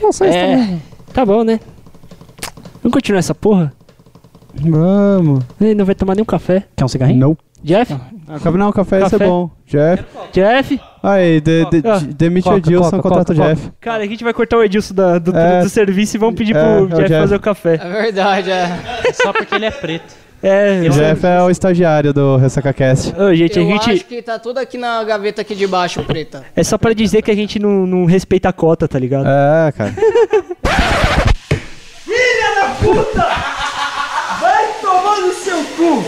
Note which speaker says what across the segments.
Speaker 1: Vocês
Speaker 2: É.
Speaker 1: também.
Speaker 2: Tá bom, né? Vamos continuar essa porra?
Speaker 1: Vamos.
Speaker 2: Ele não vai tomar nenhum café. Quer um cigarrinho?
Speaker 1: Não.
Speaker 2: Jeff?
Speaker 1: Ah, Café não, café, isso
Speaker 2: Café.
Speaker 1: é bom. Jeff.
Speaker 2: Jeff?
Speaker 1: Aí, de, de,
Speaker 2: Coca.
Speaker 1: de- demite
Speaker 3: Coca,
Speaker 1: o Edilson,
Speaker 3: Coca,
Speaker 1: contrata o
Speaker 3: Coca,
Speaker 1: Jeff.
Speaker 2: Cara, a gente vai cortar o Edilson da- do,
Speaker 1: É.
Speaker 2: do serviço e vamos pedir
Speaker 1: É, é
Speaker 2: pro
Speaker 1: o
Speaker 2: Jeff,
Speaker 1: Jeff.
Speaker 2: fazer o café.
Speaker 4: É verdade, é.
Speaker 3: Só porque ele é preto.
Speaker 2: É,
Speaker 1: O Jeff é o estagiário do RessacaCast.
Speaker 2: Ô, gente,
Speaker 4: Eu
Speaker 2: a gente.
Speaker 4: acho que tá tudo aqui na gaveta aqui de baixo, preta.
Speaker 2: É só pra dizer que a gente não, não respeita a cota, tá ligado?
Speaker 1: É, cara.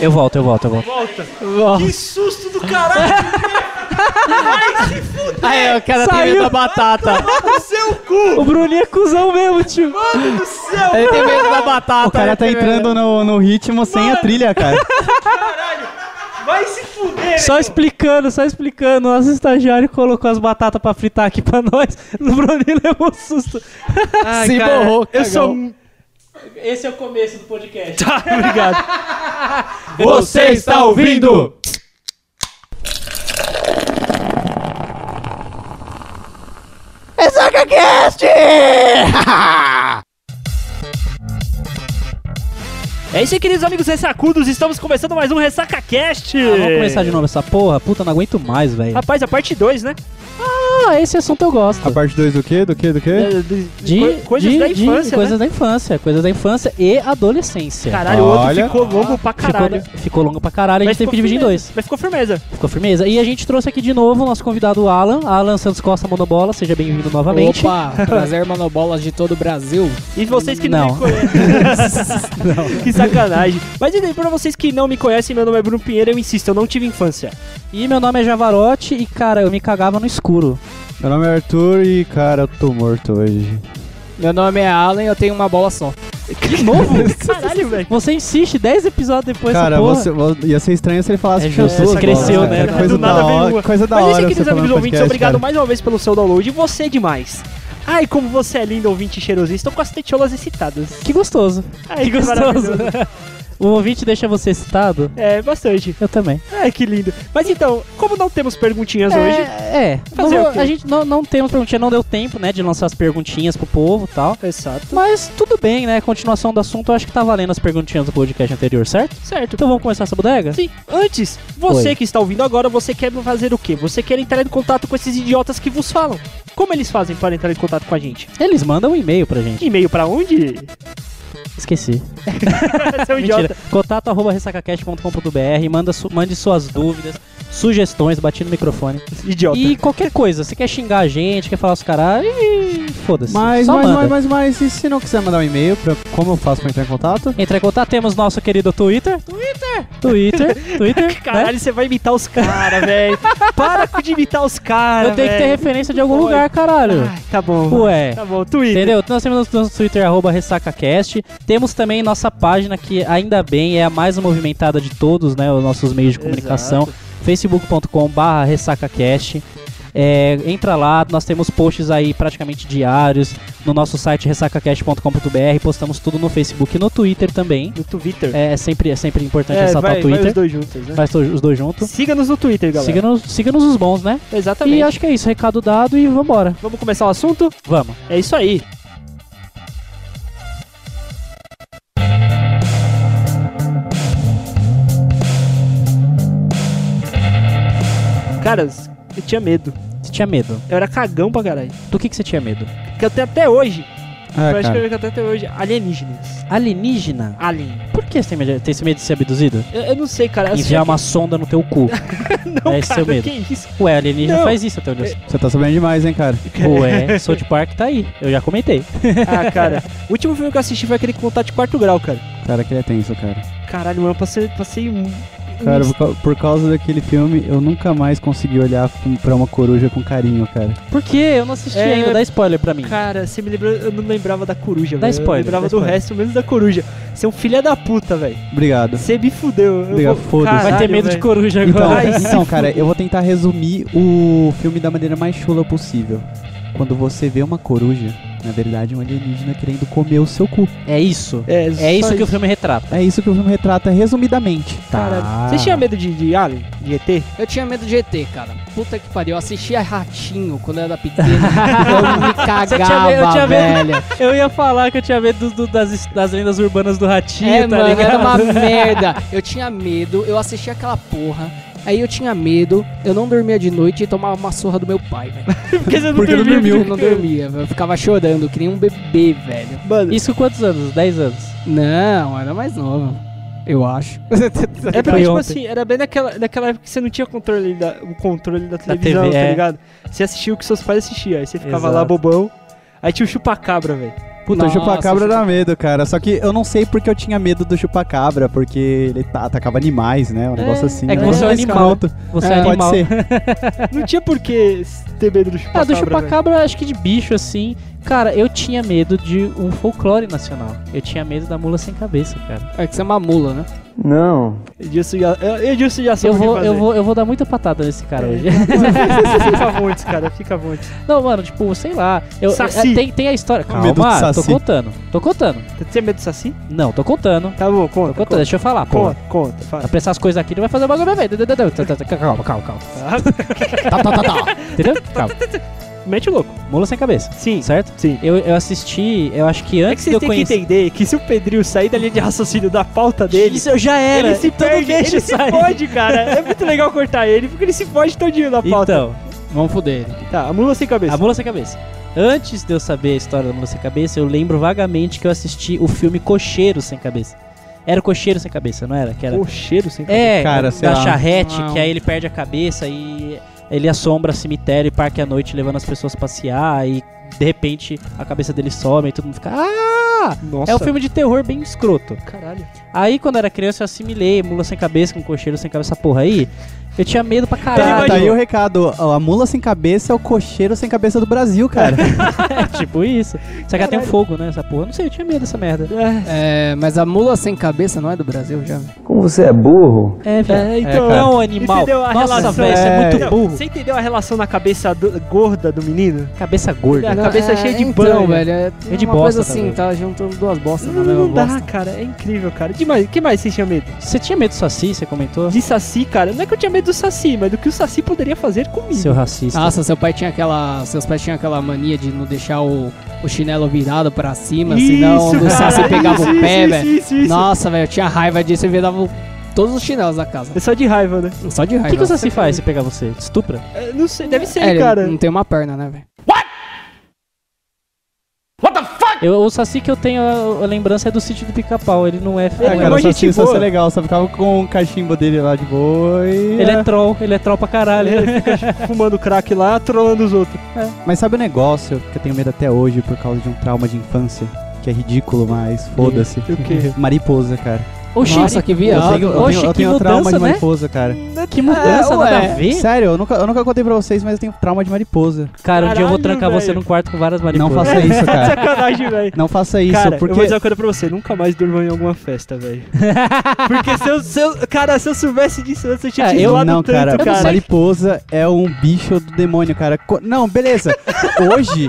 Speaker 3: Eu volto, eu volto, eu volto.
Speaker 4: Aí, eu quero
Speaker 2: Saiu.
Speaker 4: da batata.
Speaker 2: O Bruninho é cuzão mesmo, tio.
Speaker 4: Ele tem medo da batata.
Speaker 1: O cara tá entrando no, no ritmo sem a trilha, cara.
Speaker 2: Só explicando, só explicando. Nosso estagiário colocou as batatas pra fritar aqui pra nós. O Bruninho levou um susto.
Speaker 3: Ai,
Speaker 4: Se
Speaker 3: cara,
Speaker 4: borrou,
Speaker 2: Eu
Speaker 4: cagão.
Speaker 2: sou.
Speaker 3: Esse é o começo do podcast.
Speaker 2: Tá, obrigado.
Speaker 3: Você está ouvindo?
Speaker 2: É isso aí, queridos amigos ressacudos. Estamos começando mais um Ressaca Cast.
Speaker 3: Ah, Vamos começar de novo essa porra? Puta, não aguento mais, velho.
Speaker 2: Rapaz, a parte 2, né?
Speaker 3: Ah, esse assunto eu gosto.
Speaker 1: A parte 2 do quê? Do quê? Do quê?
Speaker 3: De,
Speaker 2: Co- coisas
Speaker 3: de-
Speaker 2: da
Speaker 3: de-
Speaker 2: infância, né?
Speaker 3: Coisas da infância. Coisas da infância e adolescência.
Speaker 2: Caralho, o outro
Speaker 1: Olha.
Speaker 2: ficou longo pra
Speaker 3: Ficou,
Speaker 2: caralho.
Speaker 3: ficou longo pra caralho, a gente teve que dividir em
Speaker 2: firmeza.
Speaker 3: dois.
Speaker 2: Mas ficou firmeza.
Speaker 3: Ficou firmeza. E a gente trouxe aqui de novo o nosso convidado Alan, Alan Santos Costa Monobola, seja bem-vindo novamente.
Speaker 4: Opa, prazer, manobolas de todo o Brasil.
Speaker 2: E vocês que não,
Speaker 3: Não.
Speaker 2: me conhecem. que sacanagem. Mas e daí, pra vocês que não me conhecem, meu nome é Bruno Pinheiro, eu insisto, eu não tive infância.
Speaker 3: E meu nome é Javarote e, cara, eu me cagava no escuro.
Speaker 1: Meu nome é Arthur e, cara, eu tô morto hoje.
Speaker 4: Meu nome é Alan e eu tenho uma bola só.
Speaker 3: De novo?
Speaker 2: Caralho, velho.
Speaker 3: Você insiste 10 episódios depois
Speaker 1: cara,
Speaker 3: essa porra.
Speaker 1: você, vo- ia ser estranho se ele falasse
Speaker 3: É
Speaker 1: que eu
Speaker 3: justo,
Speaker 1: sou.
Speaker 3: você cresceu,
Speaker 1: cara.
Speaker 3: né?
Speaker 1: Que Coisa
Speaker 2: Do
Speaker 1: da
Speaker 2: nada veio
Speaker 1: hora.
Speaker 2: uma.
Speaker 1: Coisa da
Speaker 2: Mas é isso
Speaker 1: hora.
Speaker 2: aí, queridos
Speaker 1: você falar
Speaker 2: amigos
Speaker 1: no
Speaker 2: ouvintes,
Speaker 1: podcast,
Speaker 2: obrigado
Speaker 1: cara.
Speaker 2: mais uma vez pelo seu download. Você é demais. Ai, como você é lindo, ouvinte cheiroso. Estou com as tetiolas excitadas.
Speaker 3: Que gostoso.
Speaker 2: Ai,
Speaker 3: que gostoso.
Speaker 2: maravilhoso.
Speaker 3: o ouvinte deixa você excitado?
Speaker 2: É, bastante.
Speaker 3: Eu também.
Speaker 2: Ai, que lindo. Mas então, como não temos perguntinhas hoje...
Speaker 3: É, é. Não,
Speaker 2: Fazer
Speaker 3: vou-
Speaker 2: o quê?
Speaker 3: a gente não, não temos perguntinha, não deu tempo, né, de lançar as perguntinhas pro povo e tal.
Speaker 2: Exato.
Speaker 3: Mas tudo bem, né? Continuação do assunto, eu acho que tá valendo as perguntinhas do podcast anterior, certo?
Speaker 2: Certo.
Speaker 3: Então vamos começar essa bodega?
Speaker 2: Sim, antes, você
Speaker 3: Oi.
Speaker 2: que está ouvindo agora, você quer fazer o quê? Você quer entrar em contato com esses idiotas que vos falam. Como eles fazem para entrar em contato com a gente?
Speaker 3: Eles mandam um e-mail pra gente.
Speaker 2: E-mail para onde?
Speaker 3: Esqueci.
Speaker 2: Você é um
Speaker 3: Mentira.
Speaker 2: idiota.
Speaker 3: Contato arroba ressacacast.com.br, manda su- mande suas dúvidas, sugestões, bati no microfone.
Speaker 2: Idiota.
Speaker 3: E qualquer coisa, você quer xingar a gente, quer falar os caralho, e foda-se.
Speaker 1: Mas,
Speaker 3: Só
Speaker 1: mas,
Speaker 3: manda.
Speaker 1: mas, mas, mas, e se não quiser mandar um e-mail, pra, como eu faço pra entrar em contato?
Speaker 3: Entre em contato, temos nosso querido Twitter. Twitter! Twitter, Twitter. né?
Speaker 2: Caralho, você vai imitar os caras, velho. Para de imitar os caras.
Speaker 3: Eu tenho que ter
Speaker 2: velho.
Speaker 3: referência de algum
Speaker 2: Foi.
Speaker 3: lugar, caralho.
Speaker 2: Ai, tá bom.
Speaker 3: Ué.
Speaker 2: Tá bom, Twitter.
Speaker 3: Entendeu? Nós temos nosso- nosso Twitter, arroba RessacaCast. Temos também nossa página, que ainda bem é a mais movimentada de todos, né? Os nossos meios de comunicação. facebook.com.br RessacaCast. É, entra lá, nós temos posts aí praticamente diários no nosso site ressacacast.com.br. Postamos tudo no Facebook e no Twitter também.
Speaker 2: No Twitter.
Speaker 3: É, é sempre, é sempre importante
Speaker 2: É,
Speaker 3: ressaltar
Speaker 2: vai,
Speaker 3: o
Speaker 2: vai os
Speaker 3: Twitter.
Speaker 2: dois juntos, né?
Speaker 3: Faz to- os dois juntos.
Speaker 2: Siga-nos no Twitter, galera.
Speaker 3: Siga-nos siga os bons, né?
Speaker 2: Exatamente.
Speaker 3: E acho que é isso. Recado dado e vambora.
Speaker 2: Vamos começar o assunto?
Speaker 3: Vamos.
Speaker 2: É isso aí. Cara, eu tinha medo.
Speaker 3: Você tinha medo.
Speaker 2: Eu era cagão pra caralho.
Speaker 3: Do que, que você tinha medo?
Speaker 2: Que eu tenho até hoje.
Speaker 1: Ah,
Speaker 2: eu acho que
Speaker 1: cara.
Speaker 2: eu tenho até hoje. Alienígenas.
Speaker 3: Alienígena?
Speaker 2: Alien.
Speaker 3: Por que você tem medo, tem esse medo de ser abduzido?
Speaker 2: Eu, eu não sei, cara. Eu
Speaker 3: Enfiar
Speaker 2: sei
Speaker 3: uma sonda no teu cu.
Speaker 2: que- Não,
Speaker 3: é esse
Speaker 2: cara,
Speaker 3: seu medo.
Speaker 2: que isso?
Speaker 3: Ué, alienígena
Speaker 2: Não.
Speaker 3: faz isso até onde eu sei.
Speaker 1: Você tá sabendo demais, hein, cara?
Speaker 3: Ué, South Park tá aí. Eu já comentei.
Speaker 2: Ah, cara. O último filme que eu assisti foi aquele com contato de quarto grau, cara.
Speaker 1: Cara, que ele é tenso, cara.
Speaker 2: Caralho, mano, eu passei, passei um...
Speaker 1: Cara, por cau- por causa daquele filme, eu nunca mais consegui olhar com- pra uma coruja com carinho, cara.
Speaker 3: Por quê? Eu não assisti
Speaker 2: É,
Speaker 3: ainda. Dá spoiler pra mim.
Speaker 2: Cara, você me lembrou, eu não lembrava da coruja,
Speaker 3: Dá
Speaker 2: velho.
Speaker 3: spoiler,
Speaker 2: Eu lembrava
Speaker 3: dá
Speaker 2: do
Speaker 3: spoiler.
Speaker 2: resto, menos da coruja. Você é um filho da puta, velho.
Speaker 1: Obrigado.
Speaker 2: Você me fudeu. Eu
Speaker 1: Liga,
Speaker 2: vou-
Speaker 1: foda-se.
Speaker 2: Caralho,
Speaker 3: Vai ter medo de
Speaker 2: velho.
Speaker 3: coruja
Speaker 1: Então,
Speaker 3: agora.
Speaker 1: então, cara, eu vou tentar resumir o filme da maneira mais chula possível. Quando você vê uma coruja, Na verdade, é um alienígena querendo comer o seu cu.
Speaker 3: É isso.
Speaker 2: É,
Speaker 3: É isso que o
Speaker 2: eu
Speaker 3: filme retrata.
Speaker 1: É isso que o filme retrata resumidamente.
Speaker 3: Tá.
Speaker 2: Você tinha medo de, de Alien? De ET?
Speaker 5: Eu tinha medo de ET, cara. Puta que pariu. Eu assistia Ratinho quando eu era pequeno. eu me
Speaker 6: Você tinha medo- eu
Speaker 5: cagava,
Speaker 6: tinha medo-
Speaker 5: velho.
Speaker 6: Eu ia falar que eu tinha medo do- do- das, das lendas urbanas do ratinho,
Speaker 5: É,
Speaker 6: tá
Speaker 5: mano,
Speaker 6: ligado?
Speaker 5: era uma merda. Eu tinha medo, eu assistia aquela porra. Aí eu tinha medo, eu não dormia de noite e tomava uma surra do meu pai, velho.
Speaker 6: Porque você não
Speaker 1: Porque não
Speaker 6: dormiu.
Speaker 1: dormiu.
Speaker 5: Eu não dormia, eu ficava chorando, que nem um bebê, velho.
Speaker 2: Mano,
Speaker 3: Isso quantos anos? 10 anos.
Speaker 5: Não, era mais novo. Eu acho.
Speaker 2: é porque,
Speaker 6: Foi
Speaker 2: tipo
Speaker 6: ontem.
Speaker 2: assim, era bem naquela, naquela época que você não tinha controle da, o controle da televisão,
Speaker 3: TV,
Speaker 2: tá
Speaker 3: é.
Speaker 2: ligado? Você assistia o que seus pais assistiam, aí você ficava
Speaker 6: Exato.
Speaker 2: lá bobão. Aí tinha o chupacabra, velho.
Speaker 1: Puta,
Speaker 5: Nossa,
Speaker 1: o chupacabra
Speaker 5: chupa-
Speaker 1: dá medo, cara. Só que eu não sei porque eu tinha medo do chupacabra, porque ele ta- atacava animais, né? Um negócio assim.
Speaker 3: é que
Speaker 1: né?
Speaker 3: você é um animal.
Speaker 1: escroto.
Speaker 3: Você é,
Speaker 5: É,
Speaker 1: Pode
Speaker 3: animal.
Speaker 1: ser.
Speaker 2: Não tinha por que ter medo do chupacabra.
Speaker 3: Ah, do
Speaker 2: velho.
Speaker 3: chupacabra, eu acho que de bicho, assim. Cara, eu tinha medo de um folclore nacional. Eu tinha medo da mula sem cabeça, cara.
Speaker 5: É que você é uma mula, né?
Speaker 2: Edilson já, eu- Edilson já sabe
Speaker 3: Eu
Speaker 2: o que
Speaker 3: vou,
Speaker 2: fazer. É.
Speaker 3: eu, vou, eu vou dar muita patada nesse cara hoje.
Speaker 2: fica muitos, cara, fica muitos.
Speaker 3: Não, mano, tipo, sei lá. Eu,
Speaker 2: Saci.
Speaker 3: é, tem, tem a história.
Speaker 1: Com medo do
Speaker 3: Calma, tô
Speaker 1: saci.
Speaker 3: contando. Tô contando.
Speaker 2: Você tem medo de saci?
Speaker 3: Não, tô contando.
Speaker 2: Tá bom,
Speaker 3: Tô
Speaker 2: conta.
Speaker 3: contando,
Speaker 2: Conta,
Speaker 3: deixa eu falar, pô.
Speaker 2: conta, conta, fala.
Speaker 3: Apressar as coisas aqui não vai fazer o bagulho velho. Calma, calma, calma. Tá, tá, tá, tá. Entendeu? Calma.
Speaker 2: Mete o louco.
Speaker 3: Mula sem cabeça,
Speaker 2: Sim,
Speaker 3: certo?
Speaker 2: sim.
Speaker 3: Tá. Eu, eu assisti, eu acho que
Speaker 2: É que
Speaker 3: antes de
Speaker 2: vocês
Speaker 3: eu
Speaker 2: têm
Speaker 3: conhecer.
Speaker 2: que entender que se o Pedrinho sair da linha de raciocínio da pauta dele,
Speaker 3: Isso eu já era.
Speaker 2: ele se
Speaker 3: então
Speaker 2: perde,
Speaker 3: deixa
Speaker 2: ele se
Speaker 3: sair.
Speaker 2: fode, cara. É muito legal cortar ele, porque ele se fode todinho na pauta.
Speaker 3: Então,
Speaker 5: Vamos foder ele.
Speaker 2: Tá, a mula sem cabeça.
Speaker 3: a Mula Sem Cabeça. Antes de eu saber a história da Mula Sem Cabeça, eu lembro vagamente que eu assisti o filme Cocheiro Sem Cabeça. Era o Cocheiro Sem Cabeça, não era? Que era...
Speaker 2: O cheiro sem cabeça.
Speaker 3: É,
Speaker 1: Cara, sei
Speaker 3: da
Speaker 1: lá.
Speaker 3: charrete,
Speaker 5: Não.
Speaker 3: que aí ele perde a cabeça e ele assombra cemitério e parque à noite, levando as pessoas a passear e de repente a cabeça dele some e todo mundo fica. Ah!
Speaker 2: Nossa,
Speaker 3: É um filme de terror bem escroto.
Speaker 2: caralho.
Speaker 3: Aí quando eu era criança eu assimilei mula sem cabeça com cocheiro sem cabeça, essa porra aí. Eu tinha medo pra
Speaker 1: Tá,
Speaker 3: caralho.
Speaker 1: tá aí o recado. Ó, A mula sem cabeça é o cocheiro sem cabeça do Brasil, cara.
Speaker 3: tipo isso. Só que ela tem um fogo, né? Essa porra. Eu Não sei, eu tinha medo dessa merda.
Speaker 5: É, mas a mula sem cabeça não é do Brasil já, velho.
Speaker 3: É, velho.
Speaker 2: É, então,
Speaker 3: é um animal.
Speaker 2: Entendeu a
Speaker 3: Nossa,
Speaker 2: relação?
Speaker 3: velho, isso é muito
Speaker 2: Não,
Speaker 3: burro.
Speaker 2: Você entendeu a relação na cabeça do- gorda do menino?
Speaker 3: Cabeça gorda.
Speaker 2: A cabeça cheia de
Speaker 5: então,
Speaker 2: banha.
Speaker 5: velho. É uma
Speaker 3: de bosta
Speaker 5: coisa assim,
Speaker 3: também.
Speaker 5: tá juntando duas
Speaker 3: é
Speaker 5: bostas na
Speaker 2: Não,
Speaker 5: mesma
Speaker 2: não dá,
Speaker 5: bosta.
Speaker 2: cara. É incrível, cara. Demais. O que mais você tinha medo?
Speaker 3: Você tinha medo do Saci, você comentou?
Speaker 2: De Saci, cara. Não é que eu tinha medo do Saci, mas do que o Saci poderia fazer comigo.
Speaker 3: Seu racista.
Speaker 5: Nossa, seu pai tinha aquela. Seus pais tinham aquela mania de não deixar o, o chinelo virado pra cima, senão o
Speaker 2: cara,
Speaker 5: assim, Saci pegava
Speaker 2: isso,
Speaker 5: o pé,
Speaker 2: isso,
Speaker 5: velho.
Speaker 2: Isso, isso, isso.
Speaker 5: Nossa, velho, eu tinha raiva disso e virava todos os chinelos da casa.
Speaker 2: É só de raiva, né?
Speaker 5: Só de
Speaker 3: O
Speaker 5: raiva.
Speaker 3: que, que o Saci faz se pegar você? Estupra?
Speaker 2: É, Não sei, deve ser,
Speaker 5: É, ele
Speaker 2: cara.
Speaker 5: Não tem uma perna, né, velho?
Speaker 3: Eu, o Saci que eu tenho a, a lembrança é do sítio do pica-pau. Ele não é.
Speaker 2: Ele
Speaker 1: Ah,
Speaker 3: não
Speaker 2: é
Speaker 1: cara,
Speaker 2: uma
Speaker 1: só
Speaker 2: gente
Speaker 1: se fosse
Speaker 2: boa.
Speaker 1: legal, só ficava com o cachimbo dele lá de boa e...
Speaker 3: Ele é troll, ele é troll pra caralho.
Speaker 2: Ele fica tipo, fumando crack lá, trolando os outros.
Speaker 1: Mas sabe o negócio que eu tenho medo até hoje por causa de um trauma de infância? Que é ridículo, mas foda-se.
Speaker 2: O quê?
Speaker 1: Mariposa, cara.
Speaker 3: Oxi,
Speaker 5: Nossa, que
Speaker 1: eu
Speaker 5: viado.
Speaker 1: tenho, eu
Speaker 3: oxe,
Speaker 1: tenho, eu
Speaker 3: que
Speaker 1: tenho trauma
Speaker 3: mudança,
Speaker 1: de
Speaker 3: né?
Speaker 1: mariposa, cara.
Speaker 3: que mudança,
Speaker 5: É,
Speaker 3: nada
Speaker 5: ué.
Speaker 3: a ver.
Speaker 1: Sério, eu nunca, eu nunca contei pra vocês, mas eu tenho trauma de mariposa.
Speaker 3: Cara, um dia eu vou
Speaker 2: Caralho,
Speaker 3: trancar você
Speaker 2: velho.
Speaker 3: num quarto com várias
Speaker 1: Não
Speaker 3: mariposas.
Speaker 1: faça isso, cara.
Speaker 2: Sacanagem, velho.
Speaker 1: Não faça isso,
Speaker 2: cara, eu
Speaker 1: porque...
Speaker 2: vou dizer uma coisa pra você, nunca mais durma em alguma festa, velho. Porque se eu, se eu- Cara, se eu soubesse disso antes, eu tinha
Speaker 3: Ah,
Speaker 2: te
Speaker 3: eu
Speaker 2: zoado
Speaker 1: É, não,
Speaker 2: tanto,
Speaker 1: cara,
Speaker 2: cara.
Speaker 1: Mariposa é um bicho do demônio, cara. Co- Não, beleza. Hoje.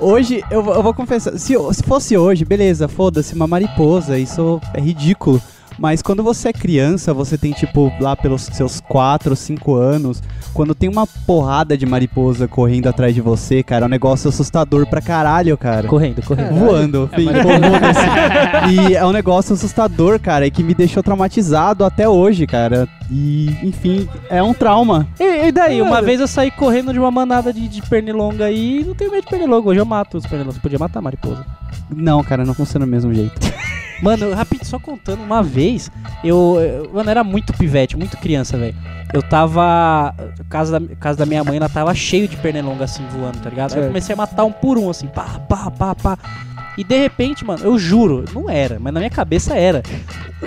Speaker 1: Hoje, eu, vou- eu vou confessar. Se, eu- se fosse hoje, beleza, foda-se, uma mariposa, isso é ridículo. Mas quando você é criança, você tem, tipo, lá pelos seus 4, 5 anos, quando tem uma porrada de mariposa correndo atrás de você, cara, é um negócio assustador pra caralho, cara.
Speaker 3: Correndo, correndo.
Speaker 1: Voando,
Speaker 5: É
Speaker 1: enfim,
Speaker 5: mariposa.
Speaker 1: foda-se. E é um negócio assustador, cara, e que me deixou traumatizado até hoje, cara. E, enfim, é um trauma.
Speaker 3: E, e daí? Uma vez eu saí correndo de uma manada de, de pernilonga e não tenho medo de pernilonga. Hoje eu mato os pernilongos. Podia matar a mariposa.
Speaker 1: Não, cara, não funciona do mesmo jeito.
Speaker 3: Mano, rápido, só contando, uma vez, eu, eu- Mano, era muito pivete, muito criança, velho. Eu tava. Casa da, casa da minha mãe, ela tava cheio de pernilonga assim voando, tá ligado? Aí eu
Speaker 2: Certo.
Speaker 3: comecei a matar um por um, assim, pá, pá, pá, pá. E de repente, mano, eu juro, não era, mas na minha cabeça era.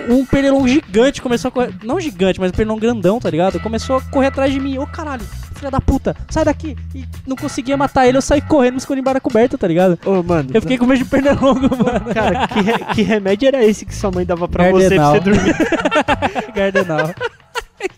Speaker 3: Um pernilongo gigante começou a correr. Não gigante, mas um pernilongo grandão, tá ligado? Começou a correr atrás de mim. Ô caralho, filha da puta, sai daqui. E não conseguia matar ele, eu saí correndo, me escondi embaixo da coberta, tá ligado?
Speaker 2: Ô, mano.
Speaker 3: Eu fiquei com medo de pernilongo, mano.
Speaker 2: Cara, que, re- que remédio era esse que sua mãe dava pra você
Speaker 1: Gardenal.
Speaker 2: pra você dormir?
Speaker 3: Gardenal.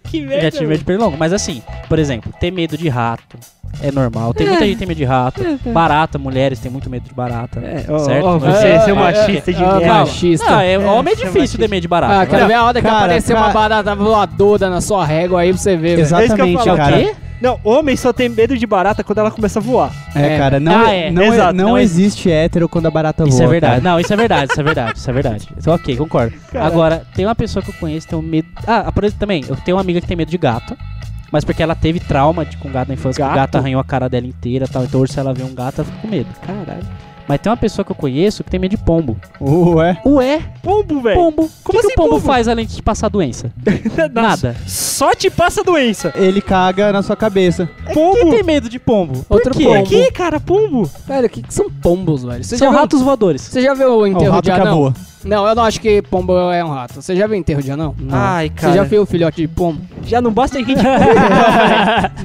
Speaker 2: que
Speaker 3: Eu
Speaker 2: merda.
Speaker 3: já tive medo de pernilongo. Mas assim, por exemplo, ter medo de rato é normal. Tem muita gente que tem medo de rato. Barata, mulheres têm muito medo de barata. né?
Speaker 2: É, ó,
Speaker 3: certo?
Speaker 2: ó,
Speaker 3: Mas-
Speaker 2: você,
Speaker 3: É,
Speaker 2: seu
Speaker 3: é,
Speaker 2: machista de
Speaker 5: Ah,
Speaker 2: merda.
Speaker 5: machista.
Speaker 3: Não, é, homem é
Speaker 2: isso é
Speaker 3: difícil ter medo de barata. né?
Speaker 5: Ah,
Speaker 3: vai.
Speaker 5: quero ver a hora que
Speaker 1: Cara,
Speaker 5: aparecer
Speaker 1: cara-
Speaker 5: uma barata voadora na sua régua aí pra você ver, velho.
Speaker 1: Exatamente,
Speaker 2: falo,
Speaker 1: cara.
Speaker 3: o quê?
Speaker 2: Não, homem só tem medo de barata quando ela começa a voar.
Speaker 1: É, cara, não,
Speaker 3: Ah,
Speaker 1: é-
Speaker 3: é.
Speaker 1: não, é-
Speaker 2: Exato,
Speaker 1: não
Speaker 3: não é-
Speaker 1: existe hétero quando a barata voa.
Speaker 3: Isso é verdade.
Speaker 1: cara.
Speaker 3: Não, isso é verdade, isso é verdade, isso é verdade. Então, ok, concordo.
Speaker 2: Caralho.
Speaker 3: Agora, tem uma pessoa que eu conheço que tem um medo. Ah, por exemplo, também, eu tenho uma amiga que tem medo de gato. Mas porque ela teve trauma de, com gato na infância, que o
Speaker 5: Gato?
Speaker 3: gato arranhou a cara dela inteira e tal. Então hoje se ela vê um gato, ela fica com medo. Caralho. Mas tem uma pessoa que eu conheço que tem medo de pombo.
Speaker 1: Ué,
Speaker 3: Ué,
Speaker 2: Pombo, velho.
Speaker 3: pombo. Como
Speaker 2: Como
Speaker 3: que,
Speaker 2: assim
Speaker 3: o pombo,
Speaker 2: pombo?
Speaker 3: faz além de te passar doença?
Speaker 2: Nossa,
Speaker 3: Nada.
Speaker 2: Só te passa doença.
Speaker 1: ele caga na sua cabeça.
Speaker 3: Quem
Speaker 2: Pombo.
Speaker 3: É tem medo de pombo?
Speaker 5: Outro
Speaker 3: Por quê?
Speaker 5: pombo.
Speaker 2: Que, cara? Pombo?
Speaker 5: Velho, o que, que são pombos, velho? Você
Speaker 3: São
Speaker 5: já viu-
Speaker 3: ratos voadores.
Speaker 5: Você já viu o
Speaker 1: Ó, o
Speaker 5: enterro
Speaker 1: rato
Speaker 5: de
Speaker 1: que
Speaker 5: anão?
Speaker 1: voa.
Speaker 5: Não, eu não acho que pombo é um rato. Você já viu o enterro de anão?
Speaker 2: Ai,
Speaker 5: Você
Speaker 2: cara.
Speaker 5: já viu o filhote de pombo?
Speaker 2: Já não basta a gente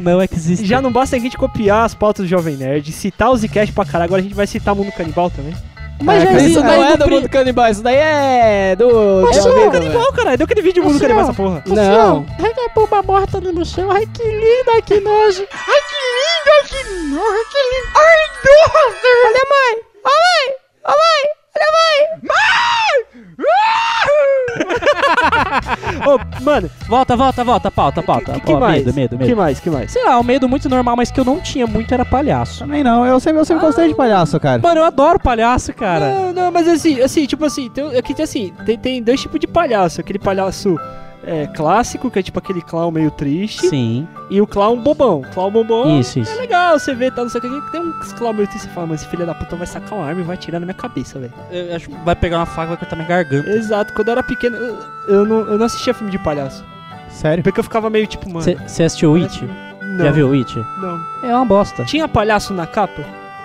Speaker 3: Não é existe.
Speaker 2: Já não basta a gente copiar as pautas do Jovem Nerd, citar o Zcast pra caralho, agora a gente vai citar o Mundo Canibal também.
Speaker 3: Mas
Speaker 5: Cara,
Speaker 3: já
Speaker 5: isso
Speaker 3: existe.
Speaker 5: não é do mundo canibal, isso daí é tá do... Mas
Speaker 2: Mundo Canibal, caralho, deu aquele vídeo do Mundo Canibal essa porra.
Speaker 5: Não.
Speaker 3: Ai, que pomba morta ali no chão. Ai, que linda, que nojo. Ai, que linda, que nojo. Que linda. Ai, nossa. Olha, mãe. Olha, mãe. Olha, mãe. Olha, mãe.
Speaker 2: Ô, mano,
Speaker 3: Volta, volta, volta. Pauta, pauta.
Speaker 2: que, que
Speaker 3: Ó,
Speaker 2: mais?
Speaker 3: Medo, medo,
Speaker 2: Que
Speaker 3: medo.
Speaker 2: mais, que mais?
Speaker 3: Sei lá, um medo muito normal, mas que eu não tinha muito era palhaço.
Speaker 1: Também não, eu sempre, eu sempre gostei de palhaço, cara.
Speaker 3: Mano, eu adoro palhaço, cara.
Speaker 2: Não, não, mas assim, assim, tipo assim, tem, é que tem assim, tem, tem dois tipos de palhaço. Aquele palhaço é, clássico, que é tipo aquele clown meio triste,
Speaker 3: Sim.
Speaker 2: e o clown bobão. Clown bobão
Speaker 3: Isso,
Speaker 2: é
Speaker 3: isso.
Speaker 2: legal, você vê, tá, não sei o que. Tem uns clown meio triste, você fala, mas esse filho da puta vai sacar uma arma e vai atirar na minha cabeça, velho.
Speaker 3: Eu acho que vai pegar uma faca e vai cortar minha garganta.
Speaker 2: Exato, quando eu era pequeno, eu, eu não, eu não assistia filme de palhaço.
Speaker 1: Sério?
Speaker 2: Porque eu ficava meio tipo, mano...
Speaker 3: Você assistiu It?
Speaker 2: Não,
Speaker 3: Já viu It?
Speaker 2: Não.
Speaker 3: É uma bosta.
Speaker 2: Tinha palhaço na capa,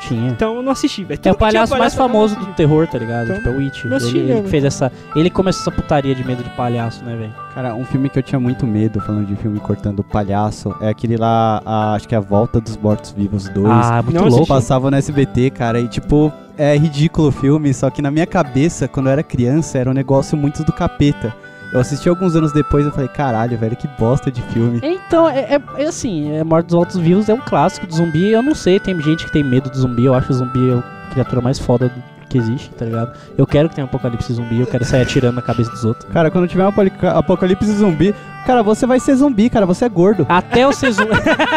Speaker 3: Tinha.
Speaker 2: então eu não assisti, velho.
Speaker 3: É
Speaker 2: Tudo
Speaker 3: o
Speaker 2: que tinha
Speaker 3: palhaço mais
Speaker 2: eu não
Speaker 3: famoso do
Speaker 2: assisti.
Speaker 3: terror, tá ligado?
Speaker 2: Então,
Speaker 3: Tipo, é o It.
Speaker 2: não assisti
Speaker 3: Ele, ele
Speaker 2: mesmo.
Speaker 3: que fez essa. Ele começou essa putaria de medo de palhaço, né, velho?
Speaker 1: Cara, um filme que eu tinha muito medo, falando de filme cortando palhaço, é aquele lá, a- acho que é A Volta dos Mortos Vivos 2.
Speaker 3: Ah, muito
Speaker 2: Não
Speaker 1: Passava
Speaker 3: louco.
Speaker 1: Passavam no SBT, cara, e tipo, é ridículo o filme, só que na minha cabeça, quando eu era criança, era um negócio muito do capeta. Eu assisti alguns anos depois e falei, caralho, velho, que bosta de filme.
Speaker 3: Então, é, é- é assim, é Morte dos Altos Vivos é um clássico do zumbi. Eu não sei, tem gente que tem medo do zumbi. Eu acho o zumbi é a criatura mais foda do- que existe, tá ligado? Eu quero que tenha um apocalipse zumbi, eu quero sair atirando na cabeça dos outros.
Speaker 1: Cara, quando tiver um apolica- apocalipse zumbi, cara, você vai ser zumbi, cara, você é gordo.
Speaker 3: Até eu ser zumbi.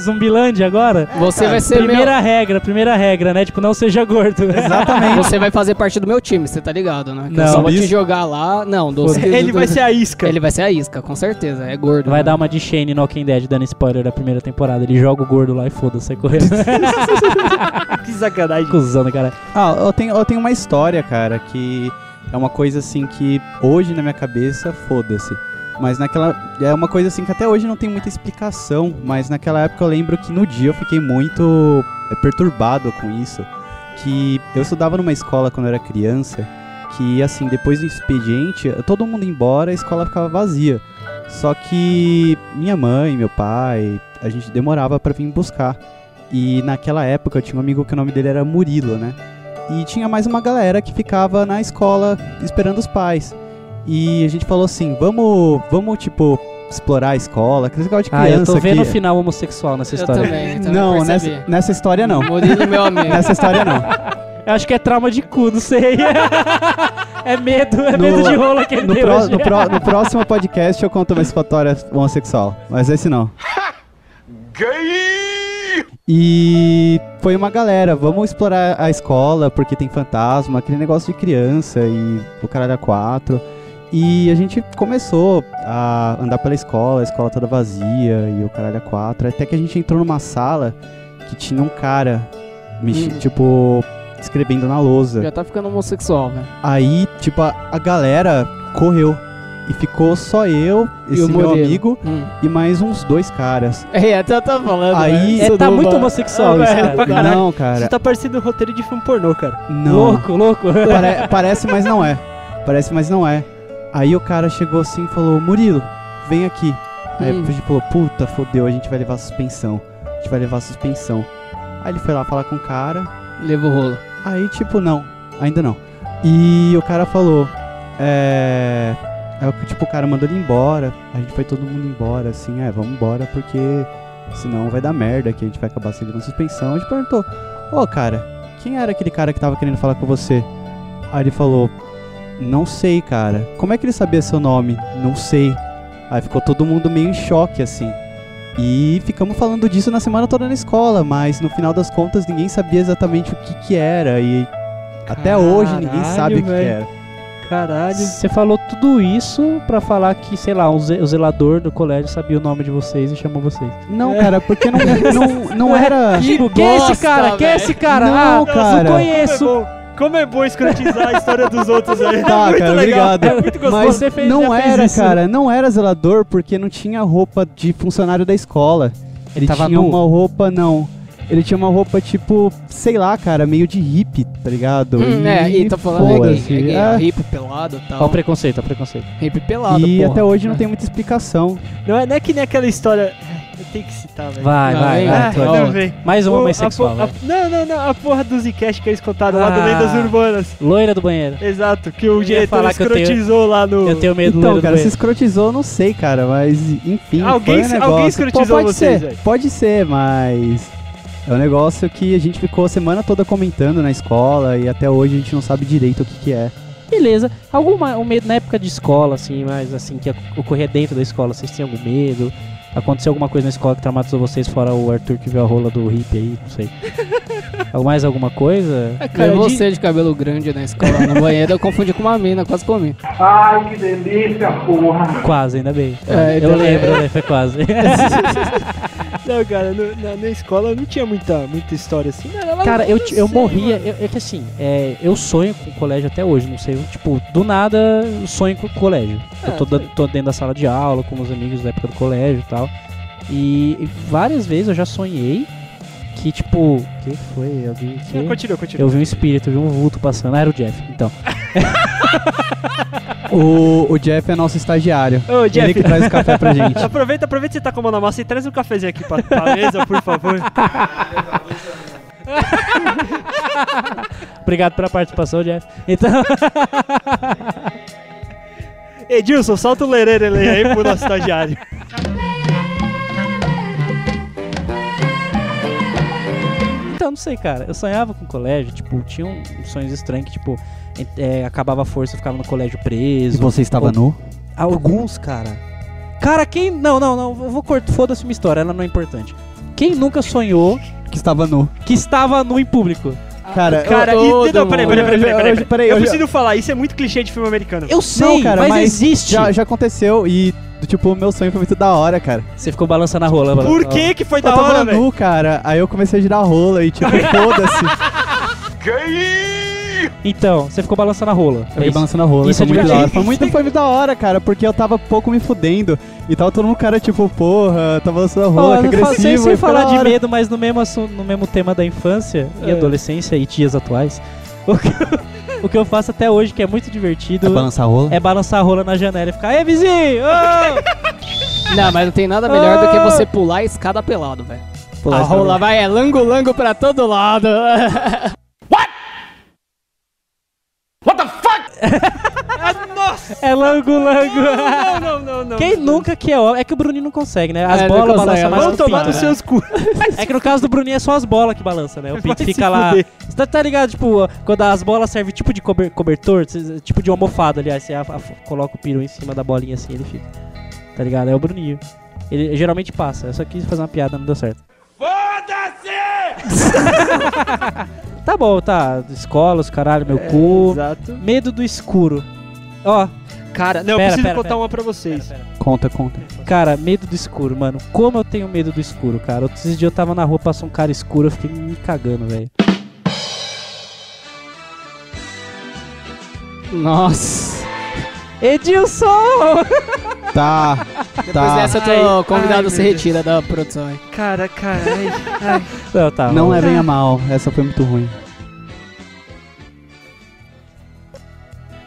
Speaker 3: Zumbilândia agora?
Speaker 5: Você é vai ser
Speaker 3: Primeira regra, primeira regra, né? Tipo, não seja gordo.
Speaker 1: Exatamente.
Speaker 5: meu... Você vai fazer parte do meu time, você tá ligado, né? Que eu
Speaker 3: Não.
Speaker 5: só vou te
Speaker 1: Isso.
Speaker 5: jogar lá... Não, do...
Speaker 2: Ele vai ser a isca.
Speaker 5: Ele vai ser a isca, com certeza. É gordo.
Speaker 3: Vai
Speaker 5: né?
Speaker 3: dar uma de Shane no Walking Dead dando spoiler da primeira temporada. Ele joga o gordo lá e foda-se, sai correndo.
Speaker 2: Que sacanagem.
Speaker 3: Cusão, cara.
Speaker 1: Ah, eu tenho, eu tenho uma história, cara, que é uma coisa assim que hoje na minha cabeça, foda-se. Mas naquela. É uma coisa assim que até hoje não tem muita explicação, mas naquela época eu lembro que no dia eu fiquei muito é, perturbado com isso. Que eu estudava numa escola quando eu era criança, que assim, depois do expediente, todo mundo ia embora, a escola ficava vazia. Só que minha mãe, meu pai, a gente demorava pra vir buscar. E naquela época eu tinha um amigo que o nome dele era Murilo, né? E tinha mais uma galera que ficava na escola esperando os pais. E a gente falou assim, vamos, vamos tipo explorar a escola, que legal de
Speaker 3: Ah, eu
Speaker 1: criança
Speaker 3: tô vendo o então
Speaker 1: que-
Speaker 3: final homossexual nessa
Speaker 5: Eu
Speaker 3: história.
Speaker 5: também, também
Speaker 1: Não,
Speaker 5: percebi.
Speaker 1: nessa, nessa história não.
Speaker 5: Murilo, meu amigo.
Speaker 1: Nessa história não.
Speaker 3: Eu acho que é trauma de cu, não sei. é medo, é
Speaker 1: No-
Speaker 3: medo de rola que ele
Speaker 1: No,
Speaker 3: deu
Speaker 1: pró-
Speaker 3: hoje.
Speaker 5: é.
Speaker 1: no pró- no próximo podcast eu conto uma história homossexual, mas esse não. E foi uma galera, vamos explorar a escola porque tem fantasma, aquele negócio de criança e o caralho a quatro. E a gente começou a andar pela escola, a escola toda vazia e o caralho a quatro, até que a gente entrou numa sala que tinha um cara, mexi-
Speaker 5: Hum.
Speaker 1: tipo, escrevendo na lousa.
Speaker 5: Já tá ficando homossexual, velho.
Speaker 1: Aí, tipo, a, a galera correu. E ficou só eu,
Speaker 5: E
Speaker 1: esse
Speaker 5: o Hum.
Speaker 1: meu
Speaker 5: Murilo.
Speaker 1: amigo e mais uns dois caras.
Speaker 5: É, até eu tava falando.
Speaker 1: Aí-
Speaker 5: velho.
Speaker 3: É, tá
Speaker 5: Sudoba.
Speaker 3: muito homossexual isso, cara.
Speaker 2: Caralho.
Speaker 1: Não,
Speaker 2: Você
Speaker 1: cara.
Speaker 2: tá parecendo um roteiro de filme pornô, cara.
Speaker 1: Não.
Speaker 3: Louco, louco.
Speaker 1: Pare- parece, mas não é. Parece, mas não é. Aí o cara chegou assim e falou: Murilo, vem aqui. Aí
Speaker 5: Hum.
Speaker 1: a gente falou: Puta, fodeu, a gente vai levar suspensão. A gente vai levar suspensão. Aí ele foi lá falar com o cara.
Speaker 5: Leva o rolo.
Speaker 1: Aí, tipo, não, ainda não. E o cara falou: É. Aí, o- tipo, o cara mandou ele embora. A gente foi todo mundo embora, assim, é, vamos embora porque senão vai dar merda que a gente vai acabar sendo na suspensão. A gente perguntou, ô cara, quem era aquele cara que tava querendo falar com você? Aí ele falou, não sei, cara. Como é que ele sabia seu nome? Não sei. Aí ficou todo mundo meio em choque, assim. E ficamos falando disso na semana toda na escola, mas no final das contas ninguém sabia exatamente o que que era. E até hoje ninguém
Speaker 2: Caralho,
Speaker 1: sabe o que que
Speaker 2: velho.
Speaker 1: era.
Speaker 2: Caralho.
Speaker 3: Você falou tudo isso pra falar que, sei lá, um ze- o zelador do colégio sabia o nome de vocês e chamou vocês.
Speaker 1: Não, cara, porque não, não, não era.
Speaker 6: Tipo, quem é esse cara? Quem é esse cara?
Speaker 1: Não,
Speaker 6: ah,
Speaker 1: cara.
Speaker 6: não
Speaker 2: Como
Speaker 6: conheço.
Speaker 2: é bom, como é bom escrotizar a história dos outros né? aí.
Speaker 1: Tá,
Speaker 2: muito
Speaker 1: cara,
Speaker 2: legal.
Speaker 1: obrigado.
Speaker 2: muito gostoso.
Speaker 1: Mas
Speaker 3: É, Você fez-
Speaker 1: não
Speaker 3: já fez
Speaker 1: era,
Speaker 3: isso.
Speaker 1: cara, não era zelador porque não tinha roupa de funcionário da escola. Ele
Speaker 3: tava
Speaker 1: tinha um
Speaker 3: nu?
Speaker 1: uma roupa, não. Ele tinha uma roupa tipo, sei lá, cara, meio de hippie, tá ligado?
Speaker 5: Hum, é, e tá falando é
Speaker 1: foda-se.
Speaker 5: gay, é gay,
Speaker 1: É.
Speaker 5: é
Speaker 3: Ah.
Speaker 5: hippie pelado e
Speaker 3: Olha o
Speaker 5: tal.
Speaker 3: preconceito, olha o preconceito.
Speaker 5: Hippie pelado,
Speaker 1: e
Speaker 5: porra.
Speaker 1: até hoje não tem muita explicação.
Speaker 2: Não é, não é que nem aquela história. Ai, Eu tenho que citar, velho.
Speaker 3: Vai,
Speaker 5: Não,
Speaker 3: vai,
Speaker 5: hein?
Speaker 3: vai.
Speaker 2: Ah,
Speaker 3: tu-
Speaker 2: não, velho.
Speaker 3: Mais um
Speaker 2: O-
Speaker 3: homem
Speaker 2: a
Speaker 3: sexual.
Speaker 2: por- a-
Speaker 3: vai.
Speaker 2: não, não, não. A porra do Zcast que eles contaram lá do
Speaker 3: Ah.
Speaker 2: Lendas Urbanas.
Speaker 3: Loira do banheiro.
Speaker 2: Exato, que o
Speaker 3: ia
Speaker 2: diretor
Speaker 3: falar que eu tenho-
Speaker 2: escrotizou lá no.
Speaker 3: Eu tenho medo do
Speaker 1: Então,
Speaker 3: loira
Speaker 1: cara,
Speaker 3: do
Speaker 1: se
Speaker 3: banheiro.
Speaker 1: escrotizou, eu não sei, cara, mas enfim.
Speaker 2: Alguém
Speaker 1: foi um
Speaker 2: se-
Speaker 1: negócio.
Speaker 2: alguém escrotizou
Speaker 1: Pô, pode
Speaker 2: vocês,
Speaker 1: ser,
Speaker 2: velho.
Speaker 1: Pode ser, mas. É um negócio que a gente ficou a semana toda comentando na escola e até hoje a gente não sabe direito o que, que é.
Speaker 3: Beleza. Alguma, um medo na época de escola, assim, mas assim, que ocorria dentro da escola, vocês tinham algum medo? Aconteceu alguma coisa na escola que traumatizou vocês, fora o Arthur que viu a rola do hippie aí, não sei. Algu- Mais alguma coisa?
Speaker 5: É, cara, você de cabelo grande na escola, no banheiro, eu confundi com uma mina, quase comi.
Speaker 3: Quase, ainda bem.
Speaker 5: É,
Speaker 3: eu
Speaker 5: então-
Speaker 3: lembro, né? Foi quase.
Speaker 2: Não, cara, no- na, na escola não tinha muita, muita história assim. Não, era lá-
Speaker 3: Cara, eu,
Speaker 2: não
Speaker 3: ti- eu
Speaker 2: sei,
Speaker 3: morria.
Speaker 2: mano.
Speaker 3: eu- é que assim, é, eu sonho com o colégio até hoje, não sei. Tipo, do nada eu sonho com o colégio.
Speaker 2: Ah,
Speaker 3: eu tô, da- tô dentro da sala de aula com meus amigos da época do colégio e tal. E, e várias vezes eu já sonhei que, tipo. O que foi? Alguém que.
Speaker 2: Não, continua, continua.
Speaker 3: Eu vi um espírito, eu vi um vulto passando. Ah, era o Jeff, então.
Speaker 1: O, o Jeff é nosso estagiário.
Speaker 2: Ô,
Speaker 1: Ele
Speaker 2: Jeff,
Speaker 1: que traz o café pra gente.
Speaker 2: aproveita, aproveita que você tá com a mão na massa e traz um cafezinho aqui pra, pra mesa, por favor.
Speaker 3: Obrigado pela participação, Jeff. Então,
Speaker 2: Edilson, solta o lererele aí pro nosso estagiário.
Speaker 3: então, não sei, cara. Eu sonhava com o colégio, tipo, tinha uns sonhos estranhos que, tipo, en- é, acabava a força, eu ficava no colégio
Speaker 1: E
Speaker 3: preso.
Speaker 1: você estava nu?
Speaker 3: Alguns, cara. Cara, quem. Não, não, não. Eu vou cortar. Foda-se uma história, ela não é importante. Quem nunca sonhou
Speaker 1: Que estava nu.
Speaker 3: que estava nu em público?
Speaker 1: Cara,
Speaker 2: Cara,
Speaker 5: Todo
Speaker 2: e, não, peraí, peraí, peraí, peraí, peraí,
Speaker 1: Hoje- peraí,
Speaker 2: Eu
Speaker 1: hoje-
Speaker 2: preciso falar, isso é muito clichê de filme americano.
Speaker 3: Eu sei,
Speaker 1: cara,
Speaker 3: mas,
Speaker 1: mas
Speaker 3: existe.
Speaker 1: já, já aconteceu e, tipo, o meu sonho foi muito da hora, cara.
Speaker 3: Você ficou balançando a rola.
Speaker 2: Por que que foi
Speaker 3: Tá
Speaker 1: Eu
Speaker 2: da
Speaker 1: tava
Speaker 2: hora, velho?
Speaker 1: nu, cara, aí eu comecei a girar rola e, tipo, foda-se.
Speaker 3: Então, você ficou balançando a rola.
Speaker 1: Eu fiquei Tá balançando a rola, né?
Speaker 3: Isso
Speaker 1: foi
Speaker 3: é
Speaker 1: muito da
Speaker 3: divertido.
Speaker 1: hora. Foi muito, foi muito da hora, cara, porque eu tava pouco me fudendo. E tava todo mundo, cara, tipo, porra, tá balançando a rola, que agressivo.
Speaker 3: sem,
Speaker 1: e
Speaker 3: sem
Speaker 1: foi
Speaker 3: falar
Speaker 1: da
Speaker 3: de
Speaker 1: hora.
Speaker 3: medo, mas no mesmo, assu- no mesmo tema da infância e
Speaker 2: É.
Speaker 3: adolescência e dias atuais, o que, eu, o que eu faço até hoje, que é muito divertido,
Speaker 1: É balançar a rola?
Speaker 3: é balançar a rola na janela e ficar, ei, vizinho! ô!"
Speaker 5: Não, mas não tem nada melhor do que
Speaker 3: Ah.
Speaker 5: você pular a escada pelado, velho.
Speaker 1: Pular
Speaker 5: A
Speaker 1: a escada.
Speaker 5: rola vai, é lango-lango pra todo lado.
Speaker 3: É lango, lango!
Speaker 2: Não, não, não, não.
Speaker 3: Quem nunca que é homem? É que o Bruninho não consegue, né? As
Speaker 5: É, ele
Speaker 3: bolas
Speaker 5: não consegue, mas
Speaker 3: balançam mais.
Speaker 2: Vão
Speaker 3: que o
Speaker 2: tomar
Speaker 3: pinto,
Speaker 2: nos
Speaker 3: né?
Speaker 2: seus cu.
Speaker 3: É que no caso do Bruninho é só as bolas que balançam, né? O
Speaker 2: Vai
Speaker 3: Pinto
Speaker 2: se
Speaker 3: fica lá.
Speaker 2: fuder.
Speaker 3: Você tá, tá ligado, tipo, quando as bolas servem tipo de cober- cobertor, cê- tipo de almofada, aliás, você a- a- coloca o peru em cima da bolinha assim, ele fica. Tá ligado? É o Bruninho. Ele geralmente passa. Eu só quis fazer uma piada, não deu certo. Foda-se! tá bom, tá. Escola, os caralho, meu cu.
Speaker 2: Exato.
Speaker 3: Medo do escuro. Ó,
Speaker 2: Cara, não, eu
Speaker 3: Pera,
Speaker 2: preciso
Speaker 3: pera,
Speaker 2: contar
Speaker 3: pera.
Speaker 2: uma pra vocês.
Speaker 1: É, Conta, conta.
Speaker 3: Cara, medo do escuro, mano. Como eu tenho medo do escuro, cara. Outros dias eu tava na rua, passou um cara escuro, eu fiquei me cagando, velho.
Speaker 5: Nossa.
Speaker 3: Edilson!
Speaker 1: Tá,
Speaker 5: Pois
Speaker 1: tá.
Speaker 5: essa,
Speaker 2: Ai,
Speaker 5: teu convidado
Speaker 2: ai,
Speaker 5: se
Speaker 2: meu
Speaker 5: retira da produção, hein.
Speaker 2: Cara, cara, é ai, ai.
Speaker 3: Não, tá.
Speaker 1: Não é
Speaker 3: vamos-
Speaker 1: levem a mal, essa foi muito ruim.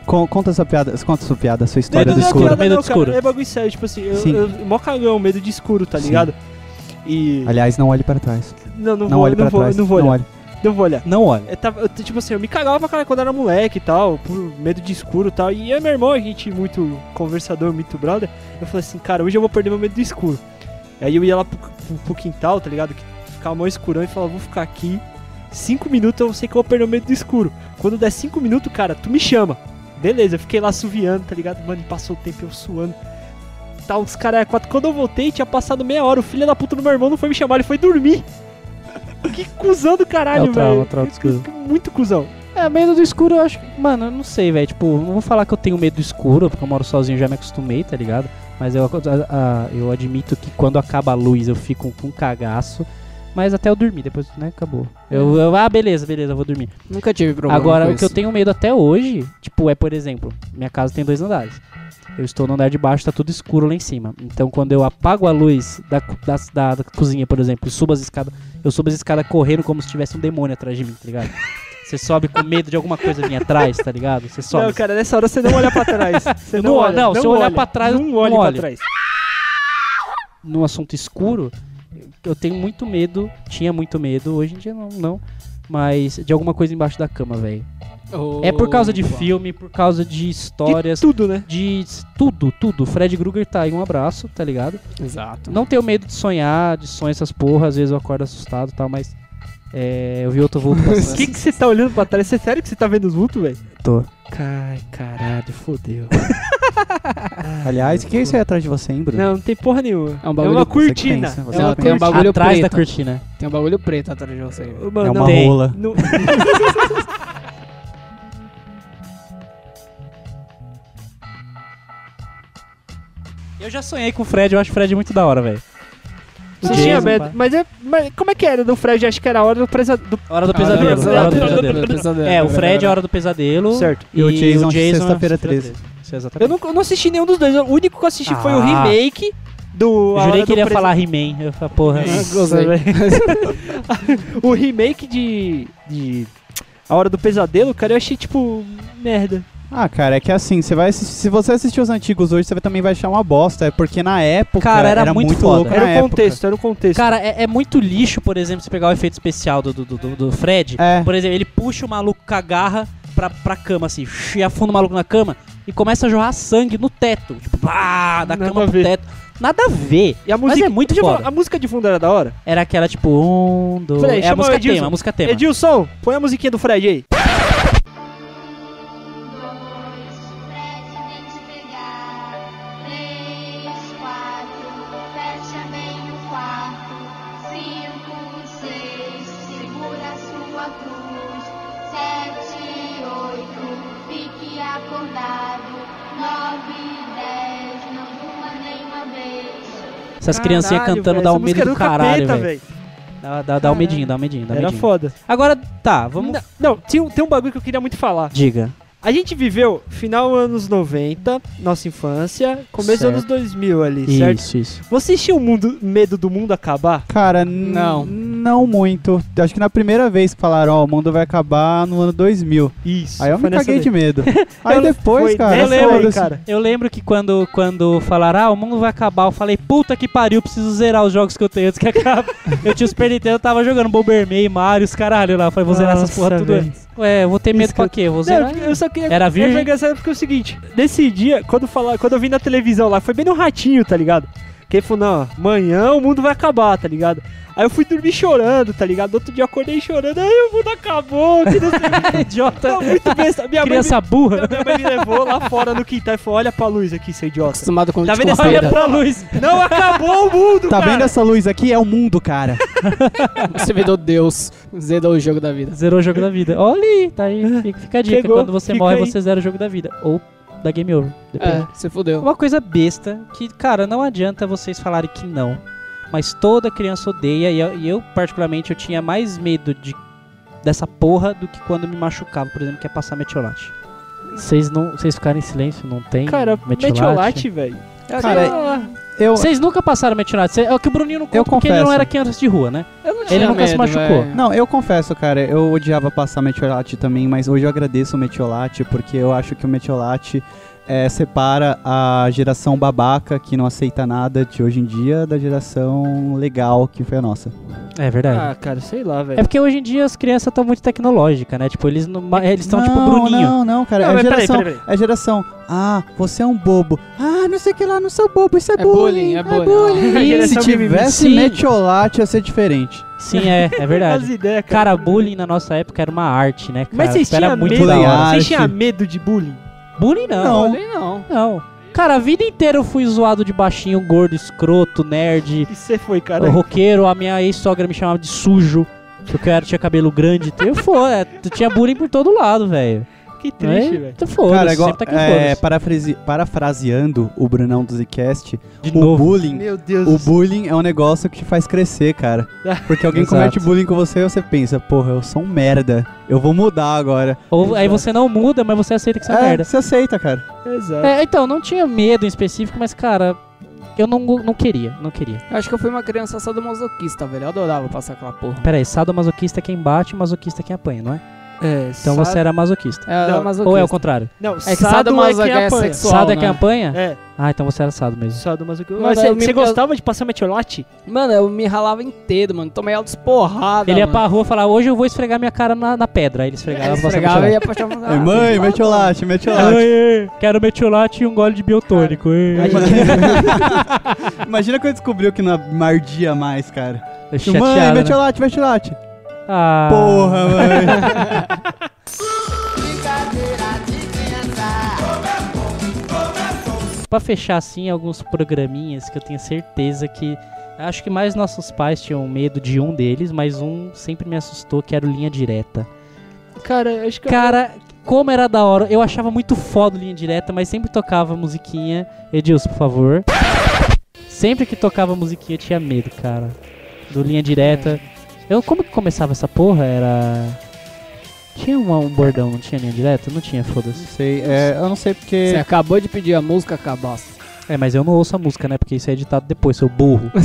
Speaker 1: Con- conta essa piada, conta sua piada, sua história do
Speaker 2: não é
Speaker 1: escuro.
Speaker 2: piada,
Speaker 3: Medo
Speaker 2: não,
Speaker 3: do
Speaker 2: cara,
Speaker 3: escuro.
Speaker 2: É bagulho sério, tipo assim, eu,
Speaker 1: Sim.
Speaker 2: eu mó cagão, medo de escuro, tá
Speaker 1: Sim.
Speaker 2: ligado? E.
Speaker 1: Aliás, não olhe para trás.
Speaker 2: Não, não,
Speaker 1: Não
Speaker 2: vou,
Speaker 1: olhe
Speaker 2: não
Speaker 1: para
Speaker 2: vou,
Speaker 1: trás.
Speaker 2: não vou olhar.
Speaker 1: olhe.
Speaker 2: Então eu vou olhar.
Speaker 3: Não olha.
Speaker 2: Eu tava- eu t- tipo assim, eu me cagava, cara, quando era moleque e tal, por medo de escuro e tal. E eu e meu irmão, a gente muito conversador, muito brother, eu falei assim, cara, hoje eu vou perder meu medo do escuro. Aí eu ia lá pro, pro- pro quintal, tá ligado? Que ficava mó escurão e falava, vou ficar aqui. Cinco minutos eu sei que eu vou perder o medo do escuro. Quando der cinco minutos, cara, tu me chama. Beleza, eu fiquei lá suviando, tá ligado? Mano, e passou o tempo eu suando. Tá, uns caras quatro. Quando eu voltei, tinha passado meia hora. O filho da puta do meu irmão não foi me chamar, ele foi dormir. Que cuzão do caralho,
Speaker 3: É o trauma,
Speaker 2: velho.
Speaker 3: o trauma do
Speaker 2: Que- que- Muito cuzão.
Speaker 3: É, medo do escuro eu acho. que- Mano, eu não sei, velho. Tipo, não vou falar que eu tenho medo do escuro, porque eu moro sozinho já me acostumei, tá ligado? Mas eu, ac- a- a- eu admito que quando acaba a luz eu fico com um cagaço. Mas até eu dormir, depois, né? Acabou. Eu, eu- ah, beleza, beleza, eu vou dormir.
Speaker 5: Nunca tive problema.
Speaker 3: Agora,
Speaker 5: com
Speaker 3: o que eu
Speaker 5: isso.
Speaker 3: tenho medo até hoje, tipo, é, por exemplo, minha casa tem dois andares. Eu estou no andar de baixo, tá tudo escuro lá em cima. Então, quando eu apago a luz da, co- da, da- da cozinha, por exemplo, e subo as escadas, eu subo as escadas correndo como se tivesse um demônio atrás de mim, tá ligado? Você sobe com medo de alguma coisa vir atrás, tá ligado? Você sobe.
Speaker 2: Não, cara, nessa hora você não olha pra trás. Você
Speaker 3: Não
Speaker 2: não,
Speaker 3: olha,
Speaker 2: olha,
Speaker 3: não, se eu olhar
Speaker 2: olha.
Speaker 3: pra trás,
Speaker 2: não
Speaker 3: não
Speaker 2: olha
Speaker 3: olha.
Speaker 2: pra trás.
Speaker 3: num assunto escuro, eu tenho muito medo, tinha muito medo, hoje em dia não, não. Mas de alguma coisa embaixo da cama, velho. É por causa de
Speaker 5: Opa.
Speaker 3: filme, por causa de histórias,
Speaker 2: De tudo, né?
Speaker 3: de s- tudo, tudo. Fred Krueger tá aí, um abraço, tá ligado?
Speaker 5: Exato.
Speaker 3: Não tenho medo de sonhar, de sonhar essas porra, às vezes eu acordo assustado e tal, mas é, eu vi outro vulto
Speaker 2: O
Speaker 3: passando.
Speaker 2: que que você tá olhando pra trás? Você é sério que você tá vendo os vultos, velho?
Speaker 3: Tô.
Speaker 2: Ai, caralho, fodeu.
Speaker 1: Aliás, o que é isso aí atrás de você, hein, Bruno?
Speaker 2: Não, não tem porra nenhuma.
Speaker 5: É um bagulho
Speaker 2: é uma
Speaker 5: que
Speaker 1: você
Speaker 2: cortina.
Speaker 1: pensa, você
Speaker 2: é uma
Speaker 1: pensa.
Speaker 5: Tem um
Speaker 2: cortina.
Speaker 5: bagulho
Speaker 3: Atrás da
Speaker 5: preto.
Speaker 3: cortina.
Speaker 5: Tem um bagulho preto atrás de você.
Speaker 2: Mano,
Speaker 1: É uma
Speaker 2: não-
Speaker 3: tem.
Speaker 1: rola.
Speaker 2: não-
Speaker 3: Eu já sonhei com o Fred, eu acho o Fred muito da hora, velho.
Speaker 2: Você
Speaker 3: Jason,
Speaker 2: tinha
Speaker 3: pá.
Speaker 2: medo. Mas, é, mas como é que era do Fred? Acho que era a hora do presa... do...
Speaker 3: Hora do
Speaker 5: Ah,
Speaker 3: pesadelo,
Speaker 2: pesadelo.
Speaker 3: hora do pesadelo.
Speaker 5: um pesadelo.
Speaker 3: É, o Fred é a hora do pesadelo.
Speaker 2: Certo.
Speaker 1: E o Jason, Sexta-feira
Speaker 3: é
Speaker 1: 13.
Speaker 3: Isso,
Speaker 2: Eu
Speaker 3: exatamente.
Speaker 2: não, eu não assisti nenhum dos dois. O único que eu assisti foi o
Speaker 3: Ah.
Speaker 2: remake do...
Speaker 3: Eu
Speaker 2: A
Speaker 3: jurei
Speaker 2: Hora
Speaker 3: que
Speaker 2: do
Speaker 3: ele ia
Speaker 2: Presa-
Speaker 3: falar He-Man. Eu falei, "Ah, porra.
Speaker 5: Nossa,
Speaker 2: Gozei.
Speaker 5: velho.
Speaker 2: O remake de... de... A Hora do Pesadelo, cara, eu achei, tipo, merda.
Speaker 1: Ah, cara, é que assim, você vai assistir- se você assistir os antigos hoje, você também vai achar uma bosta. É porque na época
Speaker 3: Cara, era muito
Speaker 1: muito,
Speaker 3: foda.
Speaker 1: louco. na
Speaker 2: Era o
Speaker 1: época.
Speaker 2: contexto, era o contexto.
Speaker 3: Cara, é, é muito lixo, por exemplo, você pegar o efeito especial do, do, do, do Fred.
Speaker 1: É.
Speaker 3: Por exemplo, ele puxa o maluco com a garra pra, pra cama, assim, e afunda o maluco na cama e começa a jorrar sangue no teto. Tipo, pá, da
Speaker 2: Nada
Speaker 3: cama
Speaker 2: a
Speaker 3: pro
Speaker 2: ver.
Speaker 3: teto. Nada a ver.
Speaker 2: E a música.
Speaker 3: é muito
Speaker 2: Deixa eu
Speaker 3: foda.
Speaker 2: falar, A música de fundo era da hora?
Speaker 3: Era aquela tipo, um, dois.
Speaker 2: Peraí,
Speaker 3: é a
Speaker 2: chama o
Speaker 3: música
Speaker 2: Edilson.
Speaker 3: tema, a música tema.
Speaker 2: Edilson, põe a musiquinha do Fred aí.
Speaker 7: dois, Fred vem te pegar. Três, quatro, fecha bem o quarto. Cinco, seis, segura a sua cruz. Sete, oito, fique acordado. Nove, dez, não durma nenhuma vez.
Speaker 3: Essas criancinhas
Speaker 2: Caralho,
Speaker 3: cantando
Speaker 2: velho,
Speaker 3: dá um
Speaker 2: essa
Speaker 3: medo
Speaker 2: música
Speaker 3: do
Speaker 2: era capeta,
Speaker 3: caralho, velho. Dá, dá, dá um medinho, dá um medinho, dá um
Speaker 2: Era
Speaker 3: medinho.
Speaker 2: foda.
Speaker 3: Agora, tá, vamos.
Speaker 2: Não, não, tinha um- tem um bagulho que eu queria muito falar.
Speaker 3: Diga.
Speaker 2: A gente viveu final anos 90, nossa infância, começo
Speaker 3: Certo.
Speaker 2: anos 2000 ali, certo?
Speaker 3: Isso, isso.
Speaker 2: Vocês tinham mundo, medo do mundo acabar?
Speaker 1: Cara, n-
Speaker 5: Não.
Speaker 1: Não muito. Acho que na primeira vez que falaram, ó, o mundo vai acabar no ano 2000.
Speaker 2: Isso.
Speaker 1: Aí eu
Speaker 2: foi
Speaker 1: me caguei de
Speaker 2: nessa daí.
Speaker 1: medo. Aí depois,
Speaker 2: foi
Speaker 1: cara,
Speaker 2: nessa daí,
Speaker 1: foda-se.
Speaker 2: cara.
Speaker 3: Eu lembro que quando, quando falaram, ah, o mundo vai acabar, eu falei, puta que pariu, preciso zerar os jogos que eu tenho antes que acabe. eu tinha o Super Nintendo, eu tava jogando Bomberman, Mario, os caralho lá. Eu falei, vou zerar essas
Speaker 2: Nossa,
Speaker 3: porra tudo
Speaker 2: velho.
Speaker 3: antes. Ué, eu vou ter medo
Speaker 2: Isso
Speaker 3: pra quê? Vou
Speaker 2: Não,
Speaker 3: zerar.
Speaker 2: eu só queria.
Speaker 3: Era virgem?
Speaker 2: É engraçado porque é o seguinte: nesse dia, quando, fala, quando eu vi na televisão lá, foi bem no ratinho, tá ligado? Que ele falou: não, amanhã o mundo vai acabar, tá ligado? Aí eu fui dormir chorando, tá ligado? Outro dia eu acordei chorando, ai, o mundo acabou, que não sei o que.
Speaker 3: Idiota,
Speaker 2: Não, muito besta. Minha mãe, me,
Speaker 3: criança burra.
Speaker 2: minha mãe me levou lá fora no quintal e falou: olha pra luz aqui, seu idiota.
Speaker 5: Acostumado com
Speaker 2: Tá vendo essa
Speaker 5: desconfiada.
Speaker 2: olha pra luz? Não acabou o mundo,
Speaker 1: Tá
Speaker 2: cara.
Speaker 1: vendo essa luz aqui? É o mundo, cara.
Speaker 5: Você vedou Deus. Zedou o jogo da vida.
Speaker 3: Zerou o jogo da vida. Olha aí, tá aí, fica, fica a dica.
Speaker 2: Pegou,
Speaker 3: quando você
Speaker 2: fica
Speaker 3: morre,
Speaker 2: aí.
Speaker 3: você zera o jogo da vida. Ou da Game Over. depende.
Speaker 5: É, você fudeu.
Speaker 3: Uma coisa besta que, cara, não adianta vocês falarem que não. Mas toda criança odeia e eu, e eu, particularmente, eu tinha mais medo de dessa porra do que quando me machucava, por exemplo, que é passar metiolate. Vocês não, vocês ficaram em silêncio, não tem
Speaker 2: Cara, metiolate, velho.
Speaker 1: Cara, Eu,
Speaker 3: Vocês nunca passaram metiolate. Cê- É o que o Bruninho não conta
Speaker 1: Eu
Speaker 3: porque ele não
Speaker 1: confesso.
Speaker 3: era criança de rua, né?
Speaker 5: Eu não
Speaker 3: nunca se machucou.
Speaker 5: velho.
Speaker 1: Não, eu confesso, cara, eu odiava passar metiolate também, mas hoje eu agradeço o metiolate, porque eu acho que o metiolate é, separa a geração babaca que não aceita nada de hoje em dia da geração legal que foi a nossa.
Speaker 3: É verdade.
Speaker 2: Ah, cara, sei lá, velho.
Speaker 3: É porque hoje em dia as crianças estão muito tecnológicas, né? Tipo, eles não, ma- eles estão tipo
Speaker 1: Não,
Speaker 3: Bruninho.
Speaker 1: Não, não, cara.
Speaker 2: Não,
Speaker 1: é
Speaker 2: mas peraí,
Speaker 1: geração.
Speaker 2: peraí,
Speaker 1: É geração. Ah, você é um bobo. Ah, não sei o que lá, não sou bobo. Isso é,
Speaker 5: É bullying, é bullying.
Speaker 2: Geração
Speaker 1: Se
Speaker 2: mimimi.
Speaker 1: tivesse
Speaker 3: Sim.
Speaker 1: metiolate, ia ser diferente.
Speaker 3: Sim, é, é
Speaker 2: As
Speaker 3: verdade.
Speaker 2: ideias, cara.
Speaker 3: Cara, bullying na nossa época era uma arte, né? Cara?
Speaker 2: Mas vocês
Speaker 3: Tipo, era
Speaker 2: tinham
Speaker 3: muito
Speaker 2: medo?
Speaker 3: da hora.
Speaker 1: Arte.
Speaker 2: Vocês tinham medo de bullying?
Speaker 3: Bullying não.
Speaker 1: Não.
Speaker 5: Olha aí, não.
Speaker 3: Não. Cara, a vida inteira eu fui zoado de baixinho, gordo, escroto, nerd,
Speaker 2: E você foi, cara?
Speaker 3: roqueiro. A minha ex-sogra me chamava de sujo. Porque eu era, tinha cabelo grande. Eu foi, é, tu tinha bullying por todo lado, velho.
Speaker 2: Que triste,
Speaker 3: É,
Speaker 2: velho.
Speaker 3: Tu foda,
Speaker 1: Cara, igual,
Speaker 3: sempre tá aqui
Speaker 1: é,
Speaker 3: foda-se.
Speaker 1: parafrase- parafraseando o Brunão do Zcast,
Speaker 3: De
Speaker 1: o
Speaker 3: novo.
Speaker 1: bullying.
Speaker 2: Meu Deus
Speaker 1: O
Speaker 2: do céu.
Speaker 1: bullying é um negócio que te faz crescer, cara. Porque alguém
Speaker 3: Exato.
Speaker 1: comete bullying com você e você pensa, porra, eu sou um merda. Eu vou mudar agora.
Speaker 3: Ou, aí você não muda, mas você aceita que você é
Speaker 1: é,
Speaker 3: merda.
Speaker 1: você aceita, cara.
Speaker 2: Exato.
Speaker 3: É, então, não tinha medo em específico, mas, cara, eu não, não queria, não queria.
Speaker 5: Eu acho que eu fui uma criança sadomasoquista, velho. Eu adorava passar aquela porra.
Speaker 3: Pera aí, sadomasoquista é quem bate, masoquista é quem apanha, não é?
Speaker 2: É,
Speaker 3: Então
Speaker 2: sa-
Speaker 3: você era masoquista.
Speaker 5: É,
Speaker 2: Não,
Speaker 5: masoquista.
Speaker 3: Ou é o contrário?
Speaker 2: Não,
Speaker 5: que
Speaker 2: sado é
Speaker 5: sadomasoquista
Speaker 2: quem
Speaker 5: é
Speaker 2: apanha.
Speaker 5: sexual.
Speaker 3: sado é
Speaker 5: né?
Speaker 3: quem apanha?
Speaker 2: É,
Speaker 3: Ah, então você era sado mesmo.
Speaker 2: sado, mas o que...
Speaker 5: Mano,
Speaker 2: Mas você
Speaker 5: eu me-
Speaker 2: você
Speaker 5: eu-
Speaker 2: gostava de passar metiolate?
Speaker 5: Mano, eu me ralava inteiro, mano. Tomei altos porrada,
Speaker 3: Ele ia
Speaker 5: mano.
Speaker 3: pra rua e falava, hoje eu vou esfregar minha cara na, na pedra. Aí ele esfregava,
Speaker 5: Ela
Speaker 3: você
Speaker 5: esfregava e
Speaker 3: metiolate.
Speaker 5: ia pra chamar-
Speaker 1: Ei, É, mãe, metiolate, metiolate.
Speaker 3: Quero metiolate e um gole de biotônico. ê.
Speaker 2: A gente-
Speaker 1: Imagina quando descobriu que não mardia mais, cara.
Speaker 3: Eu
Speaker 1: mãe,
Speaker 3: Chateado, né?
Speaker 1: metiolate, metiolate.
Speaker 3: Ah,
Speaker 1: Porra, mãe.
Speaker 3: Pra fechar, assim, alguns programinhas que eu tenho certeza que... Acho que mais nossos pais tinham medo de um deles, mas um sempre me assustou, que era o Linha Direta.
Speaker 2: Cara, eu acho que...
Speaker 3: Cara, como era da hora. Eu achava muito foda o linha direta, mas sempre tocava musiquinha. Edilson, por favor. Sempre que tocava musiquinha eu tinha medo, cara. Do linha direta. Eu como que começava essa porra? Era tinha uma- um bordão, não tinha linha direta? Não tinha,
Speaker 1: Não
Speaker 3: foda-se.
Speaker 1: sei, é, eu não sei porque...
Speaker 5: Você acabou de pedir a música, cabaço.
Speaker 3: É, mas eu não ouço a música, né? Porque isso é editado depois, seu burro.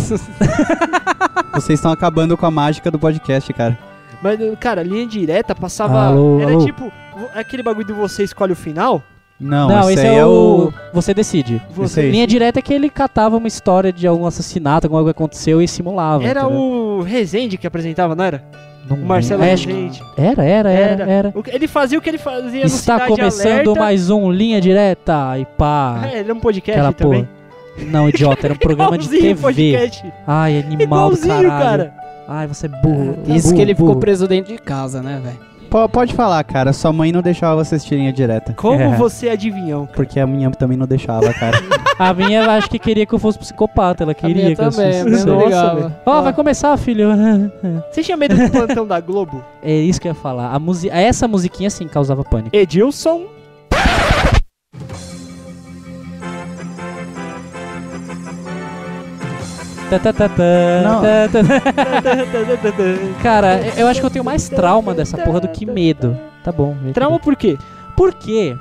Speaker 1: Vocês estão acabando com a mágica do podcast, cara.
Speaker 2: Mas, cara, linha direta passava...
Speaker 3: Alô,
Speaker 2: era
Speaker 3: alô.
Speaker 2: tipo... vo- Aquele bagulho do você escolhe o final.
Speaker 1: Não,
Speaker 3: não,
Speaker 1: esse,
Speaker 3: esse
Speaker 1: aí
Speaker 3: é o. Você decide.
Speaker 1: Você-
Speaker 3: Linha direta é que ele catava uma história de algum assassinato, alguma coisa que aconteceu e simulava.
Speaker 2: Era
Speaker 3: entendeu?
Speaker 2: o Rezende que apresentava, não era?
Speaker 3: Não
Speaker 2: O Marcelo
Speaker 3: lembro. né? É,
Speaker 2: Rezende.
Speaker 3: Era, era, era,
Speaker 2: Era.
Speaker 3: era.
Speaker 2: O que- Ele fazia o que ele fazia no
Speaker 3: Está
Speaker 2: Cidade
Speaker 3: começando
Speaker 2: Alerta.
Speaker 3: mais um Linha Direta e pá.
Speaker 2: É, ele é um podcast
Speaker 3: Aquela
Speaker 2: também.
Speaker 3: porra. Não, idiota, era um programa de
Speaker 2: Igualzinho o
Speaker 3: TV.
Speaker 2: podcast.
Speaker 3: Ai, animal do
Speaker 2: Igualzinho,
Speaker 3: caralho.
Speaker 2: cara.
Speaker 3: Ai, você é burro.
Speaker 5: Isso
Speaker 3: burro,
Speaker 5: que ele ficou
Speaker 3: burro.
Speaker 5: preso dentro de casa, né, velho?
Speaker 1: Po- pode falar, cara. Sua mãe não deixava você assistir linha direta.
Speaker 2: Como
Speaker 3: É.
Speaker 2: você é adivinhão, cara.
Speaker 1: Porque a minha também não deixava, cara.
Speaker 3: A minha, eu acho que queria que eu fosse psicopata. Ela
Speaker 5: A
Speaker 3: queria
Speaker 5: minha
Speaker 3: que eu
Speaker 5: também, a
Speaker 3: fosse.
Speaker 5: minha não
Speaker 2: Nossa,
Speaker 5: ligava.
Speaker 3: Ó, vai começar, filho.
Speaker 2: Você tinha medo do plantão da Globo?
Speaker 3: É isso que eu ia falar. A musi... Essa musiquinha, sim, causava pânico.
Speaker 2: Edilson.
Speaker 3: Tá, tá, tá, tá,
Speaker 1: Não.
Speaker 3: tá, tá, tá. Cara, eu acho que eu tenho mais trauma dessa porra do que medo. Tá bom.
Speaker 2: Trauma por quê?
Speaker 3: Por quê?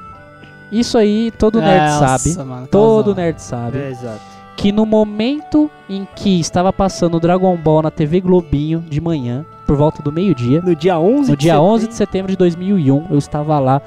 Speaker 3: Isso aí
Speaker 5: É,
Speaker 3: todo nerd sabe.
Speaker 5: mano,
Speaker 3: Todo
Speaker 5: causava.
Speaker 3: nerd sabe.
Speaker 2: exato.
Speaker 3: que no momento em que estava passando o Dragon Ball na TV Globinho de manhã, por volta do meio-dia,
Speaker 2: No dia 11
Speaker 3: no
Speaker 2: de
Speaker 3: dia
Speaker 2: setembro-
Speaker 3: 11 de setembro de 2001, eu estava lá.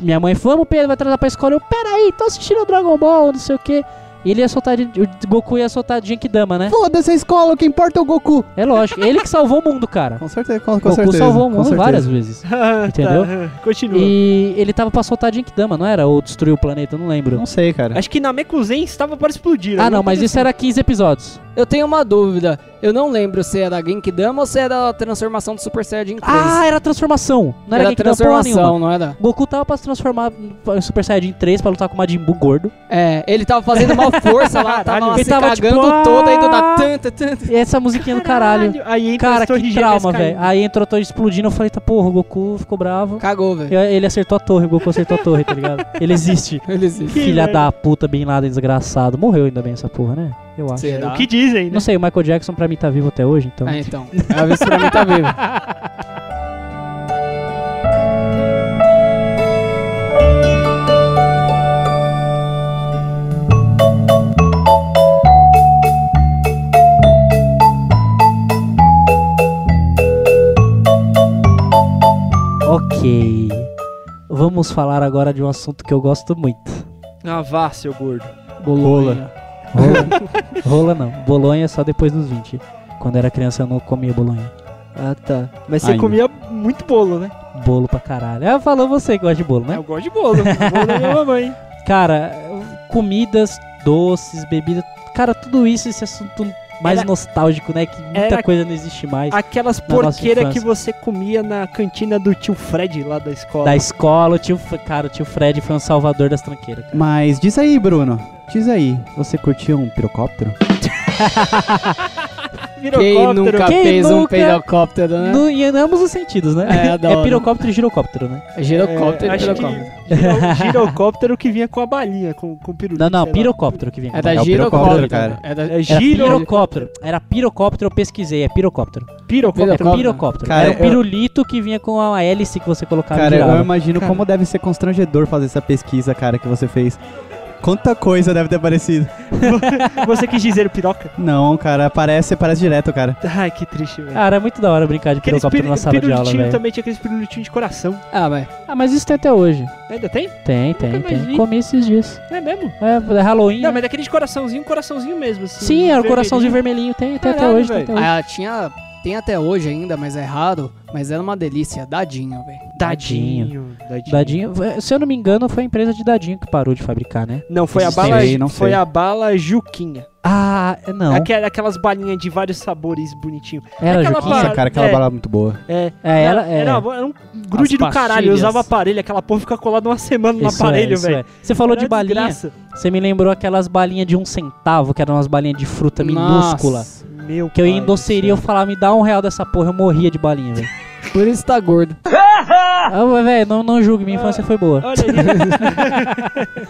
Speaker 3: Minha mãe falou: Vamos, Pedro, vai trazer pra escola. Eu, peraí, tô assistindo o Dragon Ball, não sei o quê. E ele ia soltar. de- O Goku ia soltar Genkidama, né?
Speaker 1: Foda-se a escola, o que importa é o Goku.
Speaker 3: É lógico. Ele que salvou o mundo, cara.
Speaker 1: Com certeza, com, com
Speaker 3: Goku
Speaker 1: certeza.
Speaker 3: salvou o
Speaker 1: com
Speaker 3: mundo
Speaker 1: certeza.
Speaker 3: várias vezes.
Speaker 2: Ah,
Speaker 3: Entendeu?
Speaker 2: tá. Continua.
Speaker 3: E ele tava pra soltar Genkidama, não era? Ou destruir o planeta, eu não lembro.
Speaker 1: Não sei, cara.
Speaker 2: Acho que na Mekuzen estava para explodir.
Speaker 3: Ah,
Speaker 2: alguma
Speaker 3: não, mas
Speaker 2: coisa
Speaker 3: isso era 15 episódios.
Speaker 5: Eu tenho uma dúvida. Eu não lembro se era Genkidama ou se era a transformação do Super Saiyajin 3.
Speaker 3: Ah, era a transformação. Não era,
Speaker 5: era
Speaker 3: Genkidama porra nenhuma.
Speaker 5: transformação, não era?
Speaker 3: Goku tava pra se transformar em Super Saiyajin 3 pra lutar com o Majin Buu gordo.
Speaker 5: É, ele tava fazendo uma força lá, tava
Speaker 2: Caralho.
Speaker 5: lá
Speaker 3: Ele
Speaker 5: se
Speaker 3: tava, tipo,
Speaker 5: cagando todo, aí do
Speaker 3: "Ah!"
Speaker 5: nada, tanta, tanta.
Speaker 3: E essa musiquinha
Speaker 2: assim.
Speaker 3: do caralho.
Speaker 2: Aí entra
Speaker 3: Cara,
Speaker 2: as torres
Speaker 3: que
Speaker 2: gêmeas
Speaker 3: trauma,
Speaker 2: caindo.
Speaker 3: velho. Aí entrou, tô explodindo, eu falei, tá porra, o Goku ficou bravo.
Speaker 5: Cagou, velho.
Speaker 3: E aí Ele acertou a torre, o Goku acertou a torre, tá ligado? Ele existe.
Speaker 5: Ele se...
Speaker 3: Filha
Speaker 2: merda.
Speaker 3: da puta, Bin Laden, desgraçado. Morreu ainda bem essa porra, né? Eu acho.
Speaker 5: Será?
Speaker 2: O que dizem, né?
Speaker 3: Não sei, o Michael Jackson pra mim tá vivo até hoje, então.
Speaker 5: Ah, então. É a vez pra mim tá vivo.
Speaker 3: Ok. Vamos falar agora de um assunto que eu gosto muito.
Speaker 2: Ah, vá, seu gordo.
Speaker 5: Bolonha.
Speaker 3: Rola, rola não. Bolonha é só depois dos 20. Quando era criança eu não comia bolonha.
Speaker 2: Ah, tá. Mas você
Speaker 1: Ainda.
Speaker 2: comia muito bolo, né?
Speaker 3: Bolo pra caralho. Ah, falou você que gosta de bolo, né?
Speaker 2: Eu gosto de bolo. bolo da minha mamãe.
Speaker 3: Cara, comidas, doces, bebidas. Cara, tudo isso, esse assunto mais
Speaker 2: Era-
Speaker 3: nostálgico, né? Que muita
Speaker 2: era-
Speaker 3: coisa não existe mais.
Speaker 2: Aquelas
Speaker 3: nossa
Speaker 2: porqueiras que você
Speaker 3: infância.
Speaker 2: comia na cantina do tio Fred lá da escola.
Speaker 3: Da escola, o tio. F- Cara, o tio Fred foi um salvador das tranqueiras. cara.
Speaker 1: Mas diz aí, Bruno. Diz aí, você curtiu um pirocóptero?
Speaker 5: Quem
Speaker 2: Pirocóptero.
Speaker 5: nunca
Speaker 3: Quem
Speaker 5: fez um
Speaker 3: nunca-
Speaker 5: pirocóptero, né?
Speaker 3: No, em ambos os sentidos, né?
Speaker 5: É,
Speaker 3: É,
Speaker 5: adoro.
Speaker 3: pirocóptero e girocóptero, né?
Speaker 5: É Girocóptero
Speaker 2: É,
Speaker 5: e
Speaker 2: acho que-
Speaker 5: pirocóptero.
Speaker 2: Giro- girocóptero que vinha com a balinha, com, com pirulito.
Speaker 3: Não, não,
Speaker 2: sei lá.
Speaker 3: pirocóptero que vinha.
Speaker 5: É da
Speaker 1: É o pirocóptero,
Speaker 5: girocóptero.
Speaker 1: cara.
Speaker 5: É da...
Speaker 2: É
Speaker 3: Era
Speaker 2: giro,
Speaker 3: pirocóptero. Era pirocóptero, eu pesquisei, é pirocóptero.
Speaker 2: pirocóptero.
Speaker 5: Pirocóptero.
Speaker 3: Pirocóptero.
Speaker 1: Cara,
Speaker 3: era um
Speaker 1: eu-
Speaker 3: pirulito que vinha com a hélice que você colocava
Speaker 1: Cara,
Speaker 3: e girava.
Speaker 1: eu imagino
Speaker 5: Cara.
Speaker 1: como deve ser constrangedor fazer essa pesquisa, cara, que você fez. Quanta coisa deve ter aparecido.
Speaker 2: Você quis dizer piroca?
Speaker 1: Não, cara, aparece, aparece direto, cara.
Speaker 2: Ai, que triste, velho.
Speaker 3: Cara, é muito da hora brincar de
Speaker 2: Aqueles
Speaker 3: pirocóptero
Speaker 2: pir-
Speaker 3: na sala de aula,
Speaker 2: pirulitinho
Speaker 3: velho.
Speaker 2: também tinha aqueles pirulitinhos de coração.
Speaker 5: Ah, mas
Speaker 3: Ah, mas isso tem até hoje.
Speaker 2: Ainda tem?
Speaker 3: Tem, tem,
Speaker 2: mais
Speaker 3: tem.
Speaker 2: vi.
Speaker 3: Comi esses dias.
Speaker 2: É mesmo?
Speaker 3: É, é Halloween.
Speaker 2: Não,
Speaker 3: né?
Speaker 2: mas daquele de coraçãozinho, coraçãozinho mesmo. Assim,
Speaker 3: Sim, era o
Speaker 2: vermelhinho.
Speaker 3: coraçãozinho vermelhinho. Tem, tem até
Speaker 2: Caralho,
Speaker 3: hoje. Tem
Speaker 2: velho.
Speaker 3: até hoje.
Speaker 5: ah, tinha... Tem até hoje ainda, mas é raro. Mas era uma delícia. Dadinho, velho.
Speaker 2: Dadinho. Dadinho.
Speaker 3: Dadinho. eh, Se eu não me engano, foi a empresa de dadinho que parou de fabricar, né?
Speaker 2: Não, foi a
Speaker 1: Não
Speaker 2: bala.
Speaker 1: sei, não
Speaker 2: foi
Speaker 1: sei.
Speaker 2: a bala Juquinha.
Speaker 3: Ah,
Speaker 2: é,
Speaker 3: não.
Speaker 2: Aquela, aquelas balinhas de vários sabores bonitinhos.
Speaker 3: Era
Speaker 2: aquela
Speaker 3: Juquinha?
Speaker 1: Nossa,
Speaker 2: Para-
Speaker 1: cara, aquela
Speaker 2: é.
Speaker 1: bala muito boa.
Speaker 2: É.
Speaker 3: É, ela é.
Speaker 2: Era, era um grude do
Speaker 5: pastilhas.
Speaker 2: caralho. Eu usava aparelho, aquela porra fica colada uma semana no
Speaker 3: Isso é,
Speaker 2: um aparelho,
Speaker 3: isso
Speaker 2: velho.
Speaker 3: é. Você falou
Speaker 2: Era
Speaker 3: de balinha.
Speaker 2: desgraça.
Speaker 3: Você me lembrou aquelas balinhas de um centavo, que eram umas balinhas de fruta Tá minúscula.
Speaker 5: Nossa,
Speaker 2: Meu
Speaker 3: Que eu ia
Speaker 2: pai
Speaker 3: em
Speaker 2: do
Speaker 3: doceria e eu falava, me dá um real dessa porra, eu morria de balinha, velho.
Speaker 5: Por isso tá gordo.
Speaker 3: ah, mas, velho, não, não julgue, minha infância foi boa.
Speaker 2: Ah, Olha aí.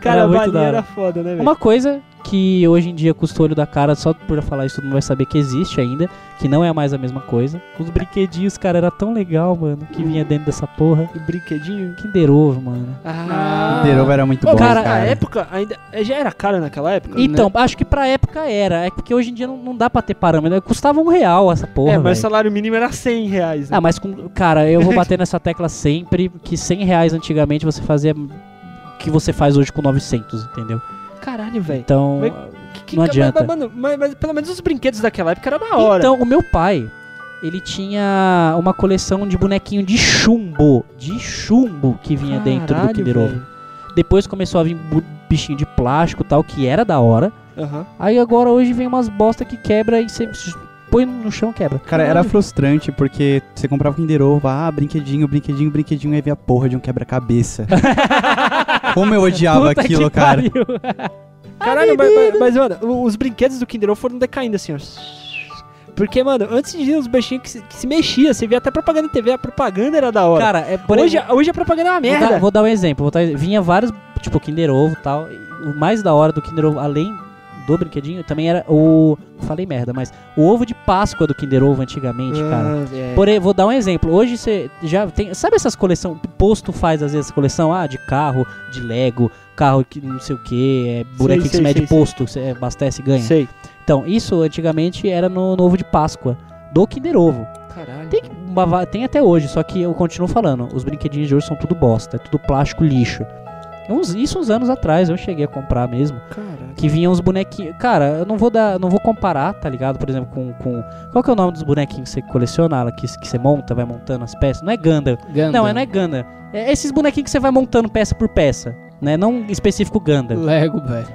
Speaker 2: Cara,
Speaker 3: Era
Speaker 2: a
Speaker 3: muito
Speaker 2: balinha
Speaker 3: da hora.
Speaker 2: era foda, né, velho?
Speaker 3: Uma coisa que hoje em dia custa o olho da cara, só por eu falar isso todo mundo vai saber que existe ainda, que não é mais a mesma coisa. Os brinquedinhos, cara, era tão legal, mano, que
Speaker 2: Uhum.
Speaker 3: vinha dentro dessa porra.
Speaker 2: Do brinquedinho.
Speaker 3: Kinder Ovo, mano.
Speaker 2: Ah,
Speaker 1: Kinder Ovo era muito
Speaker 2: Ô,
Speaker 1: bom,
Speaker 2: cara,
Speaker 1: cara.
Speaker 2: a época ainda. é, Já era caro naquela época? É,
Speaker 3: Então, acho que pra época era, é porque hoje em dia não, não dá pra ter parâmetro. Custava um real essa porra,
Speaker 2: é, mas o
Speaker 3: velho.
Speaker 2: salário mínimo era 100 reais. né?
Speaker 3: Ah, mas com, cara, eu vou bater nessa tecla sempre que 100 reais antigamente você fazia o que você faz hoje com 900, entendeu?
Speaker 2: Caralho, velho.
Speaker 3: Então,
Speaker 2: Mas Que- que-
Speaker 3: Não
Speaker 2: mas-
Speaker 3: adianta.
Speaker 2: Mas, mano, mas- mas pelo menos os brinquedos daquela época era da hora.
Speaker 3: Então, o meu pai, ele tinha uma coleção de bonequinho de chumbo. De chumbo que vinha dentro do
Speaker 2: Caralho,
Speaker 3: Kinder Ovo.
Speaker 2: velho.
Speaker 3: Depois começou a vir bu- bichinho de plástico e tal, que era da hora.
Speaker 2: Aham.
Speaker 3: Aí agora hoje vem umas bosta que quebra e você põe no chão quebra.
Speaker 1: Cara, era frustrante porque você comprava o Kinder Ovo, ah, brinquedinho, brinquedinho, brinquedinho, aí via a porra de um quebra-cabeça. Como eu odiava
Speaker 3: Puta que
Speaker 1: aquilo, cara.
Speaker 3: pariu. Ah,
Speaker 2: Caralho, mas, mas, mas, mano, o- os brinquedos do Kinder Ovo foram decaindo assim, ó. Porque, mano, antes de os bichinhos que se, que se mexia, você via até propaganda na TV, a propaganda era da hora.
Speaker 3: Cara, é por
Speaker 2: hoje,
Speaker 3: exemplo-
Speaker 2: a- hoje a propaganda é uma
Speaker 3: vou, dar,
Speaker 2: merda.
Speaker 3: vou dar um exemplo. Vou dar, vinha vários, tipo, Kinder Ovo e tal. E O mais da hora do Kinder Ovo, além do brinquedinho, também era o. Falei merda, mas. O ovo de Páscoa do Kinder Ovo antigamente, cara.
Speaker 2: Ah, é.
Speaker 3: Porém, vou dar um exemplo. Hoje você já tem. Sabe essas coleções? Posto faz às vezes essa coleção ah, de carro, de Lego, carro que não sei o que, é bonequinho que
Speaker 2: sei,
Speaker 3: se mede
Speaker 2: sei, sei.
Speaker 3: posto, você abastece e ganha.
Speaker 2: Sei.
Speaker 3: Então, isso antigamente era no, no ovo de Páscoa, do Kinder Ovo.
Speaker 2: Caralho.
Speaker 3: Tem, uma va- tem até hoje, só que eu continuo falando, os brinquedinhos de hoje são tudo bosta, é tudo plástico lixo. Uns- isso uns anos atrás eu cheguei a comprar mesmo.
Speaker 2: Caralho.
Speaker 3: Que vinham os bonequinhos. Cara, eu não vou dar. Não vou comparar, tá ligado? Por exemplo, com. com qual que é o nome dos bonequinhos que você coleciona, que, que você monta, vai montando as peças? Não é Ganda.
Speaker 5: Ganda.
Speaker 3: Não, é, não é Ganda. É esses bonequinhos que você vai montando peça por peça. Né? Não específico Ganda.
Speaker 5: Lego, velho.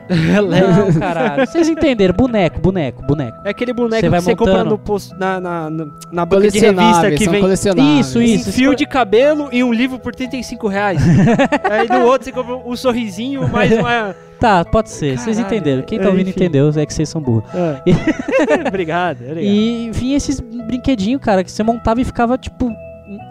Speaker 3: Não, caralho. Vocês entenderam? Boneco, boneco, boneco.
Speaker 2: É aquele boneco
Speaker 3: Você vai
Speaker 2: que você compra
Speaker 3: montando.
Speaker 2: no posto, na, na, na, na banca de revista
Speaker 5: Colecionáveis,
Speaker 2: que
Speaker 5: são
Speaker 2: vem
Speaker 5: colecionáveis.
Speaker 3: Isso, isso.
Speaker 2: um fio de cabelo e um livro por 35 reais. Aí no outro você compra um sorrisinho, mais uma.
Speaker 3: Tá, pode ser. Vocês
Speaker 2: Caralho,
Speaker 3: entenderam. Quem tá
Speaker 2: é,
Speaker 3: ouvindo
Speaker 2: enfim.
Speaker 3: entendeu, é que vocês são burros.
Speaker 2: Ah. obrigado, obrigado.
Speaker 3: E vinha esses brinquedinhos, cara, que você montava e ficava, tipo,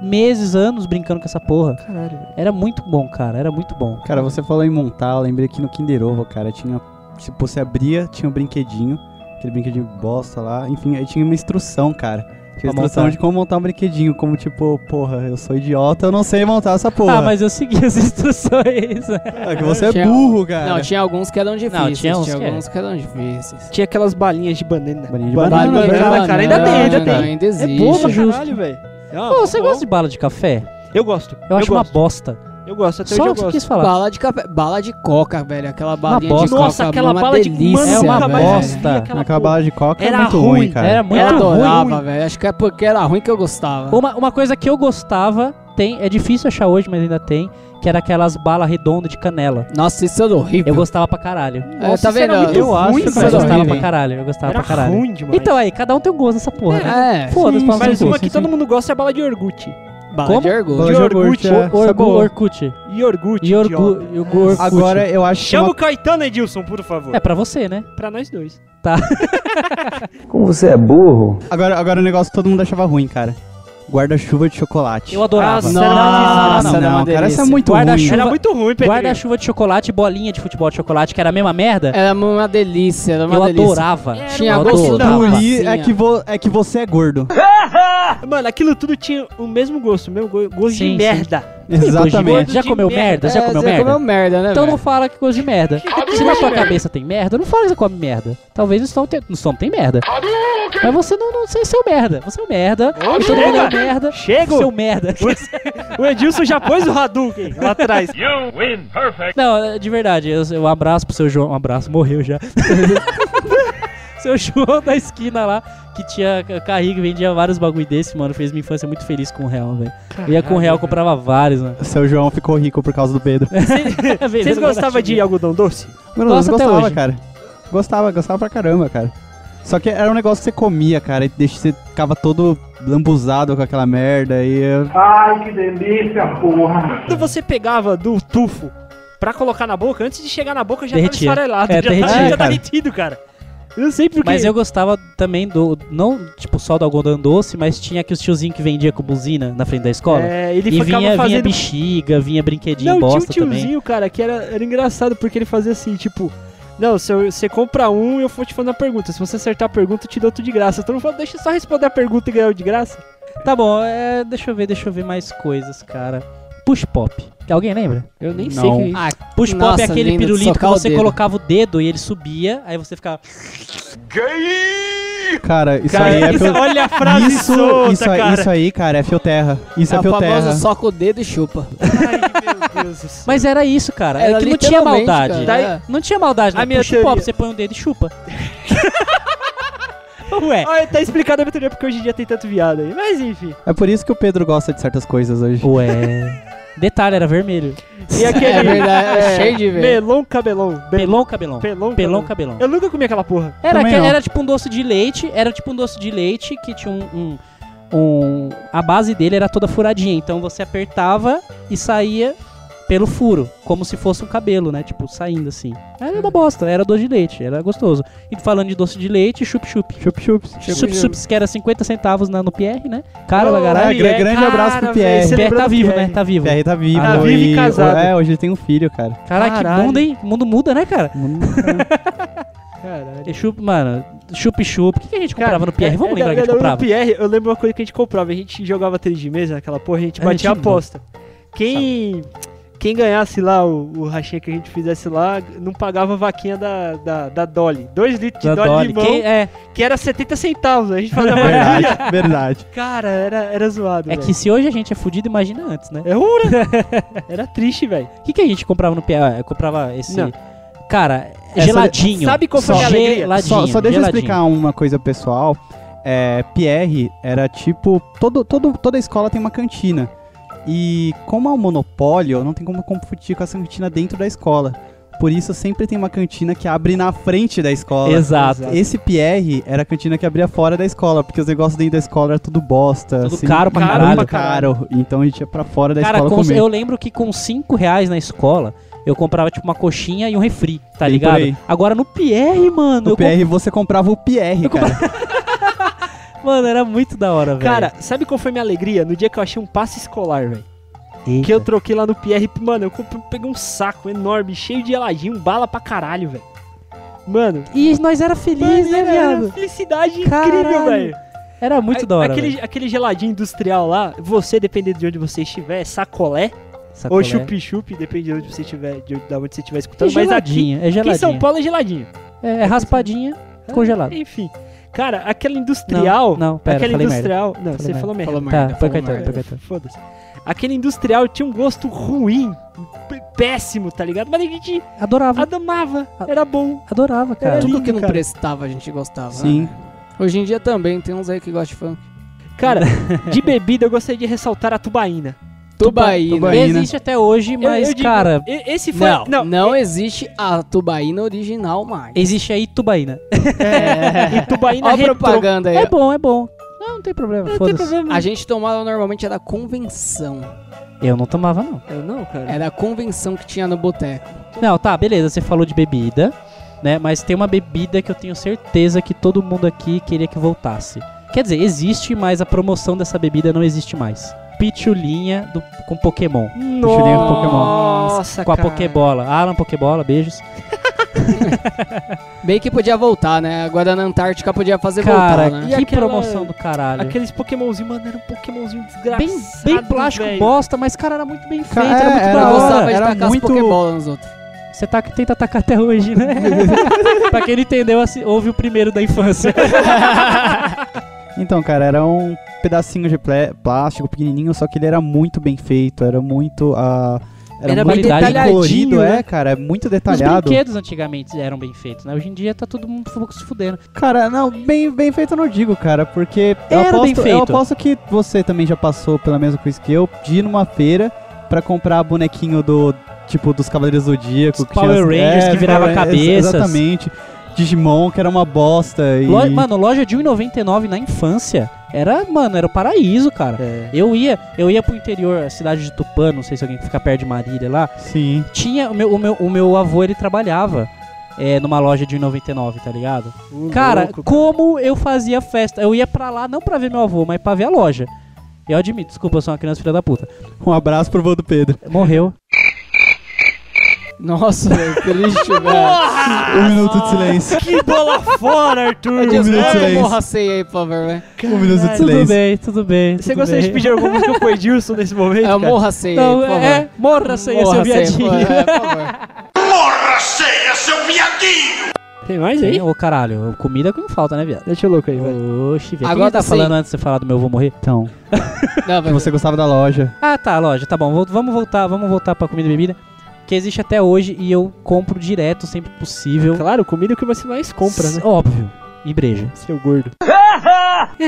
Speaker 3: meses, anos brincando com essa porra.
Speaker 2: Caralho.
Speaker 3: Era muito bom, cara. Era muito bom.
Speaker 1: Cara, você falou em montar, eu lembrei que no Kinder Ovo, cara, tinha. Tipo, você abria, tinha um brinquedinho, aquele brinquedinho bosta lá, enfim, aí tinha uma instrução, cara. Tinha
Speaker 3: Pra
Speaker 1: instrução
Speaker 3: montar.
Speaker 1: de como montar um brinquedinho, como tipo, porra, eu sou idiota, eu não sei montar essa porra.
Speaker 3: Ah, mas eu segui as instruções.
Speaker 1: É que você
Speaker 5: Tinha-
Speaker 1: é burro, cara.
Speaker 5: Não, tinha alguns que eram difíceis.
Speaker 3: tinha uns que é.
Speaker 5: alguns que eram difíceis.
Speaker 2: Tinha aquelas balinhas de banana.
Speaker 1: Balinha de
Speaker 2: Banana,
Speaker 1: banana,
Speaker 2: banana,
Speaker 1: banana,
Speaker 2: cara, ainda tem, ainda
Speaker 5: banana,
Speaker 2: tem.
Speaker 5: Ainda
Speaker 2: É
Speaker 5: existe.
Speaker 2: bom pra
Speaker 3: Justo.
Speaker 2: caralho, velho. Ah,
Speaker 3: Pô, você
Speaker 2: bom.
Speaker 3: gosta de bala de café?
Speaker 2: Eu gosto.
Speaker 3: Eu, acho uma
Speaker 2: gosto.
Speaker 3: bosta.
Speaker 2: Eu gosto, até
Speaker 3: Só
Speaker 2: hoje eu
Speaker 3: que
Speaker 2: gosto.
Speaker 3: quis falar.
Speaker 5: Bala de, café, bala de coca, velho. Aquela balinha de
Speaker 3: bosta.
Speaker 5: coca.
Speaker 6: Nossa, aquela
Speaker 5: uma
Speaker 6: bala de-
Speaker 5: delícia,
Speaker 6: Mano,
Speaker 3: é uma
Speaker 5: velho.
Speaker 3: bosta.
Speaker 6: Aquela
Speaker 1: Aquela bala de coca
Speaker 6: Era
Speaker 1: é muito
Speaker 6: ruim,
Speaker 1: ruim, cara.
Speaker 3: Era
Speaker 5: Eu
Speaker 3: muito ruim.
Speaker 5: adorava, velho. Acho que é porque era ruim que eu gostava.
Speaker 3: Uma, uma coisa que eu gostava, tem, é difícil achar hoje, mas ainda tem, que era aquelas balas redondas de canela.
Speaker 5: Nossa, isso era horrível.
Speaker 3: Eu gostava pra caralho.
Speaker 5: É, tá vendo?
Speaker 1: Eu acho
Speaker 5: ruim,
Speaker 1: que
Speaker 5: isso
Speaker 3: Eu
Speaker 1: Mas
Speaker 5: era
Speaker 3: gostava
Speaker 1: horrível,
Speaker 3: pra
Speaker 1: hein?
Speaker 3: caralho, eu gostava
Speaker 2: Era
Speaker 3: pra caralho.
Speaker 2: ruim demais.
Speaker 3: Então aí, cada um tem um gosto nessa porra, né?
Speaker 5: É,
Speaker 3: Foda-se,
Speaker 1: sim,
Speaker 3: pau no
Speaker 2: Mas
Speaker 3: seu
Speaker 2: uma
Speaker 3: cu.
Speaker 2: que todo mundo gosta é bala de iogurte.
Speaker 5: bala
Speaker 3: Como?
Speaker 5: de orgulho.
Speaker 1: Bala de
Speaker 2: Iogurte,
Speaker 1: iogurte, é.
Speaker 3: Orgu-
Speaker 1: Sabor.
Speaker 3: Orkut.
Speaker 2: Iogurte.
Speaker 3: E orgu-
Speaker 2: idiota.
Speaker 3: e orgu- Orkut.
Speaker 1: Agora eu acho que
Speaker 2: Chama
Speaker 1: uma
Speaker 2: o Caetano, Edilson, por favor.
Speaker 3: É pra você, né?
Speaker 2: Pra nós dois.
Speaker 1: Agora, agora o negócio que todo mundo achava ruim, cara. Guarda-chuva de chocolate.
Speaker 3: Eu adorava.
Speaker 2: Nossa,
Speaker 5: Ah,
Speaker 1: Nossa,
Speaker 5: era uma
Speaker 1: não, cara,
Speaker 5: delícia.
Speaker 1: isso é muito ruim.
Speaker 3: Guarda-chuva-
Speaker 2: Era muito ruim, Pedro.
Speaker 3: Guarda-chuva de chocolate, bolinha de futebol de chocolate, que era a mesma merda.
Speaker 5: Era uma delícia, era É, uma
Speaker 3: eu
Speaker 5: delícia.
Speaker 3: adorava.
Speaker 5: Tinha
Speaker 3: eu
Speaker 5: gosto da
Speaker 3: adorava.
Speaker 1: E
Speaker 5: massinha.
Speaker 1: é que, vo- é que você é gordo.
Speaker 2: Mano, aquilo tudo tinha o mesmo gosto, o mesmo go- gosto
Speaker 3: Sim,
Speaker 2: de
Speaker 3: sim.
Speaker 2: merda.
Speaker 1: Exatamente.
Speaker 2: gordo.
Speaker 3: Já
Speaker 2: de
Speaker 3: comeu
Speaker 2: merda.
Speaker 3: merda? Já
Speaker 5: É,
Speaker 3: comeu
Speaker 5: você
Speaker 3: merda?
Speaker 5: comeu merda, né,
Speaker 3: Então
Speaker 5: velho?
Speaker 3: não fala que coisa de merda. Se na sua cabeça tem merda, não fala que você come merda. Talvez no estômago, te... no estômago tem merda. Mas você não, não sei se é o merda. Você é o merda.
Speaker 2: Ô,
Speaker 3: e todo mundo é
Speaker 2: chega!
Speaker 3: o merda.
Speaker 2: Chega!
Speaker 3: Seu merda.
Speaker 2: O Edilson já pôs o Hadouken lá atrás.
Speaker 3: Não, é de verdade, eu, eu abraço pro seu João. Um abraço, morreu já. seu João da esquina lá, que tinha ca- carrinho que vendia vários bagulho desse, mano. Fez minha infância muito feliz com o real, velho. Eu Ia com o real, comprava vários, né? mano.
Speaker 1: Seu João ficou rico por causa do Pedro.
Speaker 2: É. Vocês gostavam de algodão doce?
Speaker 1: Mano,
Speaker 3: Gosto
Speaker 1: eu
Speaker 3: até
Speaker 1: gostava,
Speaker 3: hoje.
Speaker 1: cara. Gostava, gostava pra caramba, cara. Só que era um negócio que você comia, cara, e deixa- você ficava todo lambuzado com aquela merda e... eu-
Speaker 2: Quando você pegava do tufo pra colocar na boca, antes de chegar na boca já
Speaker 3: Derretia.
Speaker 2: tava esfarelado,
Speaker 3: É,
Speaker 2: já, tava-
Speaker 3: derretia,
Speaker 1: cara.
Speaker 2: já tá metido, cara. Eu não sei porquê.
Speaker 3: Mas eu gostava também do. Não, tipo, só do algodão doce, mas tinha que os tiozinhos que vendia com buzina na frente da escola.
Speaker 2: É, ele
Speaker 3: e
Speaker 2: ficava
Speaker 3: vinha, vinha
Speaker 2: fazendo...
Speaker 3: bexiga, vinha brinquedinho
Speaker 2: não, tinha um
Speaker 3: bosta
Speaker 2: tiozinho,
Speaker 3: também.
Speaker 2: cara, que era, era engraçado, porque ele fazia assim, tipo... Não, se eu- você compra um, eu vou te fazer uma pergunta. Se você acertar a pergunta, eu te dou outro de graça. Então não fala, deixa eu só responder a pergunta e ganhar o de graça.
Speaker 3: Tá bom, é, deixa eu ver, deixa eu ver mais coisas, cara. Push pop. Alguém lembra?
Speaker 5: Eu nem
Speaker 1: sei Não. que-
Speaker 5: Ah,
Speaker 3: Push pop
Speaker 5: Nossa,
Speaker 3: é aquele
Speaker 5: lembro de
Speaker 3: pirulito que
Speaker 5: socar o
Speaker 3: você
Speaker 5: dedo.
Speaker 3: colocava o dedo e ele subia, aí você ficava.
Speaker 1: Cara, isso
Speaker 2: Cara,
Speaker 1: aí é...
Speaker 2: isso-
Speaker 1: fio-
Speaker 2: olha a frase
Speaker 1: isso,
Speaker 2: solta,
Speaker 1: isso, aí-
Speaker 2: cara.
Speaker 1: isso aí, cara, é fioterra. Isso
Speaker 5: é
Speaker 1: é,
Speaker 5: o
Speaker 1: fioterra.
Speaker 5: famoso soca o dedo e chupa.
Speaker 2: Ai, meu Deus do céu.
Speaker 3: Mas era isso, cara.
Speaker 5: Era
Speaker 3: é que não tinha
Speaker 5: Tá literalmente,
Speaker 3: maldade.
Speaker 5: cara, é.
Speaker 3: Não tinha maldade,
Speaker 2: A
Speaker 3: né?
Speaker 2: minha
Speaker 3: Push
Speaker 2: teoria.
Speaker 3: pop, você põe um dedo e chupa. Ué.
Speaker 2: Ah, tá explicado a minha teoria porque hoje em dia tem tanto viado aí. Mas enfim.
Speaker 1: É por isso que o Pedro gosta de certas coisas hoje.
Speaker 3: Ué.
Speaker 2: É.
Speaker 3: Detalhe, era vermelho.
Speaker 2: E aquele.
Speaker 5: É verdade, é cheio de ver.
Speaker 2: Melon cabelão. Be-
Speaker 3: Pelão cabelão.
Speaker 2: Pelon
Speaker 3: Pelão
Speaker 2: cabelão.
Speaker 3: cabelão.
Speaker 2: Eu nunca comi aquela porra.
Speaker 3: Era,
Speaker 1: Também
Speaker 3: aquele-
Speaker 1: não.
Speaker 3: era tipo um doce de leite, era tipo um doce de leite que tinha um, um, um- A base dele era toda furadinha, então você apertava e saía pelo furo, como se fosse um cabelo, né? Tipo, saindo assim. Era uma bosta, era doce de leite, era gostoso. E falando de doce de leite, chup-chup.
Speaker 1: Chup chups.
Speaker 2: Tá
Speaker 3: Chup-chups, que era 50 centavos na- no Pierre, né? Cara da
Speaker 2: Oh,
Speaker 1: é,
Speaker 3: garagem.
Speaker 1: gra- grande abraço pro
Speaker 2: cara,
Speaker 1: Pierre.
Speaker 2: velho,
Speaker 3: O
Speaker 2: é você
Speaker 3: Pierre
Speaker 2: lembrou
Speaker 3: tá
Speaker 2: do
Speaker 3: vivo,
Speaker 2: Pierre.
Speaker 3: né? Tá vivo.
Speaker 1: Pierre tá vivo.
Speaker 2: Tá vivo e casado.
Speaker 1: É, hoje ele tem um filho, cara.
Speaker 3: Caraca, que
Speaker 2: Caralho. Hum.
Speaker 3: mundo, hein? O mundo muda, né, cara?
Speaker 2: Caralho.
Speaker 3: E chup, mano, chup-chup. O que, que a gente comprava no Pierre? Vamos
Speaker 2: É,
Speaker 3: lembrar
Speaker 2: é,
Speaker 3: que a gente
Speaker 2: não,
Speaker 3: comprava.
Speaker 2: No Pierre, eu lembro uma coisa que a gente comprava. A gente jogava tênis de mesa, aquela porra, a gente
Speaker 3: A
Speaker 2: batia
Speaker 3: gente não.
Speaker 2: aposta. Quem. Quem ganhasse lá o, o rachinha que a gente fizesse lá, não pagava a vaquinha da, da, da Dolly. 2 litros de
Speaker 3: Da
Speaker 2: Dolly,
Speaker 3: Dolly.
Speaker 2: limão,
Speaker 3: Quem- é,
Speaker 2: que era 70 centavos. A gente fazia vaquinha.
Speaker 1: Verdade, verdade.
Speaker 2: Cara, era, era zoado.
Speaker 3: é
Speaker 2: velho.
Speaker 3: que se hoje a gente é fudido, imagina antes, né?
Speaker 2: É ura! Era triste, velho.
Speaker 3: O que, que a gente comprava no PA? Eu comprava esse.
Speaker 2: Não.
Speaker 3: Cara,
Speaker 1: É, só-
Speaker 3: geladinho.
Speaker 2: sabe qual foi a
Speaker 3: Só-
Speaker 2: alegria?
Speaker 3: Geladinho,
Speaker 1: Só, só deixa eu
Speaker 3: geladinho.
Speaker 1: explicar uma coisa pessoal. É, Pierre era tipo. Todo, todo, toda escola tem uma cantina. E como é um monopólio, não tem como competir com essa cantina dentro da escola. Por isso sempre tem uma cantina que abre na frente da escola.
Speaker 3: Exato.
Speaker 1: Esse Pierre era a cantina que abria fora da escola, porque os negócios dentro da escola era tudo bosta. assim,
Speaker 3: Tudo caro pra
Speaker 1: muito
Speaker 3: caralho.
Speaker 1: caro. Então a gente ia pra fora da
Speaker 3: Cara,
Speaker 1: escola
Speaker 3: com-
Speaker 1: comer.
Speaker 3: eu lembro que com 5 reais na escola, eu comprava tipo uma coxinha e um refri, tá
Speaker 1: Bem por
Speaker 3: ligado?
Speaker 1: aí.
Speaker 3: Agora no Pierre, mano.
Speaker 1: No
Speaker 3: eu
Speaker 1: PR você comprava o PR, cara.
Speaker 3: comp- Mano, era muito da hora, velho.
Speaker 2: Cara, sabe qual foi minha alegria? No dia que eu achei um passe escolar, velho.
Speaker 3: Eita.
Speaker 2: Que eu troquei lá no Pierre. Mano, eu comprei- peguei um saco enorme, cheio de geladinho, bala pra caralho, velho. Mano,
Speaker 3: E nós era feliz,
Speaker 2: mano,
Speaker 3: né,
Speaker 2: era
Speaker 3: viado?
Speaker 2: uma felicidade
Speaker 3: Caralho.
Speaker 2: incrível, velho.
Speaker 3: Era muito
Speaker 2: A-
Speaker 3: da hora.
Speaker 2: Aquele,
Speaker 3: velho.
Speaker 2: aquele geladinho industrial lá, você, dependendo de onde você estiver, é sacolé,
Speaker 3: Sacolé.
Speaker 2: ou chup-chup, depende de onde você estiver, de onde, da onde você estiver
Speaker 3: É
Speaker 2: escutando. Mas tá aqui,
Speaker 3: geladinho, é
Speaker 2: aqui em
Speaker 3: geladinho.
Speaker 2: São Paulo é geladinho.
Speaker 3: É, é raspadinha, congelado.
Speaker 2: Enfim. Cara, aquela industrial.
Speaker 3: não, pera,
Speaker 2: aquela
Speaker 3: falei merda.
Speaker 2: industrial. Não,
Speaker 3: Falei
Speaker 2: você
Speaker 3: merda.
Speaker 2: falou merda.
Speaker 5: Falou
Speaker 3: Tá,
Speaker 5: merda,
Speaker 3: foi
Speaker 5: falou
Speaker 3: Caetano,
Speaker 5: merda.
Speaker 3: foi Caetano.
Speaker 2: É, Foda-se. Aquele industrial tinha um gosto ruim, p- péssimo, tá ligado? Mas a gente
Speaker 3: Adorava,
Speaker 2: adamava, era bom.
Speaker 3: adorava, cara.
Speaker 2: Era
Speaker 5: Tudo
Speaker 2: lindo,
Speaker 5: que não
Speaker 2: cara.
Speaker 5: prestava a gente gostava.
Speaker 1: Sim.
Speaker 5: Hoje em dia também tem uns aí que gostam de funk.
Speaker 2: Cara, de bebida eu gostaria de ressaltar a tubaína.
Speaker 5: Tubaína.
Speaker 1: tubaína.
Speaker 3: Existe até hoje, mas,
Speaker 2: eu digo-
Speaker 3: cara, Né?
Speaker 2: E- Esse foi.
Speaker 5: Não, não, existe a tubaína original mais.
Speaker 3: existe aí tubaína.
Speaker 2: É, e tubaína
Speaker 5: Ó a
Speaker 2: retrô.
Speaker 5: propaganda aí.
Speaker 3: É
Speaker 5: ó.
Speaker 3: bom, é bom. Não, não tem problema,
Speaker 2: Não tem
Speaker 3: foda-se.
Speaker 2: problema.
Speaker 5: A gente tomava normalmente era convenção.
Speaker 3: Eu não tomava, não.
Speaker 2: Eu não, cara.
Speaker 5: Era a convenção que tinha no boteco.
Speaker 3: Não, tá, beleza, você falou de bebida, né? Mas tem uma bebida que eu tenho certeza que todo mundo aqui queria que voltasse. Quer dizer, existe, mas a promoção dessa bebida não existe mais. Pichulinha do- com Pokémon. Pichulinha com Pokémon.
Speaker 2: Nossa,
Speaker 3: Com a
Speaker 2: cara.
Speaker 3: Pokébola. Alan Pokébola, beijos.
Speaker 5: Bem que podia voltar, né? Agora na Antártica podia fazer
Speaker 3: Cara,
Speaker 5: voltar, né?
Speaker 3: que
Speaker 2: E aquela-
Speaker 3: promoção do caralho.
Speaker 2: Aqueles Pokémonzinho, mano, era um Pokémonzinho desgraçado.
Speaker 3: Bem, bem plástico
Speaker 2: velho.
Speaker 3: bosta, mas, cara, era muito bem feito,
Speaker 1: Cara,
Speaker 3: era muito
Speaker 1: é,
Speaker 5: eu
Speaker 3: da
Speaker 1: era
Speaker 3: hora.
Speaker 5: gostava de
Speaker 1: era
Speaker 5: tacar
Speaker 1: muito-
Speaker 5: as Pokébola nos outros.
Speaker 3: Você tá que tenta atacar até hoje, né? pra quem não entendeu, assim, houve o primeiro da infância.
Speaker 1: Então, cara, era um pedacinho de plé- plástico pequenininho, só que ele era muito bem feito, era muito. ah,
Speaker 3: Era
Speaker 1: muito
Speaker 3: bem
Speaker 1: bem
Speaker 3: detalhadinho,
Speaker 1: colorido,
Speaker 2: né?
Speaker 1: é, cara, é muito
Speaker 3: Os
Speaker 1: detalhado.
Speaker 3: brinquedos antigamente eram bem feitos, né? Hoje em dia tá todo mundo um pouco se fudendo.
Speaker 1: Cara, não, bem, bem feito eu não digo, cara, porque eu
Speaker 3: Era
Speaker 1: aposto,
Speaker 3: bem feito.
Speaker 1: eu aposto que você também já passou pela mesma coisa que eu, de ir numa feira pra comprar bonequinho do, tipo, dos Cavaleiros do Zodíaco.
Speaker 3: Os Power Rangers que virava
Speaker 1: é, Power- ex-
Speaker 3: cabeças.
Speaker 1: Exatamente. Digimon, que era uma bosta e...
Speaker 3: Lo- Mano, loja de 1,99 na infância era, mano, era o paraíso, cara.
Speaker 2: É.
Speaker 3: Eu ia, eu ia pro interior, a cidade de Tupã, não sei se alguém fica perto de Marília lá.
Speaker 1: Sim.
Speaker 3: Tinha, o meu, o meu, o meu avô, ele trabalhava é, numa loja de 1,99, tá ligado?
Speaker 2: Ô,
Speaker 3: Cara,
Speaker 2: louco,
Speaker 3: como eu fazia festa? Eu ia pra lá não pra ver meu avô, mas pra ver a loja. Eu admito, desculpa, eu sou uma criança filha da puta.
Speaker 1: Um abraço pro vô do Pedro.
Speaker 3: Morreu.
Speaker 5: Nossa, velho, que lixo, velho.
Speaker 3: Ah,
Speaker 1: Um minuto de silêncio.
Speaker 2: Que bola fora, Arthur!
Speaker 1: Um minuto de
Speaker 5: Desculpa,
Speaker 1: silêncio.
Speaker 5: morra a ceia aí, por favor, velho.
Speaker 1: Um minuto de
Speaker 3: Tudo
Speaker 1: silêncio.
Speaker 3: bem, tudo bem.
Speaker 2: Você
Speaker 3: tudo
Speaker 2: gostaria de
Speaker 3: bem.
Speaker 2: pedir alguma música pro Edilson nesse momento?
Speaker 5: É,
Speaker 2: cara?
Speaker 5: morra a ceia aí,
Speaker 3: Não,
Speaker 5: por favor.
Speaker 3: é, morra sem esse
Speaker 5: Morra a ceia,
Speaker 3: viadinho.
Speaker 5: por- é, por favor.
Speaker 2: Tem mais aí?
Speaker 3: Tem, um- Ô caralho, comida que não falta, né, viado?
Speaker 2: Deixa eu louco aí, velho.
Speaker 3: Oxi, velho.
Speaker 5: Agora
Speaker 3: Agora tá
Speaker 5: sim.
Speaker 3: falando antes de você falar do meu vou morrer?
Speaker 1: Então,
Speaker 5: Não,
Speaker 1: que
Speaker 5: vai-
Speaker 1: você gostava da loja.
Speaker 3: Ah, tá, loja, tá bom. vol- Vamos voltar, vamos voltar pra comida e bebida. Que existe até hoje e eu compro direto, sempre possível.
Speaker 2: Claro, comida é o que você mais compra, né?
Speaker 3: S- Óbvio. E breja.
Speaker 2: Seu gordo.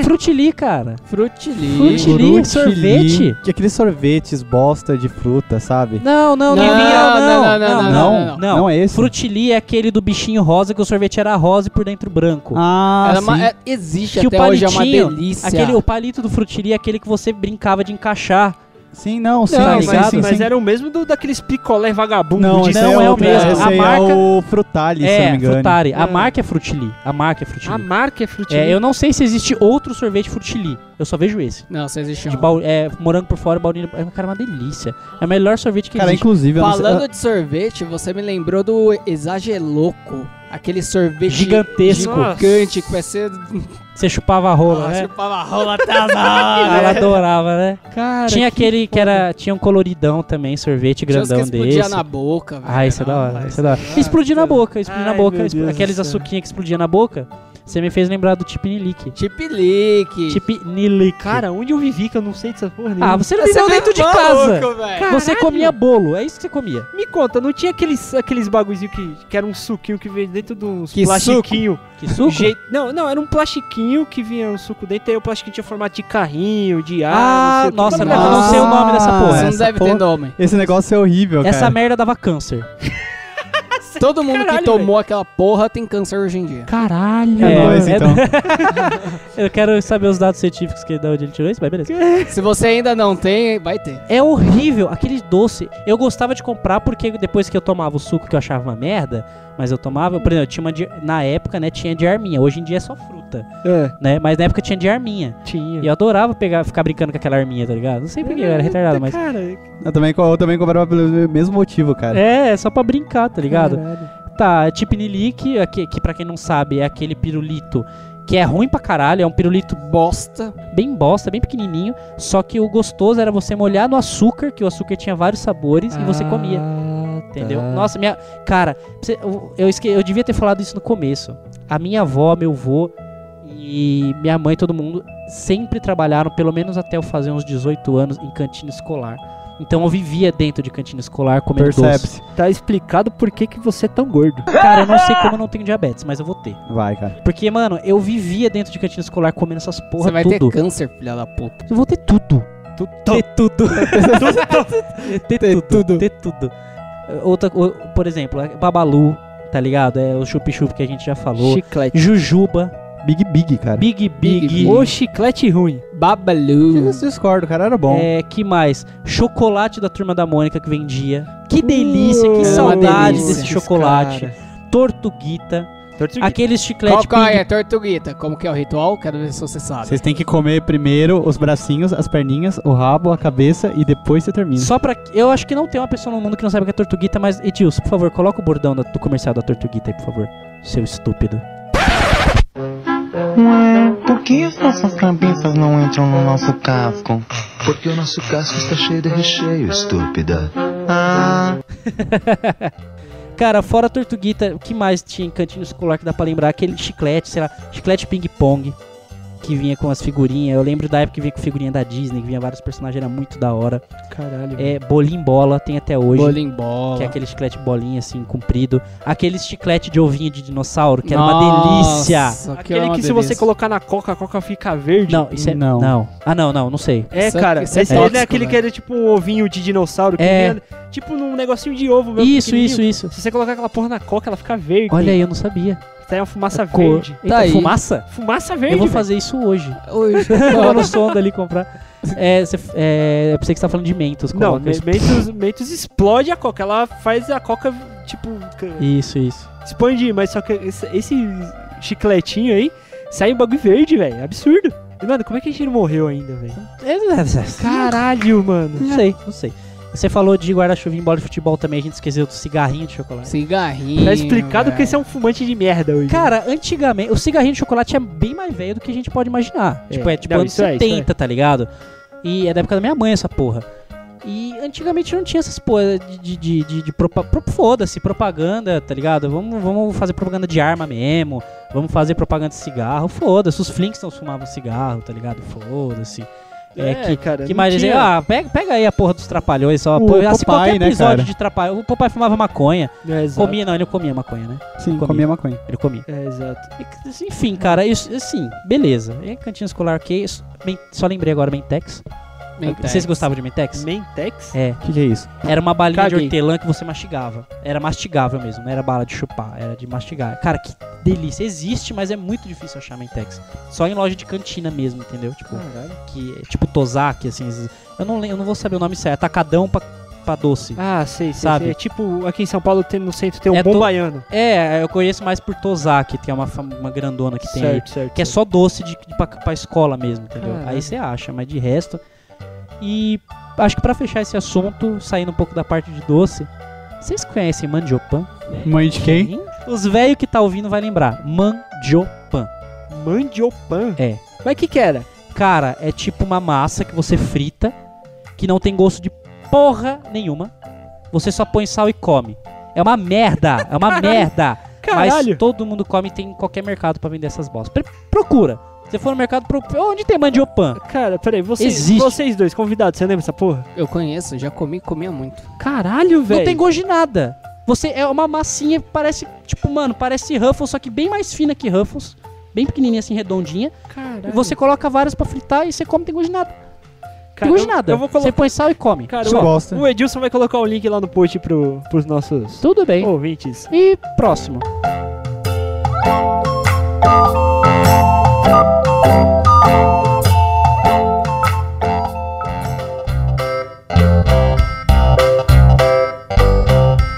Speaker 3: Frutili, cara.
Speaker 5: Frutili.
Speaker 3: Frutili. Chili,
Speaker 1: Frutili,
Speaker 3: sorvete?
Speaker 1: Que aqueles sorvetes bosta de fruta, sabe?
Speaker 3: Não, não, não,
Speaker 5: Não,
Speaker 3: Miguel,
Speaker 5: não, não, não,
Speaker 3: não,
Speaker 5: não,
Speaker 1: Não, é esse?
Speaker 3: Frutili é aquele do bichinho rosa que o sorvete era rosa e por dentro branco.
Speaker 1: Ah,
Speaker 5: Era uma-
Speaker 1: sim.
Speaker 5: é- existe
Speaker 3: assim, que o
Speaker 5: até hoje, é uma
Speaker 3: palitinho,
Speaker 5: delícia.
Speaker 3: Aquele, o palito do frutili é aquele que você brincava de encaixar.
Speaker 1: Sim, não, sim,
Speaker 3: tá
Speaker 1: sim,
Speaker 3: ligado?
Speaker 1: sim, sim,
Speaker 2: mas
Speaker 1: sim.
Speaker 2: era o mesmo do, daqueles picolé vagabundo
Speaker 1: Não,
Speaker 2: de
Speaker 1: esse
Speaker 3: não
Speaker 1: é,
Speaker 3: é o
Speaker 1: outra-
Speaker 3: mesmo.
Speaker 1: Esse
Speaker 3: A
Speaker 1: aí
Speaker 3: marca-
Speaker 1: é o Frutali, se eu não me
Speaker 3: é,
Speaker 1: engano.
Speaker 3: frutari. A
Speaker 2: É.
Speaker 3: marca é frutili. A marca é frutili.
Speaker 2: A marca é frutinha.
Speaker 3: É, eu não sei se existe outro sorvete frutili. Eu só vejo esse.
Speaker 5: Não, só existe
Speaker 3: De
Speaker 5: um.
Speaker 3: bau- é, morango por fora, baunilha. É, cara, é uma delícia. É o melhor sorvete que
Speaker 1: Cara,
Speaker 3: existe.
Speaker 1: inclusive, eu não sei-
Speaker 5: Falando de sorvete, você me lembrou do Exageloco. Aquele sorvete
Speaker 3: Gigantesco.
Speaker 5: gigante que vai ser...
Speaker 3: Você chupava a rola, né?
Speaker 5: Chupava rola até
Speaker 3: Ela adorava, né?
Speaker 2: Cara,
Speaker 3: tinha aquele que era. Tinha um coloridão também, sorvete
Speaker 5: Tinha uns que
Speaker 3: grandão
Speaker 5: explodia
Speaker 3: desse.
Speaker 5: na boca, velho.
Speaker 3: Ah, isso é da hora. Isso é da hora. Explodir na boca, explodir na
Speaker 2: Ai,
Speaker 3: boca.
Speaker 2: meu
Speaker 3: expl-
Speaker 2: Deus do
Speaker 3: Aqueles
Speaker 2: céu.
Speaker 3: açuquinhas que explodia na boca. Você me fez lembrar do Tipinilique.
Speaker 5: Tipilique.
Speaker 3: Tipo Tipinilique.
Speaker 2: Cara, onde eu vivi que eu não sei dessa porra
Speaker 3: ah,
Speaker 1: Hum.
Speaker 2: nenhuma?
Speaker 3: você não viveu
Speaker 5: Tá
Speaker 1: tá
Speaker 3: dentro de casa. Você comia bolo, é isso que você comia.
Speaker 2: me conta, não tinha aqueles, aqueles bagulhozinho que, que era um suquinho que veio dentro de uns
Speaker 5: Que
Speaker 2: plastiquinho?
Speaker 3: Que suco?
Speaker 2: Jei- Não, não, era um plastiquinho que vinha um suco dentro, aí o plastiquinho tinha formato de carrinho, de ar, não
Speaker 3: Ah,
Speaker 2: sei o quê.
Speaker 3: nossa,
Speaker 2: Mas
Speaker 3: não, eu não sei o nome dessa
Speaker 1: Ah,
Speaker 5: Você
Speaker 3: porra.
Speaker 5: não
Speaker 1: essa
Speaker 5: deve
Speaker 1: porra-
Speaker 5: ter nome.
Speaker 1: Esse negócio é horrível,
Speaker 3: Essa
Speaker 1: cara.
Speaker 3: merda dava câncer.
Speaker 5: Todo mundo
Speaker 2: Caralho,
Speaker 5: que tomou aquela porra tem câncer hoje em dia.
Speaker 3: Caralho.
Speaker 1: É nóis, então.
Speaker 3: Eu quero saber os dados científicos que da onde ele tirou isso, mas beleza.
Speaker 5: Se você ainda não tem, vai ter.
Speaker 3: É horrível, aquele doce. Eu gostava de comprar porque depois que eu tomava o suco que eu achava uma merda, mas eu tomava, por exemplo, tinha uma de, na época, né, tinha de arminha. Hoje em dia é só fruta,
Speaker 2: É,
Speaker 3: né? Mas na época tinha de arminha.
Speaker 2: tinha.
Speaker 3: E eu adorava pegar, ficar brincando com aquela arminha, tá ligado? Não sei porque eu era retardado, mas
Speaker 2: Cara,
Speaker 1: Eu também, co- eu também comprava pelo mesmo motivo, cara.
Speaker 3: é, é só pra brincar, tá ligado?
Speaker 2: caralho.
Speaker 3: Tá, é tipinilique, que, que pra quem não sabe é aquele pirulito que é ruim pra caralho, é um pirulito
Speaker 5: Bosta.
Speaker 3: bem bosta, bem pequenininho, só que o gostoso era você molhar no açúcar, que o açúcar tinha vários sabores e você comia,
Speaker 2: Ah,
Speaker 3: entendeu?
Speaker 2: tá.
Speaker 3: Nossa, minha... Cara, você- eu, eu, esque- eu devia ter falado isso no começo. A minha avó, meu avô e minha mãe, todo mundo sempre trabalharam, pelo menos até eu fazer uns 18 anos, em cantina escolar. Então eu vivia dentro de cantina escolar comendo doce.
Speaker 1: Percebe-se.
Speaker 2: Tá explicado por que, que você é tão gordo.
Speaker 3: Cara, eu não sei como eu não tenho diabetes, mas eu vou ter.
Speaker 1: Vai, cara.
Speaker 3: Porque, mano, eu vivia dentro de cantina escolar comendo essas porra
Speaker 5: Você vai
Speaker 3: tudo.
Speaker 5: ter câncer, filha da puta.
Speaker 3: Eu vou ter tudo. Ter tudo. ter tudo. Ter tudo. Eh, Outra, o- por exemplo, eh, Babalu, tá ligado? É o chup-chup que a gente já falou.
Speaker 5: Chiclete.
Speaker 3: Jujuba,
Speaker 1: Big Big, cara.
Speaker 3: Big Big,
Speaker 5: Big
Speaker 2: O chiclete ruim.
Speaker 5: Babalu.
Speaker 1: Eu discordo, cara. Era bom.
Speaker 3: É, que mais? Chocolate da turma da Mônica que vendia. Que delícia, que
Speaker 2: uma
Speaker 3: saudade
Speaker 2: delícia
Speaker 3: desse
Speaker 5: esses
Speaker 3: chocolate.
Speaker 5: caras.
Speaker 3: Tortuguita,
Speaker 2: Tortuguita.
Speaker 3: aqueles
Speaker 5: Qual,
Speaker 3: chiclete
Speaker 5: qual
Speaker 3: Big-
Speaker 5: é, Tortuguita? Como que é o ritual? Quero ver se você sabe.
Speaker 1: Vocês têm que comer primeiro os bracinhos, as perninhas, o rabo, a cabeça e depois você termina.
Speaker 3: Só pra. Eu acho que não tem uma pessoa no mundo que não sabe o que é tortuguita, mas. Edilson, por favor, coloca o bordão da- do comercial da tortuguita aí, por favor. Seu estúpido.
Speaker 8: Ué, por que as nossas cabeças não entram no nosso casco? Porque o nosso casco está cheio de recheio, estúpida. Ah.
Speaker 3: Cara, fora a tortuguita, o que mais tinha em cantina escolar que dá pra lembrar? Aquele chiclete, sei lá, chiclete ping-pong. Que vinha com as figurinhas. Eu lembro da época que vinha com figurinha da Disney, que vinha vários personagens, era muito da hora.
Speaker 2: Caralho.
Speaker 3: É, bolim bola, tem até hoje.
Speaker 5: Bolinho bola.
Speaker 3: Que é aquele chiclete bolinha, assim, comprido. Aquele chiclete de ovinho de dinossauro, que era uma
Speaker 5: Nossa,
Speaker 3: delícia.
Speaker 5: que era
Speaker 2: Aquele
Speaker 5: uma
Speaker 2: que se
Speaker 5: delícia.
Speaker 2: você colocar na coca, a coca fica verde.
Speaker 3: é Não, isso é.
Speaker 1: Não.
Speaker 3: não. Ah, não, não, não sei.
Speaker 2: É,
Speaker 5: Isso é-
Speaker 2: cara.
Speaker 5: isso é
Speaker 2: esse
Speaker 5: tóxico,
Speaker 2: é aquele
Speaker 5: né?
Speaker 2: que era tipo um ovinho de dinossauro. Que
Speaker 3: É.
Speaker 2: vinha, tipo num negocinho de ovo mesmo.
Speaker 3: Isso, isso,
Speaker 2: pequenininho.
Speaker 3: isso.
Speaker 2: Se você colocar aquela porra na coca, ela fica verde.
Speaker 3: Olha aí, eu não sabia.
Speaker 2: Sai uma fumaça
Speaker 3: Cor.
Speaker 2: verde.
Speaker 3: Eita,
Speaker 5: aí.
Speaker 3: fumaça?
Speaker 2: Fumaça verde.
Speaker 3: Eu vou
Speaker 2: velho.
Speaker 3: fazer isso hoje.
Speaker 5: Hoje.
Speaker 3: Eu vou no sonda ali comprar. É, cê, é, eu pensei que você tá falando de mentos.
Speaker 2: Não,
Speaker 3: coloca
Speaker 2: Me-
Speaker 3: isso.
Speaker 2: Mentos, Mentos explode a coca. Ela faz a coca, tipo, c-
Speaker 3: Isso, isso.
Speaker 2: expandir. Mas só que esse, esse chicletinho aí sai um bagulho verde, velho. Absurdo. E, Mano, como é que a gente não morreu ainda, velho? Caralho, mano.
Speaker 3: Não sei, não sei. Você falou de guarda-chuva em bola de futebol também, a gente esqueceu do cigarrinho de chocolate.
Speaker 5: um Cigarrinho. né?
Speaker 2: Tá explicado que
Speaker 5: velho.
Speaker 2: esse é um fumante de merda hoje.
Speaker 3: Cara, antigamente, o cigarrinho de chocolate é bem mais velho do que a gente pode imaginar.
Speaker 2: É.
Speaker 3: Tipo, é tipo
Speaker 2: Não,
Speaker 3: anos
Speaker 2: isso é, isso
Speaker 3: 70, tá ligado? E é da época da minha mãe essa porra. E antigamente não tinha essas porra de. de, de, de, de propa- pro- Foda-se, propaganda, tá ligado? Vamos, vamos fazer propaganda de arma mesmo. Vamos fazer propaganda de cigarro. Foda-se, os Flintstones fumavam cigarro, tá ligado? Foda-se. É, que.
Speaker 2: cara.
Speaker 3: Que
Speaker 2: não
Speaker 3: mais dizer,
Speaker 2: tinha-
Speaker 3: ah, pega, pega aí a porra dos trapalhões só.
Speaker 1: O
Speaker 3: Pô,
Speaker 1: Popeye,
Speaker 3: assim, qualquer
Speaker 1: né,
Speaker 3: episódio
Speaker 1: cara?
Speaker 3: de trapalhão. O papai fumava maconha.
Speaker 2: É, exato.
Speaker 3: Comia, não, ele não comia maconha, né?
Speaker 1: Sim,
Speaker 3: comi.
Speaker 1: comia maconha.
Speaker 3: Ele comia.
Speaker 2: É, exato.
Speaker 3: E- Enfim, cara, isso, assim, beleza. E cantina escolar, ok. Isso- Men- Só lembrei agora, Mentex.
Speaker 5: Mentex.
Speaker 3: Vocês gostavam de Mentex?
Speaker 2: Mentex?
Speaker 3: É,
Speaker 1: O que, que é isso?
Speaker 3: era uma balinha de
Speaker 2: Caguei.
Speaker 3: hortelã que você mastigava. Era mastigável mesmo, não era bala de chupar, era de mastigar. Cara, que delícia. Existe, mas é muito difícil achar Mentex. Só em loja de cantina mesmo, entendeu? Tipo,
Speaker 2: Caralho.
Speaker 3: que, tipo Tozaki, assim. esses- Eu não, lem- eu não vou saber o nome certo. Atacadão pra, pra doce.
Speaker 2: Ah, sei, sei,
Speaker 3: Sabe?
Speaker 2: sei. É tipo, aqui em São Paulo tem, no centro tem um
Speaker 3: É
Speaker 2: bom
Speaker 3: to-
Speaker 2: baiano.
Speaker 3: É, eu conheço mais por Tozaki, que é uma, fam- uma grandona que tem aí.
Speaker 2: certo, certo.
Speaker 3: Que é só doce de, de pra, pra escola mesmo, entendeu?
Speaker 2: Caralho.
Speaker 3: Aí você acha, mas de resto. E acho que pra fechar esse assunto, saindo um pouco da parte de doce, vocês conhecem mandiopan?
Speaker 1: Mãe de quem?
Speaker 3: Hein? Os velhos que tá ouvindo vai lembrar. Mandiopan.
Speaker 2: Mandiopan?
Speaker 3: É.
Speaker 2: Mas o que que era?
Speaker 3: Cara, é tipo uma massa que você frita, que não tem gosto de porra nenhuma. Você só põe sal e come. É uma merda, é uma merda.
Speaker 2: Caralho.
Speaker 3: Mas todo mundo come e tem em qualquer mercado pra vender essas bostas. Pre- Procura. Se você for no mercado, procura. Onde tem mandiopan?
Speaker 2: Cara, peraí, vocês,
Speaker 3: Existe.
Speaker 2: vocês dois, convidados, você lembra essa porra?
Speaker 5: Eu conheço, já comi, comia muito.
Speaker 2: Caralho, velho.
Speaker 3: Não tem gosto de nada. Você é uma massinha, parece, tipo, mano, parece Ruffles, só que bem mais fina que Ruffles. Bem pequenininha, assim, redondinha.
Speaker 2: Caralho.
Speaker 3: E você coloca várias pra fritar e você come, tem gosto de nada.
Speaker 2: Cara,
Speaker 3: tem gosto de
Speaker 2: eu-
Speaker 3: nada.
Speaker 2: Eu vou
Speaker 3: Você
Speaker 2: colocar.
Speaker 3: põe sal e come.
Speaker 2: Cara,
Speaker 1: Você
Speaker 2: o-
Speaker 1: gosta.
Speaker 2: o Edilson vai colocar o link lá no post pro, pros nossos
Speaker 3: Tudo bem.
Speaker 2: ouvintes.
Speaker 3: E próximo.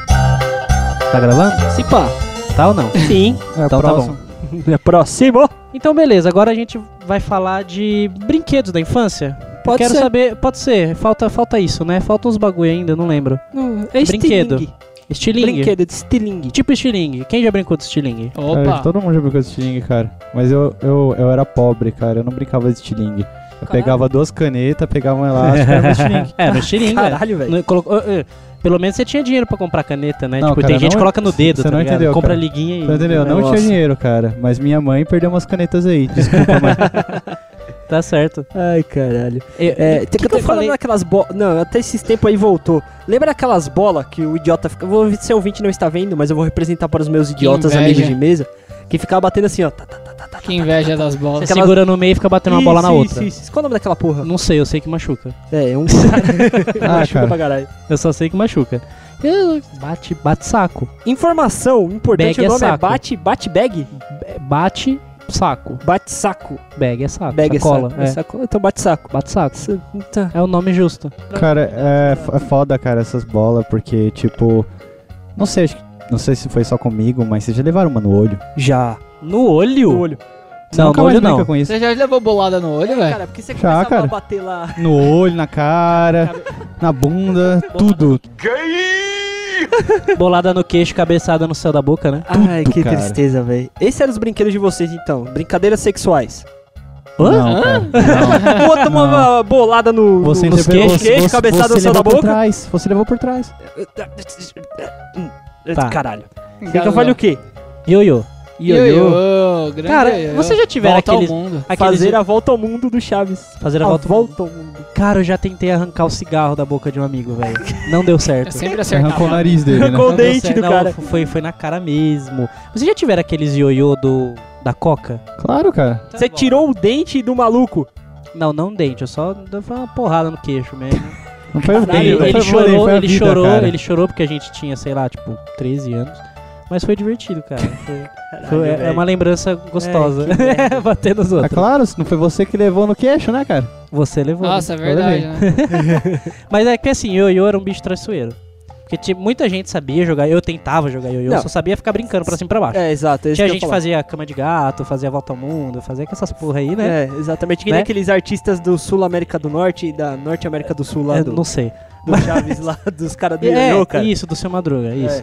Speaker 3: Tá gravando?
Speaker 5: Se pá.
Speaker 3: Tá ou não? Sim.
Speaker 1: É,
Speaker 3: Então tá
Speaker 1: próximo.
Speaker 2: Próximo!
Speaker 3: Então beleza, agora a gente vai falar de brinquedos da infância. Eu
Speaker 5: Pode
Speaker 3: quero
Speaker 5: ser.
Speaker 3: saber, pode ser, falta, falta isso, né? Falta uns bagulho ainda, não lembro.
Speaker 5: Não, é
Speaker 3: Brinquedo.
Speaker 5: estilingue.
Speaker 3: Estilingue.
Speaker 2: Brinquedo de estilingue.
Speaker 3: Tipo estilingue. Quem já brincou de estilingue?
Speaker 1: Cara, É,
Speaker 5: Opa.
Speaker 1: todo mundo já brincou de estilingue, cara. Mas eu, eu, eu era pobre, cara. Eu não brincava de estilingue. Eu pegava duas canetas, pegava um elástico e era meu estilingue.
Speaker 3: É, no estilingue. é.
Speaker 2: Caralho, velho.
Speaker 3: No- colocou- eh, eh, Pelo menos você tinha dinheiro pra comprar caneta, né?
Speaker 1: Não,
Speaker 3: tipo,
Speaker 1: cara,
Speaker 3: tem gente que
Speaker 1: não-
Speaker 3: coloca no dedo,
Speaker 1: você
Speaker 3: tá
Speaker 1: não
Speaker 3: ligado?
Speaker 1: entendeu,
Speaker 3: Compra
Speaker 1: cara.
Speaker 3: liguinha e.
Speaker 1: Tá entendendo? Eu não
Speaker 3: negócio.
Speaker 1: tinha dinheiro, cara. Mas minha mãe perdeu umas canetas aí. Desculpa, mãe.
Speaker 3: Tá certo.
Speaker 2: Ai, caralho.
Speaker 3: Eu-
Speaker 2: É, tem que, eu tô
Speaker 3: eu
Speaker 2: falando
Speaker 3: falei?
Speaker 2: daquelas bolas. Não, até esses tempos aí voltou. Lembra aquelas bolas que o idiota fica. Vou ouvir se o ouvinte não está vendo, mas eu vou representar para os meus idiotas
Speaker 5: inveja.
Speaker 2: amigos de mesa. Que ficava batendo assim, ó. Tá, tá, tá, tá, tá.
Speaker 5: Que inveja das
Speaker 3: Você
Speaker 5: bolas.
Speaker 2: Aquelas-
Speaker 3: segura no meio e fica batendo uma bola na
Speaker 2: Isso,
Speaker 3: outra.
Speaker 2: Isso, isso. Qual é o nome daquela porra?
Speaker 3: Não sei, eu sei que machuca.
Speaker 2: É, é um cara.
Speaker 1: Ah,
Speaker 2: Machuca
Speaker 1: cara.
Speaker 2: é pra caralho.
Speaker 3: Eu só sei que machuca. Eu- Bate, bate saco.
Speaker 2: Informação importante,
Speaker 3: Bag
Speaker 2: o
Speaker 3: é
Speaker 2: nome é,
Speaker 3: saco.
Speaker 2: bate, bate bag?
Speaker 3: É, Bate saco.
Speaker 2: Bate saco.
Speaker 3: Bag é saco.
Speaker 2: Bag
Speaker 3: sacola.
Speaker 2: é saco. É sacola, então bate saco.
Speaker 3: é. Bate saco.
Speaker 2: Tá.
Speaker 3: É o nome justo.
Speaker 1: Cara, é, f- é foda, cara, essas bolas, porque, tipo. Não sei, acho que- não sei se foi só comigo, mas vocês já levaram uma no olho.
Speaker 2: Já.
Speaker 3: No olho?
Speaker 2: No olho.
Speaker 1: Você
Speaker 3: Não,
Speaker 1: nunca
Speaker 3: no
Speaker 1: mais
Speaker 3: olho
Speaker 1: brinca
Speaker 3: não.
Speaker 1: com isso.
Speaker 5: Você já levou bolada no olho,
Speaker 3: É.
Speaker 5: velho?
Speaker 2: Cara, porque você
Speaker 1: Já,
Speaker 2: começava
Speaker 1: cara.
Speaker 2: a bater lá.
Speaker 1: No olho, na cara, na bunda, tudo.
Speaker 3: Bolada no queixo, cabeçada no céu da boca, né?
Speaker 2: Ai, que
Speaker 1: cara.
Speaker 2: tristeza, velho. Esses eram os brinquedos de vocês, então. Brincadeiras sexuais.
Speaker 1: Não, cara. Não.
Speaker 2: O outro tomou
Speaker 1: Não.
Speaker 2: uma bolada no.
Speaker 1: Você
Speaker 2: no
Speaker 1: interpretou-
Speaker 2: queixo, queixo,
Speaker 1: você-
Speaker 2: cabeçada no
Speaker 1: você
Speaker 2: céu da
Speaker 1: levou por
Speaker 2: boca.
Speaker 1: trás. Você levou por trás.
Speaker 3: Tá.
Speaker 2: Caralho. Então vale o quê?
Speaker 3: Ioiô.
Speaker 2: Ioiô.
Speaker 5: Ioiô, grande
Speaker 3: Cara,
Speaker 5: ioiô.
Speaker 3: você já tiveram
Speaker 5: Volta
Speaker 3: aqueles-
Speaker 5: ao mundo.
Speaker 3: Aqueles-
Speaker 2: Fazer a volta ao mundo do Chaves. Ah,
Speaker 3: Fazer a volta.
Speaker 2: volta ao mundo.
Speaker 3: Cara, eu já tentei arrancar o cigarro da boca de um amigo, velho. Não deu
Speaker 5: Eu
Speaker 3: certo.
Speaker 5: É sempre
Speaker 1: Arrancou o
Speaker 5: acertava.
Speaker 1: nariz dele, né?
Speaker 2: Arrancou o
Speaker 3: Não deu
Speaker 2: dente
Speaker 3: Tá certo.
Speaker 2: do
Speaker 3: Não,
Speaker 2: cara.
Speaker 3: Foi, foi na cara mesmo. Vocês já tiveram aqueles ioiô do da Coca?
Speaker 1: Claro, cara.
Speaker 2: Você
Speaker 5: Tá
Speaker 2: tirou o dente do maluco.
Speaker 3: Não, não um dente, eu só dei uma porrada no queixo mesmo.
Speaker 1: Não foi o
Speaker 2: Caralho,
Speaker 1: dente,
Speaker 3: ele,
Speaker 1: não
Speaker 3: ele
Speaker 1: foi o vôlei,
Speaker 3: chorou,
Speaker 1: foi a
Speaker 3: ele
Speaker 1: vida,
Speaker 3: chorou,
Speaker 1: cara.
Speaker 3: ele chorou porque a gente tinha, sei lá, tipo, 13 anos. Mas foi divertido, cara. Foi- foi- é- é,
Speaker 2: velho.
Speaker 3: uma lembrança gostosa.
Speaker 2: que merda.
Speaker 3: Bater nos
Speaker 1: É
Speaker 3: outros.
Speaker 1: claro, se não foi você que levou no queixo, né, cara?
Speaker 3: Você levou. né?
Speaker 5: Nossa, é verdade, né?
Speaker 3: Mas é que assim, ioiô era um bicho traiçoeiro. Porque tipo, muita gente sabia jogar, eu tentava jogar ioiô,
Speaker 2: Não.
Speaker 3: só sabia ficar brincando pra cima e pra baixo.
Speaker 2: É, exato. é isso
Speaker 3: Tinha
Speaker 2: que eu
Speaker 3: gente que
Speaker 2: falava.
Speaker 3: fazia cama de gato, fazia volta ao mundo, fazia com essas porra aí, né?
Speaker 2: É, exatamente. Que nem
Speaker 3: Né?
Speaker 2: aqueles artistas do Sul América do Norte e da Norte América do Sul lá
Speaker 3: Eu
Speaker 2: do,
Speaker 3: não sei.
Speaker 2: do Chaves lá, dos caras do
Speaker 3: É,
Speaker 2: Ioiô, cara. É.
Speaker 3: isso, do seu Madruga, isso.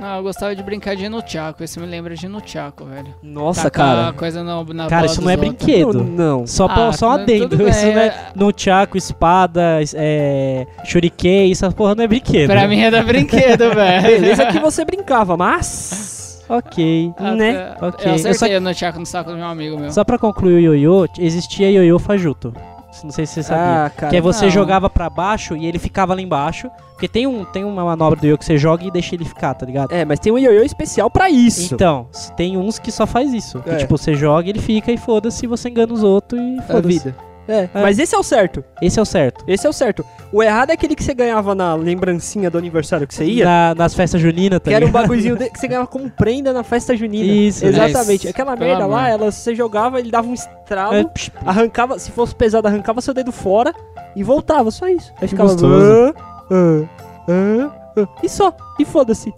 Speaker 5: Ah, eu gostava de brincar de no Tchaco. Esse me lembra de no Tchaco, velho.
Speaker 2: Nossa,
Speaker 3: Tá
Speaker 5: Tacar
Speaker 2: cara.
Speaker 5: coisa na, na
Speaker 3: Cara,
Speaker 5: bola
Speaker 3: isso
Speaker 5: dos
Speaker 3: não é
Speaker 5: outros.
Speaker 2: Não,
Speaker 3: brinquedo.
Speaker 2: não.
Speaker 3: Só, pra,
Speaker 5: Ah,
Speaker 3: só um
Speaker 5: tudo- tudo
Speaker 3: adendo. Isso
Speaker 5: bem,
Speaker 3: não é
Speaker 5: é-
Speaker 3: no tchaco, espada, es- é, shuriken, essa porra não é brinquedo.
Speaker 5: Pra mim era brinquedo, velho.
Speaker 2: Beleza que você brincava, mas.
Speaker 3: Ok.
Speaker 5: Ah,
Speaker 2: né?
Speaker 5: tá.
Speaker 3: Ok.
Speaker 5: Eu
Speaker 3: Eu
Speaker 5: acertei no Tchaco no saco do meu amigo meu.
Speaker 3: Só pra concluir o ioiô, t- existia ioiô fajuto. Não sei se você sabia.
Speaker 2: Ah, cara.
Speaker 3: que é você
Speaker 5: não.
Speaker 3: jogava pra baixo e ele ficava lá embaixo. Porque tem, um, tem uma manobra do ioiô que você joga e deixa ele ficar, tá ligado?
Speaker 2: É, mas tem um ioiô especial pra isso.
Speaker 3: Então, s- tem uns que só faz isso. Que,
Speaker 2: É.
Speaker 3: tipo, você joga, ele fica e foda-se, você engana os outros e
Speaker 2: a
Speaker 3: foda-se.
Speaker 2: vida. É, mas esse é o certo.
Speaker 3: Esse é o certo.
Speaker 2: Esse é o certo. O errado é aquele que você ganhava na lembrancinha do aniversário que você ia.
Speaker 3: Na- nas festas juninas, tá
Speaker 2: Que era um
Speaker 3: ligado?
Speaker 2: bagulhozinho de- que você ganhava como prenda na festa junina.
Speaker 3: Isso, né?
Speaker 2: Exatamente.
Speaker 5: Isso.
Speaker 2: Aquela
Speaker 5: Pelo
Speaker 2: merda lá,
Speaker 5: amor.
Speaker 2: ela, você jogava, ele dava um estralo,
Speaker 3: É, psh,
Speaker 2: arrancava, se fosse pesado, arrancava seu dedo fora e voltava, só isso. Aí ficava.
Speaker 1: gostoso.
Speaker 2: "Ah, ah, ah, ah", e só. E foda-se.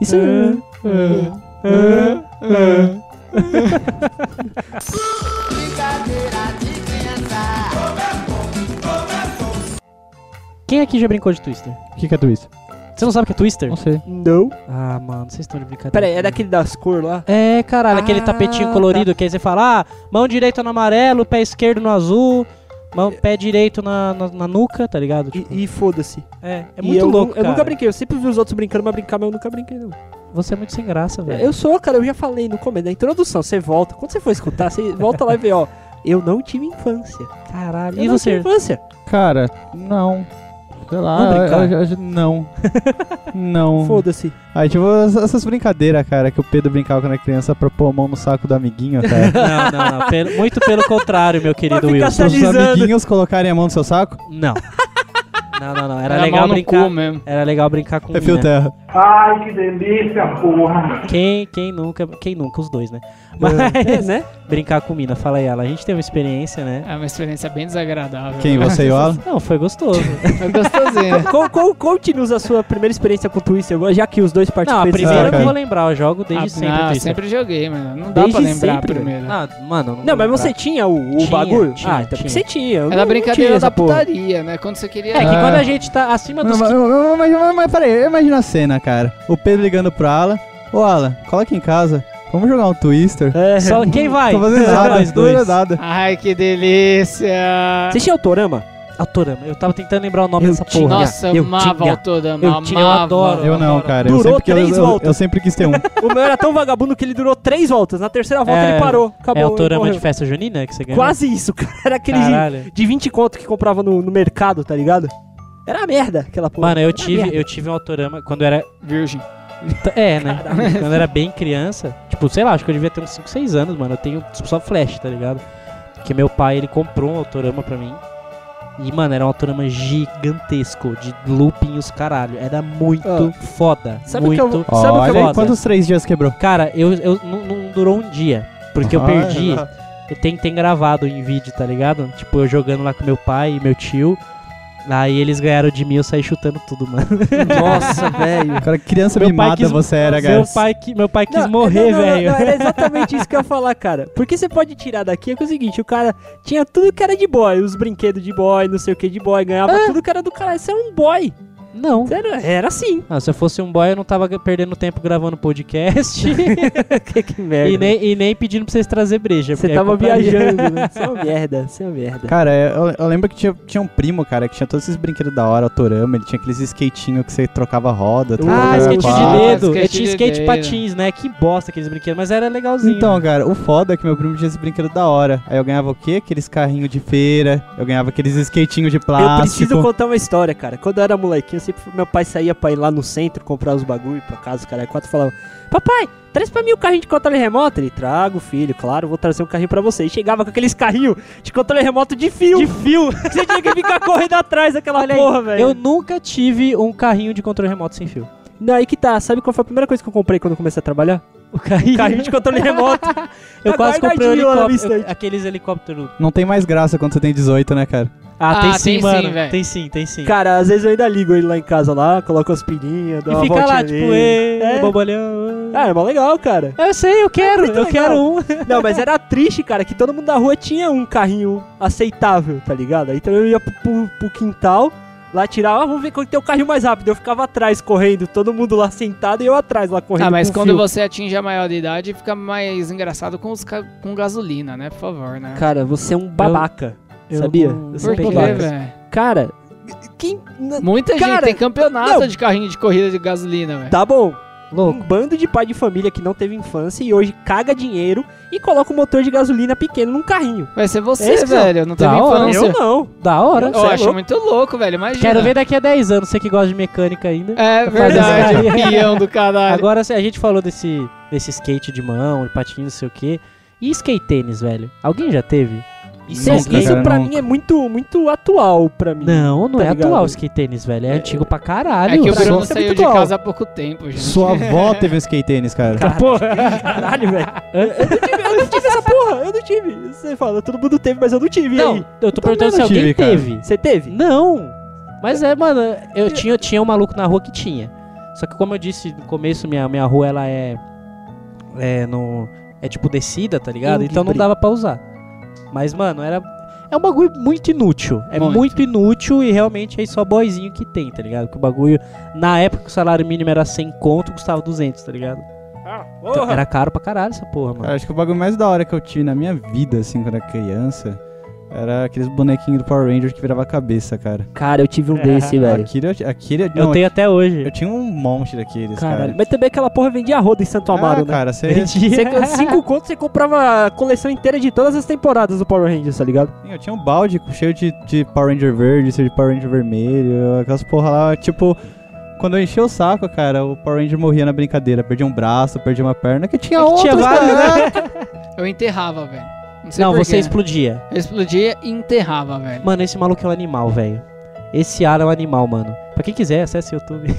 Speaker 2: Isso é.
Speaker 3: Quem aqui já brincou de Twister?
Speaker 1: O que, que é tudo isso?
Speaker 3: Você não sabe o que é Twister?
Speaker 1: Não sei.
Speaker 2: Não.
Speaker 3: Ah, mano, vocês estão de brincadeira.
Speaker 2: Pera aí, é daquele das cores lá?
Speaker 3: É, caralho, aquele
Speaker 2: Ah,
Speaker 3: tapetinho colorido que aí você fala, ah, mão direita no amarelo, pé esquerdo no azul, mão, pé direito na, na, na nuca, tá ligado? Tipo,
Speaker 2: E, e foda-se.
Speaker 3: é, é
Speaker 2: E
Speaker 3: muito
Speaker 2: eu, nu-
Speaker 3: louco,
Speaker 2: Eu
Speaker 3: cara.
Speaker 2: nunca brinquei, eu sempre vi os outros brincando, mas brincar, mas eu nunca brinquei, não.
Speaker 3: Você é muito sem graça, velho.
Speaker 2: Eu sou, cara, eu já falei no começo, na introdução, você volta. Quando você for escutar, você volta lá e vê, ó. Eu não tive infância.
Speaker 3: Caralho,
Speaker 2: Eu
Speaker 3: e
Speaker 2: não tive
Speaker 3: você?
Speaker 2: infância.
Speaker 1: Cara, não. Sei lá,
Speaker 3: Vamos brincar?
Speaker 1: eu- eu- eu- não. não.
Speaker 2: Hum. Foda-se.
Speaker 1: Aí, tipo, ess- essas brincadeiras, cara, que o Pedro brincava quando era criança pra pôr a mão no saco do amiguinho, cara.
Speaker 3: Não, não, não. pelo- muito pelo contrário, meu querido
Speaker 2: ficar
Speaker 3: Wilson.
Speaker 1: Os
Speaker 2: Alisando.
Speaker 1: amiguinhos colocarem a mão no seu saco,
Speaker 3: Não. Não, não, não. Era,
Speaker 5: Era
Speaker 3: legal
Speaker 5: mal no cu
Speaker 3: brincar.
Speaker 5: mesmo.
Speaker 3: Era legal brincar com
Speaker 1: é fio
Speaker 3: mina.
Speaker 1: terra.
Speaker 3: Quem, quem nunca, quem nunca os dois, né? Mas
Speaker 2: É, né?
Speaker 3: brincar com mina, fala aí, ela. A gente teve uma experiência, né?
Speaker 5: É uma experiência bem desagradável.
Speaker 1: Quem, você e o Alan?
Speaker 3: Não, foi gostoso.
Speaker 5: Foi gostosinho.
Speaker 2: Co- co- Conte-nos a sua primeira experiência com o Twister, já que os dois
Speaker 3: Não, a
Speaker 2: participantes.
Speaker 3: primeira
Speaker 1: cara.
Speaker 3: eu vou lembrar, eu jogo desde
Speaker 5: Ah,
Speaker 3: sempre.
Speaker 5: não, eu
Speaker 3: Twister.
Speaker 5: sempre joguei, mano. Não dá
Speaker 2: Desde
Speaker 5: pra lembrar
Speaker 2: sempre,
Speaker 5: a primeira.
Speaker 3: Ah, mano, não é
Speaker 2: Não,
Speaker 3: vou
Speaker 2: mas você
Speaker 3: lembrar.
Speaker 2: tinha o, o
Speaker 3: Ah. Tinha,
Speaker 2: bagulho?
Speaker 3: tinha,
Speaker 2: ah, então
Speaker 3: tinha.
Speaker 2: você tinha. Eu
Speaker 5: Era
Speaker 2: não- não tinha
Speaker 5: brincadeira
Speaker 2: essa
Speaker 5: É da
Speaker 2: porra.
Speaker 5: putaria, né? Quando você queria.
Speaker 3: É que
Speaker 1: Ah.
Speaker 3: quando a gente tá acima
Speaker 1: Não,
Speaker 3: dos.
Speaker 1: mas, mas, mas, mas, mas peraí, imagina a cena, cara. O Pedro ligando pro Alan. Ô, Alan, cola aqui em casa. Vamos jogar um Twister.
Speaker 2: É.
Speaker 3: Só quem vai?
Speaker 1: Tô fazendo
Speaker 3: Só
Speaker 1: nada,
Speaker 3: nós
Speaker 1: tô fazendo
Speaker 3: dois.
Speaker 1: nada.
Speaker 5: Ai, que delícia!
Speaker 2: Você tinha Autorama?
Speaker 3: Autorama. Eu tava tentando lembrar o nome
Speaker 9: Eu
Speaker 3: dessa
Speaker 9: tinha-
Speaker 3: porra.
Speaker 5: Nossa, eu
Speaker 9: eu
Speaker 5: amava
Speaker 9: tinha.
Speaker 5: Autorama,
Speaker 3: Eu tinha, eu
Speaker 5: amava.
Speaker 3: adoro.
Speaker 1: Eu não,
Speaker 3: adoro.
Speaker 1: cara. Eu
Speaker 2: Durou
Speaker 1: sempre, que- eu-
Speaker 2: três
Speaker 1: eu-
Speaker 2: voltas.
Speaker 1: eu sempre quis ter um.
Speaker 2: O meu era tão vagabundo que ele durou três voltas. Na terceira volta
Speaker 3: É,
Speaker 2: ele parou. Acabou.
Speaker 3: é
Speaker 2: ele
Speaker 3: Autorama
Speaker 2: morreu.
Speaker 3: de festa junina que você ganhou?
Speaker 2: Quase isso, cara. Era aquele de,
Speaker 3: Caralho.
Speaker 2: de 20 conto que comprava no, no mercado, tá ligado? Era uma merda aquela porra.
Speaker 3: Mano, eu
Speaker 2: Era
Speaker 3: tive,
Speaker 2: merda.
Speaker 3: eu tive um Autorama quando eu era.
Speaker 5: Virgem.
Speaker 3: T- É, né? Quando eu era bem criança, tipo, sei lá, acho que eu devia ter uns 5, 6 anos, mano. Eu tenho tipo, só flash, tá ligado? Porque meu pai, ele comprou um autorama pra mim. E, mano, era um autorama gigantesco, de looping e os caralho. Era muito foda.
Speaker 2: Ah. Sabe o que
Speaker 3: muito
Speaker 2: eu- sabe o que eu
Speaker 1: Olha,
Speaker 2: gosto?
Speaker 1: quantos três dias quebrou?
Speaker 3: Cara, eu, eu não, não durou um dia. Porque eu
Speaker 1: Ah,
Speaker 3: perdi.
Speaker 1: não.
Speaker 3: Tem, tem gravado em vídeo, tá ligado? Tipo, eu jogando lá com meu pai e meu tio. Aí eles ganharam de mim, eu saí chutando tudo, mano.
Speaker 2: Nossa, velho.
Speaker 1: é. Cara, criança
Speaker 3: Meu pai
Speaker 1: mimada
Speaker 3: quis-
Speaker 1: você era, cara.
Speaker 3: Meu pai, que, meu pai quis
Speaker 2: Não, não,
Speaker 3: morrer,
Speaker 2: não,
Speaker 3: velho.
Speaker 2: Não, era exatamente isso que eu ia falar, cara. Porque você pode tirar daqui é que é o seguinte, o cara tinha tudo que era de boy, os brinquedos de boy, não sei o que de boy, ganhava
Speaker 3: Ah.
Speaker 2: tudo que era do cara. Você era um boy.
Speaker 3: Não.
Speaker 2: Você era, era assim.
Speaker 3: Ah, se eu fosse um boy, eu não tava g- perdendo tempo gravando podcast
Speaker 2: que, que merda.
Speaker 3: e, nem, e nem pedindo pra vocês trazer breja.
Speaker 2: Você
Speaker 3: porque aí é
Speaker 2: tava
Speaker 3: eu compraria.
Speaker 2: viajando, né? Você é uma merda, você é uma merda.
Speaker 1: Cara, eu, eu lembro que tinha, tinha um primo, cara, que tinha todos esses brinquedos da hora, Autorama, ele tinha aqueles skatinhos que você trocava roda,
Speaker 3: Ah,
Speaker 1: trocava
Speaker 3: skate
Speaker 1: quadro.
Speaker 3: de
Speaker 5: skate
Speaker 3: dedo. Eu tinha
Speaker 5: de
Speaker 3: skate
Speaker 5: dedo.
Speaker 3: patins, né? Que bosta aqueles brinquedos, mas era legalzinho.
Speaker 1: Então,
Speaker 2: né?
Speaker 1: cara, o foda é que meu primo tinha esse brinquedo da hora. Aí eu ganhava o quê? Aqueles carrinhos de feira, eu ganhava aqueles skatinhos de
Speaker 2: Eu
Speaker 1: plástico.
Speaker 2: preciso contar uma história, cara. Quando eu era molequinho, sempre meu pai saía pra ir lá no centro comprar os bagulho pra casa, cara. Quatro falava: Papai, traz pra mim o carrinho de controle remoto. Ele trago, filho, claro, vou trazer um carrinho pra você. E chegava com aqueles carrinhos de controle remoto de fio. De fio. Você tinha que ficar correndo atrás daquela
Speaker 3: Olha aí,
Speaker 2: porra, velho.
Speaker 3: Eu nunca tive um carrinho de controle remoto sem fio.
Speaker 2: Não, aí que tá. Sabe qual foi a primeira coisa que eu comprei quando eu comecei a trabalhar?
Speaker 3: O carrinho.
Speaker 2: Carrinho de controle remoto.
Speaker 3: Eu
Speaker 2: Tá
Speaker 3: quase comprei um
Speaker 2: guardadinho lá na minha
Speaker 3: helicóptero.
Speaker 2: estante.
Speaker 3: Aqueles helicópteros.
Speaker 1: Não tem mais graça quando você tem 18, né, cara?
Speaker 3: Ah,
Speaker 5: Ah,
Speaker 3: tem sim,
Speaker 5: tem sim,
Speaker 3: mano.
Speaker 5: velho.
Speaker 3: tem sim, tem sim.
Speaker 2: Cara, às vezes eu ainda ligo ele lá em casa, lá, coloco as pininhas, dou
Speaker 3: e
Speaker 2: uma
Speaker 3: fica
Speaker 2: voltinha
Speaker 3: lá, tipo,
Speaker 2: nele.
Speaker 3: ê,
Speaker 2: É.
Speaker 3: bobolhão. ê.
Speaker 2: Ah, é mó legal, cara.
Speaker 3: Eu sei, eu quero,
Speaker 2: muito
Speaker 3: eu
Speaker 2: legal.
Speaker 3: quero um.
Speaker 2: Não, mas era triste, cara, que todo mundo da rua tinha um carrinho aceitável, tá ligado? Aí, Então eu ia pro, pro- pro quintal, lá tirava, ah, vamos ver qual que tem o carrinho mais rápido. Eu ficava atrás correndo, todo mundo lá sentado e eu atrás lá correndo.
Speaker 5: Ah, mas
Speaker 2: com
Speaker 5: quando
Speaker 2: fio.
Speaker 5: você atinge a maioridade, fica mais engraçado com, os ca- com gasolina, né? Por favor, né?
Speaker 2: Cara, você é um babaca.
Speaker 3: Eu
Speaker 2: sabia?
Speaker 3: não-
Speaker 2: Eu sou
Speaker 5: Por
Speaker 2: um
Speaker 5: quê,
Speaker 2: babaca.
Speaker 5: velho?
Speaker 2: Cara, quem. na-
Speaker 5: Muita gente
Speaker 2: Cara,
Speaker 5: tem campeonato
Speaker 2: não.
Speaker 5: de carrinho de corrida de gasolina, velho.
Speaker 2: Tá bom.
Speaker 3: Louco.
Speaker 2: Um bando de pai de família que não teve infância e hoje caga dinheiro e coloca um motor de gasolina pequeno num carrinho.
Speaker 5: Vai ser você,
Speaker 2: Esse É não.
Speaker 5: velho. Eu não tenho
Speaker 3: Da hora,
Speaker 5: infância.
Speaker 2: Eu não.
Speaker 3: Da hora.
Speaker 2: Você
Speaker 5: Eu
Speaker 2: é
Speaker 5: acho
Speaker 2: louco.
Speaker 5: muito louco, velho. Imagina.
Speaker 3: Quero ver daqui a 10 anos, você que gosta de mecânica ainda.
Speaker 5: É
Speaker 3: Fazer esse
Speaker 5: verdade,
Speaker 3: carrinho.
Speaker 5: peão do caralho.
Speaker 3: Agora se a gente falou desse, desse skate de mão, de patinho, não sei o quê. E skate tênis, velho? Alguém já teve?
Speaker 2: Isso,
Speaker 1: Nunca,
Speaker 2: é- isso
Speaker 1: cara,
Speaker 2: pra
Speaker 1: nunca.
Speaker 2: mim é muito, muito atual pra mim.
Speaker 3: Não, não
Speaker 2: Tá
Speaker 3: é
Speaker 2: ligado?
Speaker 3: atual o skate tênis, velho. É, antigo pra caralho.
Speaker 5: É que o
Speaker 3: Só-
Speaker 2: pra
Speaker 5: Bruno
Speaker 2: mim isso é
Speaker 5: saiu
Speaker 2: muito
Speaker 5: de
Speaker 2: igual.
Speaker 5: casa há pouco tempo, gente.
Speaker 1: Sua avó teve um skate tênis, cara.
Speaker 3: Tá, porra.
Speaker 2: Caralho, velho. Eu não tive essa porra, eu não tive. Você fala, todo mundo teve, mas eu não tive. E
Speaker 3: Não,
Speaker 2: aí?
Speaker 3: Então, eu tô
Speaker 1: Também
Speaker 3: perguntando
Speaker 1: não
Speaker 3: se alguém
Speaker 1: tive, cara.
Speaker 3: teve.
Speaker 2: Você teve?
Speaker 3: Não! Mas é, mano, eu tinha, eu tinha um maluco na rua que tinha. Só que como eu disse no começo, minha, minha rua ela é. É no. É tipo descida, tá ligado? Então não
Speaker 2: Inguibre.
Speaker 3: dava pra usar. Mas, mano, era. É um bagulho muito inútil. É
Speaker 5: Muito.
Speaker 3: muito, inútil e realmente é só boizinho que tem, tá ligado? Que o bagulho, na época que o salário mínimo era 100 conto, custava 200, tá ligado? Então, era caro pra caralho essa porra, mano.
Speaker 1: Cara, acho que o bagulho mais da hora que eu tive na minha vida, assim, quando era criança, era aqueles bonequinhos do Power Ranger que virava a cabeça, cara.
Speaker 2: Cara, eu tive um
Speaker 1: É,
Speaker 2: desse, velho.
Speaker 1: Aquele, eu- aquele
Speaker 3: eu
Speaker 1: não,
Speaker 3: tenho até hoje.
Speaker 1: eu tinha um monte daqueles,
Speaker 2: Caralho.
Speaker 1: cara.
Speaker 2: Mas também aquela porra vendia roda em Santo Amaro,
Speaker 1: ah,
Speaker 2: né?
Speaker 1: cara, você...
Speaker 3: Vendi.
Speaker 2: Você, com cinco contos, você comprava a coleção inteira de todas as temporadas do Power Rangers, tá ligado?
Speaker 1: Sim, Eu tinha um balde cheio de, de Power Ranger verde, cheio de Power Ranger vermelho, aquelas porra lá, tipo... Quando eu enchi o saco, cara, o Power Ranger morria na brincadeira. Perdi um braço, perdi uma perna, que tinha
Speaker 3: É que
Speaker 1: outros,
Speaker 3: tinha vários, né?
Speaker 1: cara.
Speaker 5: Eu enterrava, velho. Não, sei
Speaker 3: Não,
Speaker 5: por
Speaker 3: você
Speaker 5: quê.
Speaker 3: explodia.
Speaker 5: Eu explodia e enterrava, velho.
Speaker 3: Mano, esse maluco é um animal, velho. Esse ar é um animal, mano. Pra quem quiser, acesse o YouTube.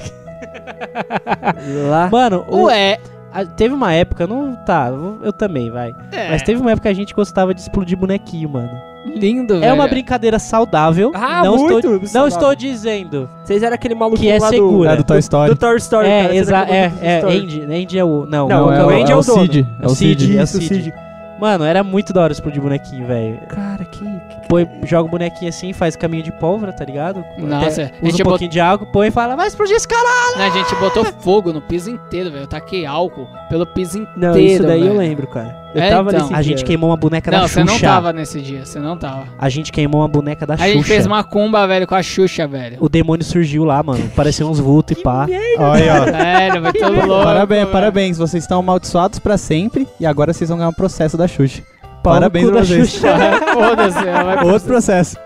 Speaker 2: Lá.
Speaker 3: Mano, o-
Speaker 5: Ué,
Speaker 3: a- teve uma época, não. Tá, eu também, vai.
Speaker 5: é.
Speaker 3: Mas teve uma época que a gente gostava de explodir bonequinho, mano.
Speaker 5: lindo, velho.
Speaker 3: É uma brincadeira saudável.
Speaker 2: Ah,
Speaker 3: não
Speaker 2: muito.
Speaker 3: Estou, não
Speaker 2: saudável.
Speaker 3: estou dizendo.
Speaker 2: Vocês eram aquele maluco
Speaker 3: Que é
Speaker 2: lá
Speaker 3: segura.
Speaker 1: Era do Toy
Speaker 2: do,
Speaker 1: Story.
Speaker 2: do Toy Story, cara. tá
Speaker 3: É,
Speaker 2: Vocês
Speaker 3: exa
Speaker 2: eram aquele
Speaker 3: é,
Speaker 2: maluco do Toy
Speaker 3: é,
Speaker 2: Story.
Speaker 3: Andy, Andy é o. Não,
Speaker 2: Não,
Speaker 3: não,
Speaker 2: é
Speaker 3: é
Speaker 2: o
Speaker 3: o.
Speaker 2: Andy
Speaker 1: é
Speaker 2: é
Speaker 1: o
Speaker 2: o dono.
Speaker 1: Cid. É o
Speaker 3: Cid.
Speaker 1: Cid.
Speaker 3: é o
Speaker 2: Isso,
Speaker 3: Cid. Mano, era muito da hora explodir bonequinho, velho.
Speaker 2: Cara, que, que
Speaker 3: põe, joga o bonequinho assim, faz caminho de pólvora, tá ligado?
Speaker 2: é.
Speaker 5: Nossa,
Speaker 3: Até
Speaker 5: a
Speaker 3: usa um
Speaker 5: gente
Speaker 3: pouquinho de água, põe e fala, vai explodir esse cara!
Speaker 5: Né, a gente botou fogo no piso inteiro, velho. Eu taquei álcool pelo piso inteiro.
Speaker 2: Não, isso daí eu
Speaker 5: velho.
Speaker 2: lembro, cara. Eu
Speaker 5: É,
Speaker 2: tava
Speaker 5: então.
Speaker 2: nesse
Speaker 3: A gente
Speaker 2: dia.
Speaker 3: queimou uma boneca
Speaker 5: Não,
Speaker 3: da
Speaker 5: você
Speaker 3: Xuxa.
Speaker 5: não tava nesse dia, você não tava.
Speaker 3: A gente queimou uma boneca da
Speaker 5: A gente
Speaker 3: Xuxa.
Speaker 5: fez macumba, velho, com a Xuxa, velho.
Speaker 3: O demônio surgiu lá, mano. Pareceu uns
Speaker 2: é,
Speaker 3: vultos e pá.
Speaker 1: Olha, ó.
Speaker 5: Velho, vai todo louco.
Speaker 1: Parabéns,
Speaker 5: velho.
Speaker 1: parabéns. Vocês estão amaldiçoados pra sempre e agora vocês vão ganhar um processo da Xuxa.
Speaker 3: Pau no
Speaker 1: parabéns
Speaker 3: cu
Speaker 1: pra
Speaker 3: da
Speaker 1: vocês.
Speaker 3: Xuxa.
Speaker 5: Foda-se, vai pro
Speaker 1: Outro processo.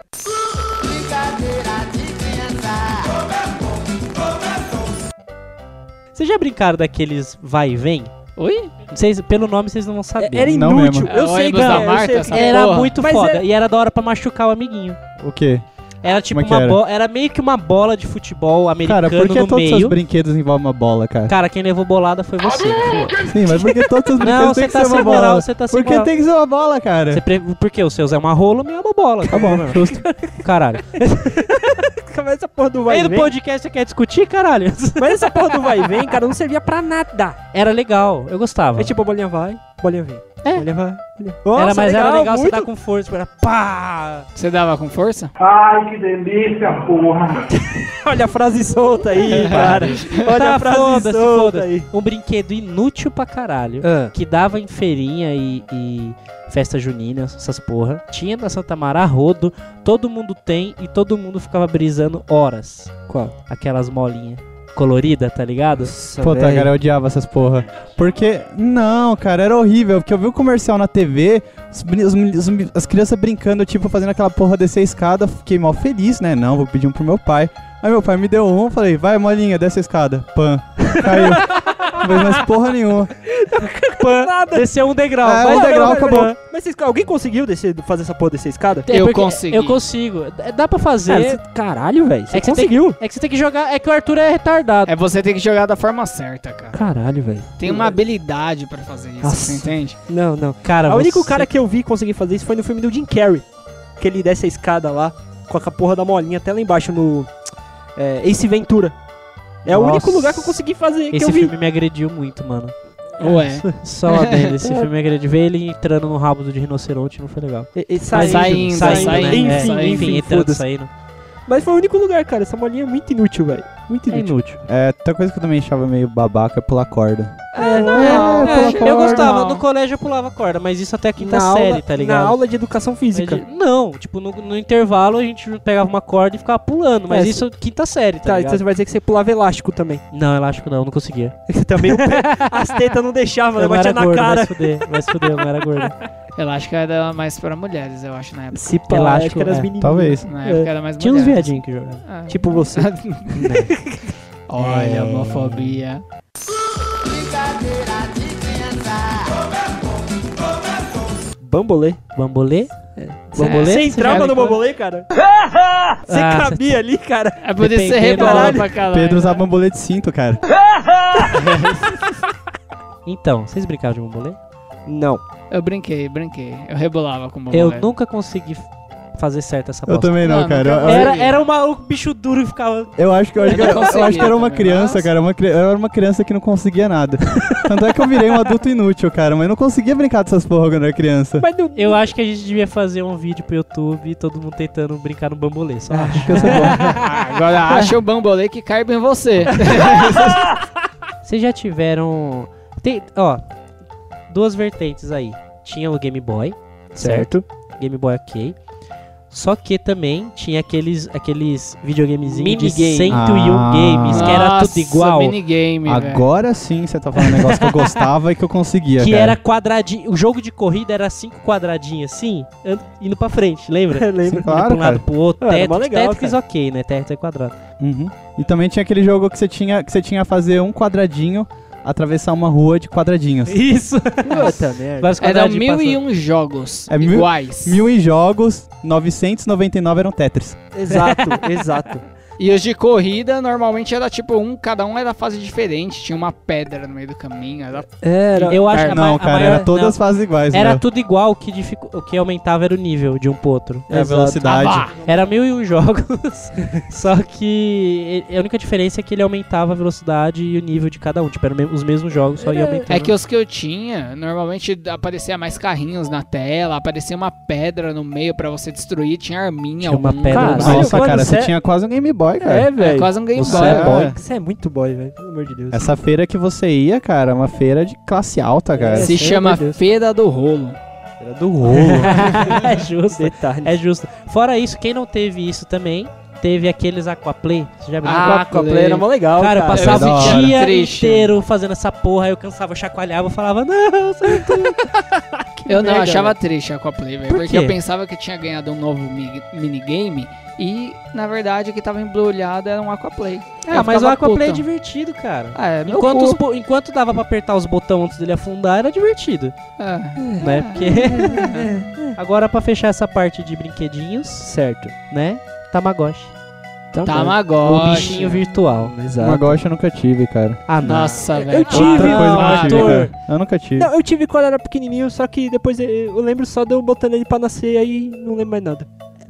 Speaker 3: Vocês já brincaram daqueles vai e vem?
Speaker 5: Oi?
Speaker 3: Vocês, pelo nome vocês não vão saber.
Speaker 2: Era
Speaker 1: Não
Speaker 2: inútil.
Speaker 1: mesmo.
Speaker 2: Eu
Speaker 5: É,
Speaker 2: sei,
Speaker 5: ônibus
Speaker 2: cara.
Speaker 5: da
Speaker 2: eu sei
Speaker 5: Marta,
Speaker 2: que-
Speaker 5: essa
Speaker 3: Era
Speaker 5: porra.
Speaker 3: muito
Speaker 2: Mas
Speaker 3: foda.
Speaker 2: é-
Speaker 3: E era da hora pra machucar o amiguinho.
Speaker 1: O quê?
Speaker 3: Era tipo
Speaker 1: Como é que
Speaker 3: uma
Speaker 1: era?
Speaker 3: bola. Era meio que uma bola de futebol americano
Speaker 1: Cara, por que
Speaker 3: no
Speaker 1: todos os seus
Speaker 3: meio.
Speaker 1: brinquedos envolvem uma bola, cara?
Speaker 3: Cara, quem levou bolada foi você.
Speaker 1: Sim, mas por que todos os
Speaker 3: Não,
Speaker 1: brinquedos
Speaker 3: você
Speaker 1: têm que
Speaker 3: tá
Speaker 1: ser uma
Speaker 3: sem
Speaker 1: bola?
Speaker 3: moral, você tá sem
Speaker 1: Por que
Speaker 3: moral.
Speaker 1: tem que ser uma bola, cara?
Speaker 3: Você pre- Porque o seu Zé é uma rola, o meu é uma bola. Tá bom, justo. Caralho.
Speaker 2: Mas essa porra do vai
Speaker 3: Aí
Speaker 2: e
Speaker 3: no
Speaker 2: vem.
Speaker 3: podcast você quer discutir, caralho?
Speaker 2: Mas essa porra do vai e vem, cara, não servia pra nada.
Speaker 3: Era legal, eu gostava.
Speaker 2: É tipo, a bolinha vai, bolinha vem.
Speaker 3: É.
Speaker 2: Bolinha vai, bolinha...
Speaker 3: era, mas era legal você tá-
Speaker 2: muito...
Speaker 3: dar com força, era pá!
Speaker 5: Você dava com força?
Speaker 2: Olha a frase solta aí, cara. Olha
Speaker 3: Tá,
Speaker 2: a frase
Speaker 3: foda-se,
Speaker 2: solta aí.
Speaker 3: foda-se. Um brinquedo inútil pra caralho. Que dava em feirinha e, e festa junina, essas porra. Tinha na Santa Mara a rodo, todo mundo tem e todo mundo ficava brisando horas.
Speaker 2: Qual?
Speaker 3: Aquelas molinhas coloridas, tá ligado?
Speaker 1: Pô, tá, cara, eu odiava essas porra. Porque, não, cara, era horrível. Porque eu vi o comercial na TV, os brin- os meni- os meni- as crianças brincando, tipo, fazendo aquela porra descer a escada. Fiquei mal feliz, né? Não, vou pedir um pro meu pai. Aí meu pai me deu um, falei, vai, molinha, desce a escada. Pã. Caiu. Não fez mais porra nenhuma.
Speaker 3: Desceu um degrau,
Speaker 2: Ah,
Speaker 1: É,
Speaker 3: vai
Speaker 1: um
Speaker 3: dar
Speaker 1: degrau,
Speaker 3: uma
Speaker 1: acabou.
Speaker 3: merda.
Speaker 2: Mas vocês, alguém conseguiu descer, fazer essa porra descer a escada?
Speaker 3: É
Speaker 5: Eu
Speaker 3: porque-
Speaker 5: consegui.
Speaker 3: Eu consigo. É, Dá
Speaker 2: Cara,
Speaker 3: pra fazer.
Speaker 2: você- caralho, velho. Você
Speaker 3: É que você tem-
Speaker 2: conseguiu.
Speaker 3: É que você tem que jogar. É que o Arthur é retardado.
Speaker 5: É você tem que jogar da forma certa, cara.
Speaker 2: Caralho, velho.
Speaker 5: Tem uma habilidade pra fazer isso,
Speaker 2: Nossa.
Speaker 5: você entende?
Speaker 2: Não, não.
Speaker 3: Cara,
Speaker 2: o único
Speaker 3: você-
Speaker 2: cara que eu vi conseguir fazer isso foi no filme do Jim Carrey. Que ele desce a escada lá, com a porra da molinha até lá embaixo no é, Ace Ventura. É o
Speaker 3: Nossa.
Speaker 2: único lugar que eu consegui fazer, que
Speaker 3: Esse
Speaker 2: eu vi.
Speaker 3: filme me agrediu muito, mano.
Speaker 5: Ué.
Speaker 3: Só dele, esse filme me agrediu. Ver ele entrando no rabo de rinoceronte não foi legal.
Speaker 2: E- e
Speaker 5: Saindo, saindo,
Speaker 3: né?
Speaker 2: Enfim,
Speaker 3: É,
Speaker 2: enfim,
Speaker 3: enfim, entrando,
Speaker 2: foda-se.
Speaker 3: saindo.
Speaker 2: Mas foi o único lugar, cara. Essa molinha é muito inútil, velho. Muito
Speaker 3: É
Speaker 2: inútil.
Speaker 3: inútil.
Speaker 1: É, outra coisa que eu também achava meio babaca é pular corda.
Speaker 2: É,
Speaker 5: não,
Speaker 3: É,
Speaker 5: Pula corda,
Speaker 3: eu gostava,
Speaker 5: não.
Speaker 3: no colégio eu pulava corda, mas isso até a quinta
Speaker 2: na
Speaker 3: série,
Speaker 2: aula,
Speaker 3: tá ligado?
Speaker 2: Na aula de educação física. Tá,
Speaker 3: Mas, Não, tipo, no, no intervalo a gente pegava uma corda e ficava pulando, mas
Speaker 2: É,
Speaker 3: isso quinta série, tá,
Speaker 2: Tá, então
Speaker 3: ligado?
Speaker 2: você vai dizer que você pulava elástico também.
Speaker 3: Não, elástico não, não conseguia.
Speaker 2: Você também não- As tetas não deixavam, né?
Speaker 3: eu não
Speaker 2: Batia
Speaker 3: era
Speaker 2: na
Speaker 3: gordo, vai
Speaker 2: cara.
Speaker 3: se fuder, vai se fuder, eu não era gordo.
Speaker 5: Eu acho que era mais pra mulheres, eu acho, na época.
Speaker 2: Se pá,
Speaker 3: Elástico,
Speaker 2: acho que era as
Speaker 3: é,
Speaker 2: menininhas.
Speaker 1: Talvez.
Speaker 5: Na época era mais
Speaker 3: Tinha uns
Speaker 5: mulheres.
Speaker 3: viadinhos que jogavam.
Speaker 5: Ah.
Speaker 2: Tipo você.
Speaker 5: Olha, homofobia.
Speaker 2: Bambolê.
Speaker 3: Bambolê?
Speaker 5: Você-
Speaker 3: Bambolê?
Speaker 2: Você
Speaker 5: Você
Speaker 2: entrava
Speaker 5: sabe
Speaker 2: no
Speaker 5: quando-
Speaker 2: bambolê, cara? Você
Speaker 3: Ah, cê-
Speaker 2: cabia ali, cara.
Speaker 5: É por isso que você
Speaker 3: Dependendo,
Speaker 5: rebola
Speaker 3: caralho.
Speaker 5: pra caralho.
Speaker 1: Pedro
Speaker 5: né?
Speaker 1: usava bambolê de cinto, cara.
Speaker 3: Então, vocês brincavam de bambolê?
Speaker 2: Não.
Speaker 5: Eu brinquei, brinquei. Eu rebolava com o
Speaker 3: Eu
Speaker 5: bambolê.
Speaker 3: nunca consegui f- fazer certo essa
Speaker 1: Eu
Speaker 3: bosta.
Speaker 1: também não,
Speaker 5: Não,
Speaker 1: cara.
Speaker 5: nunca
Speaker 1: Eu- eu-
Speaker 3: Era, era um maluco bicho duro e ficava
Speaker 1: Eu acho que eu, acho que,
Speaker 5: Eu não
Speaker 1: eu acho que
Speaker 5: conseguia
Speaker 1: era uma
Speaker 5: também,
Speaker 1: criança,
Speaker 5: mas-
Speaker 1: cara. Uma, cri- eu era uma criança que não conseguia nada. Tanto é que eu virei um adulto inútil, cara. Mas eu não conseguia brincar dessas porra quando eu era criança.
Speaker 2: Mas não.
Speaker 3: Eu acho que a gente devia fazer um vídeo pro YouTube, todo mundo tentando brincar no bambolê, só acho.
Speaker 1: Porque eu sou bom.
Speaker 5: Ah, Agora acha o bambolê que caiba em você.
Speaker 3: Vocês já tiveram. Tem, ó, duas vertentes aí. Tinha o Game Boy, certo? Game Boy ok. Só que também tinha aqueles, aqueles videogamezinhos de
Speaker 5: Minigame.
Speaker 3: 101
Speaker 1: Ah.
Speaker 3: games, que era tudo
Speaker 5: Nossa,
Speaker 3: igual.
Speaker 5: minigame, velho.
Speaker 1: Agora sim você tá falando um negócio que eu gostava e que eu conseguia,
Speaker 3: Que
Speaker 1: cara.
Speaker 3: era quadradinho. O jogo de corrida era cinco quadradinhos assim, and- indo pra frente, lembra?
Speaker 2: Lembra?
Speaker 1: Sim, claro,
Speaker 3: indo pra um lado
Speaker 1: cara.
Speaker 3: pro outro.
Speaker 2: Ah, era mó
Speaker 3: Tetris,
Speaker 2: legal,
Speaker 3: Tetris ok, né? Tetris é quadrado.
Speaker 1: Uhum. E também tinha aquele jogo que você tinha que você tinha a fazer um quadradinho, atravessar uma rua de quadradinhos.
Speaker 3: Isso!
Speaker 2: Puta merda.
Speaker 3: Vários
Speaker 5: Eram
Speaker 3: quadradinhos
Speaker 5: mil
Speaker 3: passando.
Speaker 5: e um jogos
Speaker 1: É mil-
Speaker 5: iguais.
Speaker 1: Mil e jogos, 999 eram um Tetris.
Speaker 2: Exato, exato.
Speaker 5: E os de corrida, normalmente era tipo um, cada um era fase diferente. Tinha uma pedra no meio do caminho. Era...
Speaker 3: Era, eu acho que a ma-
Speaker 1: É, Não,
Speaker 3: a
Speaker 1: cara,
Speaker 3: maior-
Speaker 1: era todas
Speaker 3: não.
Speaker 1: as fases iguais,
Speaker 3: Era
Speaker 1: né?
Speaker 3: tudo igual, o que, dificu- o que aumentava era o nível de um pro outro.
Speaker 1: É a velocidade.
Speaker 5: Ah,
Speaker 3: Era mil e um jogos, só que e- a única diferença é que ele aumentava a velocidade e o nível de cada um. Tipo, eram me- os mesmos jogos, só ia aumentando.
Speaker 5: É que os que eu tinha, normalmente aparecia mais carrinhos na tela, aparecia uma pedra no meio pra você destruir, tinha arminha.
Speaker 3: Tinha uma
Speaker 5: alguma.
Speaker 3: pedra
Speaker 2: Cara,
Speaker 3: no
Speaker 2: Olha,
Speaker 1: Nossa,
Speaker 2: mano,
Speaker 1: cara,
Speaker 2: cê-
Speaker 1: você tinha quase um Game Boy, cara.
Speaker 2: É,
Speaker 5: É
Speaker 2: velho.
Speaker 5: quase um Game
Speaker 1: Você
Speaker 5: Boy.
Speaker 1: é boy.
Speaker 2: Você é muito boy, velho. Pelo amor de Deus.
Speaker 1: Essa feira que você ia, cara, é uma feira de classe alta, cara.
Speaker 2: Sim.
Speaker 5: Se
Speaker 2: Pelo
Speaker 5: chama
Speaker 2: amor de Deus.
Speaker 5: Feira do Rolo.
Speaker 1: Feira do rolo.
Speaker 3: é justo,
Speaker 2: Detalhe.
Speaker 3: é justo. Fora isso, quem não teve isso também, teve aqueles Aquaplay. Você já viu?
Speaker 5: Ah,
Speaker 2: a Aquaplay era mó legal,
Speaker 3: Cara,
Speaker 2: cara.
Speaker 3: eu passava
Speaker 1: É da
Speaker 3: o
Speaker 1: hora.
Speaker 3: dia
Speaker 5: Triste. né?
Speaker 3: inteiro fazendo essa porra, aí eu cansava, eu chacoalhava, eu falava, não, sabe?
Speaker 5: Eu não,
Speaker 2: merda,
Speaker 5: achava triste a Coplay, velho.
Speaker 3: É, Por
Speaker 5: Porque
Speaker 3: quê?
Speaker 5: eu pensava que eu tinha ganhado um novo mi- minigame e, na verdade, o que tava embrulhado era um Aquaplay.
Speaker 3: Ah,
Speaker 5: Eu
Speaker 3: mas o
Speaker 5: ficava
Speaker 3: Aquaplay é
Speaker 5: puto.
Speaker 3: divertido, cara.
Speaker 5: Ah, é, meu
Speaker 3: Enquanto, os
Speaker 5: cu.
Speaker 3: bo- enquanto dava pra apertar os botões antes dele afundar, era divertido,
Speaker 2: É.
Speaker 5: Ah,
Speaker 3: né? Porque. Agora, pra fechar essa parte de brinquedinhos,
Speaker 2: Certo.
Speaker 3: né? Tamagotchi.
Speaker 5: Tamagotchi.
Speaker 3: O bichinho virtual.
Speaker 2: Exato.
Speaker 1: Uma gosta eu nunca tive, cara.
Speaker 3: Ah, não.
Speaker 5: Nossa, velho.
Speaker 2: tive,
Speaker 3: um
Speaker 1: Outra
Speaker 2: não,
Speaker 1: coisa que eu não tive,
Speaker 2: ator.
Speaker 1: cara. Eu nunca tive.
Speaker 2: Não, eu tive quando era pequenininho, só que depois eu- eu lembro só de eu botando ele pra nascer, aí não lembro mais nada.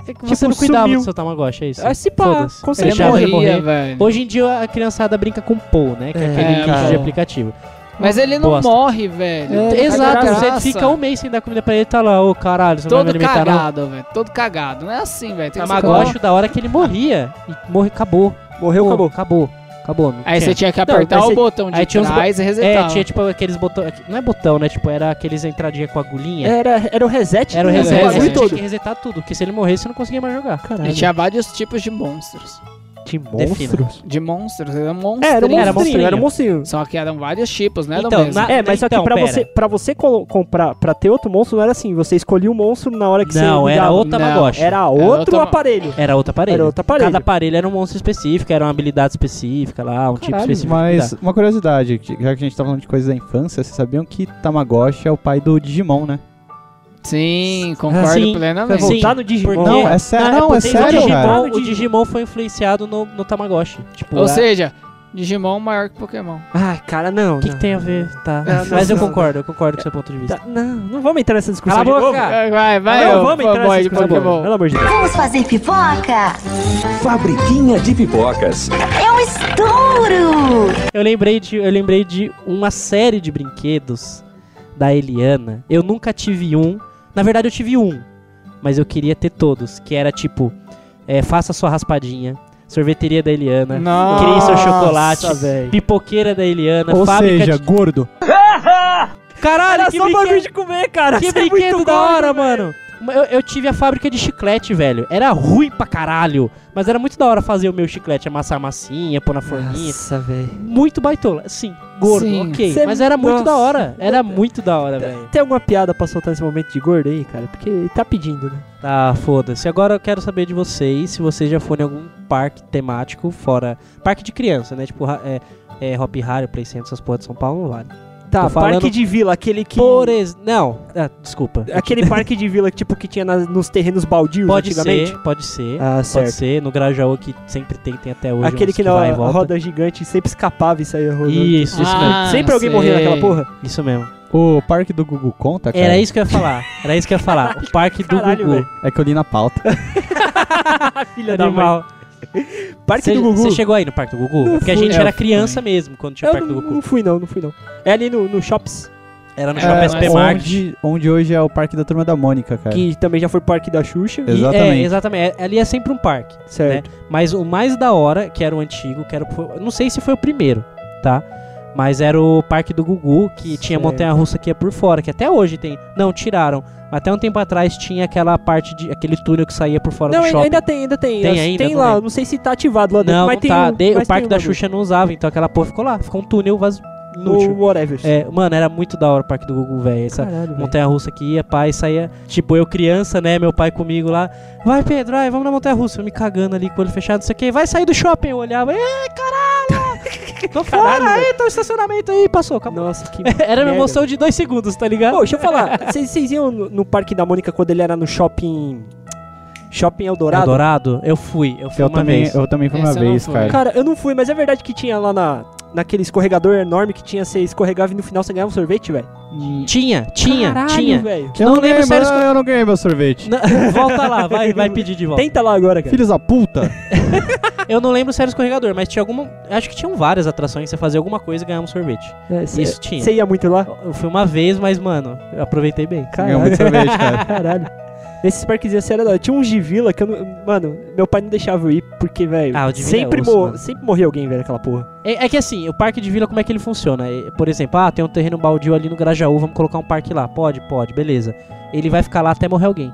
Speaker 3: É que você não
Speaker 2: Tipo,
Speaker 3: cuidava
Speaker 2: sumiu.
Speaker 3: do seu Tamagotchi, é isso?
Speaker 2: Ah, se pá,
Speaker 3: Foda-se.
Speaker 2: com
Speaker 5: Ele
Speaker 2: certeza.
Speaker 3: Deixava ele
Speaker 5: morria,
Speaker 3: morrer.
Speaker 5: velho.
Speaker 3: Hoje em dia a criançada brinca com Pou, né? Que é,
Speaker 2: É,
Speaker 3: aquele bicho
Speaker 5: cara.
Speaker 3: de aplicativo.
Speaker 5: Mas ele não
Speaker 3: Bosta. É,
Speaker 5: morre, velho.
Speaker 2: É,
Speaker 5: Ele
Speaker 3: Exato,
Speaker 5: faz
Speaker 3: você
Speaker 5: graça.
Speaker 3: fica um mês sem dar comida pra ele e tá lá, ô caralho, você não
Speaker 5: Todo
Speaker 3: vai me alimentar não.
Speaker 5: cagado, velho. Todo cagado. Não é assim, velho. Tem que ser
Speaker 3: Tamagotchi, da hora que ele morria. E morre, acabou.
Speaker 2: Morreu, um
Speaker 3: Pô,
Speaker 2: acabou.
Speaker 3: Acabou. Acabou. não
Speaker 5: como- Aí
Speaker 3: tinha.
Speaker 5: você tinha que
Speaker 2: Não,
Speaker 5: apertar
Speaker 2: mas
Speaker 5: o
Speaker 2: você-
Speaker 5: botão de
Speaker 3: aí tinha uns bo-
Speaker 5: trás e resetar.
Speaker 3: É, tinha tipo aqueles botão. Não é botão, né? Tipo, era aqueles entradinha com agulhinha.
Speaker 2: Era, era o reset.
Speaker 3: Era o
Speaker 2: né?
Speaker 3: reset,
Speaker 2: É, bagulho
Speaker 5: reset.
Speaker 3: você tinha
Speaker 2: todo.
Speaker 3: que resetar tudo, porque se ele morresse, você não conseguia mais jogar.
Speaker 2: Caralho.
Speaker 5: E tinha vários tipos de monstros.
Speaker 2: Tinha
Speaker 3: Defina.
Speaker 2: monstros.
Speaker 5: De monstros, era monstro.
Speaker 2: É, era um
Speaker 3: Era
Speaker 2: monstrinho, era um monstrinho.
Speaker 5: Só que eram vários tipos, né?
Speaker 3: Então,
Speaker 5: mesmo.
Speaker 3: na-
Speaker 2: É, mas só
Speaker 3: Então,
Speaker 2: que pra
Speaker 3: pera.
Speaker 2: você, pra você colo- comprar, pra ter outro monstro, não era assim. Você escolhia o monstro na hora que você
Speaker 3: Não, era
Speaker 2: ligava.
Speaker 3: outro
Speaker 5: Não,
Speaker 3: Tamagotchi. Era...
Speaker 2: Era outro
Speaker 5: outro-
Speaker 2: aparelho.
Speaker 3: outro aparelho.
Speaker 2: Era outro aparelho.
Speaker 3: Cada aparelho era um monstro específico, era uma habilidade específica lá, um tipo
Speaker 2: Caralho,
Speaker 3: específico.
Speaker 1: Mas uma curiosidade, que- já que a gente tá falando de coisas da infância, vocês sabiam que Tamagotchi é o pai do Digimon, né?
Speaker 5: Sim, concordo
Speaker 3: Ah, Sim,
Speaker 5: plenamente.
Speaker 3: sim.
Speaker 2: Voltar no Digimon.
Speaker 3: Porque-
Speaker 1: Não, é sério, não, é
Speaker 3: porque
Speaker 1: sério,
Speaker 3: o Digimon,
Speaker 1: cara.
Speaker 3: O Digimon foi influenciado no, no Tamagotchi. Tipo,
Speaker 5: Ou
Speaker 3: ah,
Speaker 5: seja, Digimon maior que Pokémon.
Speaker 2: Ai, cara, não.
Speaker 3: o que, que
Speaker 2: não.
Speaker 3: tem a ver? Tá.
Speaker 2: Não, não,
Speaker 3: Mas eu
Speaker 2: não,
Speaker 3: concordo, eu concordo com o seu ponto de vista.
Speaker 2: Tá, não, não vamos entrar nessa discussão
Speaker 3: Cala a
Speaker 2: de
Speaker 3: boca!
Speaker 2: novo.
Speaker 5: Vai, vai,
Speaker 2: não,
Speaker 5: ô,
Speaker 2: vamos entrar
Speaker 5: fanboy
Speaker 2: nessa
Speaker 5: de
Speaker 2: discussão de novo.
Speaker 5: Pokémon.
Speaker 2: Pelo amor de Deus.
Speaker 7: Vamos fazer pipoca?
Speaker 10: Fabriquinha de pipocas.
Speaker 7: É um estouro!
Speaker 3: Eu lembrei de, eu lembrei de uma série de brinquedos da Eliana. Eu nunca tive um. Na verdade, eu tive um, mas eu queria ter todos. Que era tipo, é, faça sua raspadinha, sorveteria da Eliana,
Speaker 5: Nossa,
Speaker 3: crie seu chocolate,
Speaker 2: velho.
Speaker 3: pipoqueira da Eliana,
Speaker 1: Ou
Speaker 3: né? fábrica
Speaker 1: seja,
Speaker 3: de...
Speaker 1: gordo.
Speaker 3: Caralho,
Speaker 2: Era
Speaker 3: que
Speaker 2: só bagulho
Speaker 3: brinquedo,
Speaker 2: de comer, cara.
Speaker 3: que
Speaker 2: Isso é muito
Speaker 3: brinquedo da
Speaker 2: gordo,
Speaker 3: hora,
Speaker 2: velho.
Speaker 3: mano. Eu, eu tive a fábrica de chiclete, velho. Era ruim pra caralho. Mas era muito da hora fazer o meu chiclete, amassar a massinha, pôr na forminha.
Speaker 2: Nossa, velho.
Speaker 3: Muito baitola. Sim, gordo,
Speaker 5: Sim.
Speaker 3: ok.
Speaker 2: Cê-
Speaker 3: Mas era muito
Speaker 2: Nossa.
Speaker 3: da hora. Era muito da hora, velho.
Speaker 2: Tem alguma piada pra soltar nesse momento de gordo aí, cara? Porque ele tá pedindo, né?
Speaker 3: Tá, foda-se. Agora eu quero saber de vocês se vocês já foram em algum parque temático fora. Parque de criança, né? Tipo, ra- é, é Hop Harry, Play Center, essas porra de São Paulo não vale.
Speaker 2: Tá,
Speaker 3: Tô falando-
Speaker 2: parque de vila, aquele que...
Speaker 3: Por ex... Não, ah, desculpa.
Speaker 2: Aquele parque de vila que, tipo, que tinha nas- nos terrenos baldios
Speaker 3: Pode
Speaker 2: antigamente.
Speaker 3: ser, pode ser.
Speaker 2: Ah,
Speaker 3: Pode
Speaker 2: certo.
Speaker 3: ser, no Grajaú que sempre tem, tem até hoje.
Speaker 2: Aquele
Speaker 3: uns
Speaker 2: que
Speaker 3: vai
Speaker 2: na
Speaker 3: e volta.
Speaker 2: roda gigante sempre escapava e saía rodando.
Speaker 3: Isso, isso mesmo.
Speaker 5: Ah,
Speaker 2: sempre alguém morria
Speaker 5: sei.
Speaker 2: naquela porra.
Speaker 3: Isso mesmo.
Speaker 1: O parque do Gugu conta, cara.
Speaker 3: Era isso que eu ia falar. Era isso que eu ia falar. O parque do
Speaker 2: Caralho,
Speaker 3: Gugu.
Speaker 2: velho.
Speaker 1: É que eu li na pauta.
Speaker 2: Ah, Filha
Speaker 3: Animal.
Speaker 2: Parque
Speaker 3: Você
Speaker 2: do Gugu. É
Speaker 3: você chegou aí no Parque do Gugu?
Speaker 2: Não
Speaker 3: Porque a
Speaker 2: fui.
Speaker 3: gente
Speaker 5: É,
Speaker 3: era
Speaker 5: eu fui.
Speaker 3: criança mesmo quando tinha
Speaker 2: Eu
Speaker 3: o Parque do
Speaker 2: não,
Speaker 3: Gugu.
Speaker 2: não fui não, não fui não. É ali no, no Shops,
Speaker 3: Era no
Speaker 1: É,
Speaker 3: Shopping SP Mart.
Speaker 1: onde, onde hoje é o parque da Turma da Mônica, cara.
Speaker 2: que também já foi parque da Xuxa.
Speaker 3: E-
Speaker 1: Exatamente.
Speaker 3: É, exatamente. É, Ali é sempre um parque.
Speaker 2: Certo.
Speaker 3: Mas o mais da hora, que era o antigo, que era. o- foi- Não sei se foi o primeiro, tá? Mas era o Parque do Gugu, que tinha
Speaker 2: Certo.
Speaker 3: montanha russa que ia por fora, que até hoje tem. Não, tiraram. Mas até um tempo atrás tinha aquela parte de. aquele túnel que saía por fora
Speaker 2: Não,
Speaker 3: do
Speaker 2: ainda,
Speaker 3: shopping.
Speaker 2: ainda tem, ainda tem.
Speaker 3: Tem
Speaker 2: As-
Speaker 3: ainda,
Speaker 2: tem
Speaker 3: não
Speaker 2: lá,
Speaker 3: lembro.
Speaker 2: não sei se tá ativado lá dentro,
Speaker 3: não,
Speaker 2: mas
Speaker 3: não
Speaker 2: tem
Speaker 3: tá.
Speaker 2: um,
Speaker 3: De- o
Speaker 2: mas
Speaker 3: Parque
Speaker 2: tem um
Speaker 3: da
Speaker 2: bagulho.
Speaker 3: Xuxa não usava, então aquela porra ficou lá. Ficou um túnel vaz... inútil.
Speaker 2: No whatever.
Speaker 3: É, mano, era muito da hora o Parque do Gugu, velho. Essa
Speaker 2: Caralho, velho.
Speaker 3: montanha russa que ia, pai saía. Tipo, eu criança, né? Meu pai comigo lá. Vai, Pedro, ai, vamos na montanha russa. Eu me cagando ali com o olho fechado, não sei o que. Vai sair do shopping. Eu olhava, ai, caralho! Tô fora aí, tá o estacionamento aí, passou, acabou.
Speaker 2: Nossa, que
Speaker 3: Era uma
Speaker 2: merda.
Speaker 3: emoção de dois segundos, tá ligado?
Speaker 2: Pô, deixa eu falar. Vocês vocês iam no, no Parque da Mônica quando ele era no shopping. Shopping Eldorado.
Speaker 3: Eldorado? Eu fui, eu fui
Speaker 1: Eu
Speaker 3: uma
Speaker 1: também,
Speaker 3: vez.
Speaker 1: eu também fui uma
Speaker 11: Essa eu não
Speaker 1: vez,
Speaker 11: fui.
Speaker 1: cara.
Speaker 2: Cara, eu não fui, mas é verdade que tinha lá na, naquele escorregador enorme que tinha, você escorregava e no final você ganhava um sorvete, velho.
Speaker 3: Tinha, tinha,
Speaker 2: Caralho,
Speaker 3: tinha.
Speaker 2: velho.
Speaker 1: Eu
Speaker 3: Não
Speaker 1: não,
Speaker 3: lembro
Speaker 1: ganhei,
Speaker 3: sério
Speaker 1: meu- eu não ganhei meu sorvete.
Speaker 3: Não, volta lá, vai, vai pedir de volta.
Speaker 2: Tenta lá agora, cara.
Speaker 1: Filhos da puta.
Speaker 3: Eu não lembro se era escorregador, mas tinha alguma. Acho que tinham várias atrações que você fazia alguma coisa e ganhava um sorvete. Isso tinha.
Speaker 2: Você É, ia muito lá?
Speaker 3: Eu fui uma vez, mas, mano, eu aproveitei bem.
Speaker 1: Ganhou muito sorvete, cara.
Speaker 2: Caralho. Nesses parquezinhos assim era da hora. Tinha um de vila que eu não. Mano, meu pai não deixava eu ir, porque, velho.
Speaker 3: Ah, o de vila é
Speaker 2: sempre,
Speaker 3: osso,
Speaker 2: mo-
Speaker 3: mano.
Speaker 2: sempre morria alguém, velho, aquela porra.
Speaker 3: É, é que assim, o parque de vila, como é que ele funciona? É, Por exemplo, ah, tem um terreno baldio ali no Grajaú, vamos colocar um parque lá. Pode, pode, beleza. Ele vai ficar lá até morrer alguém.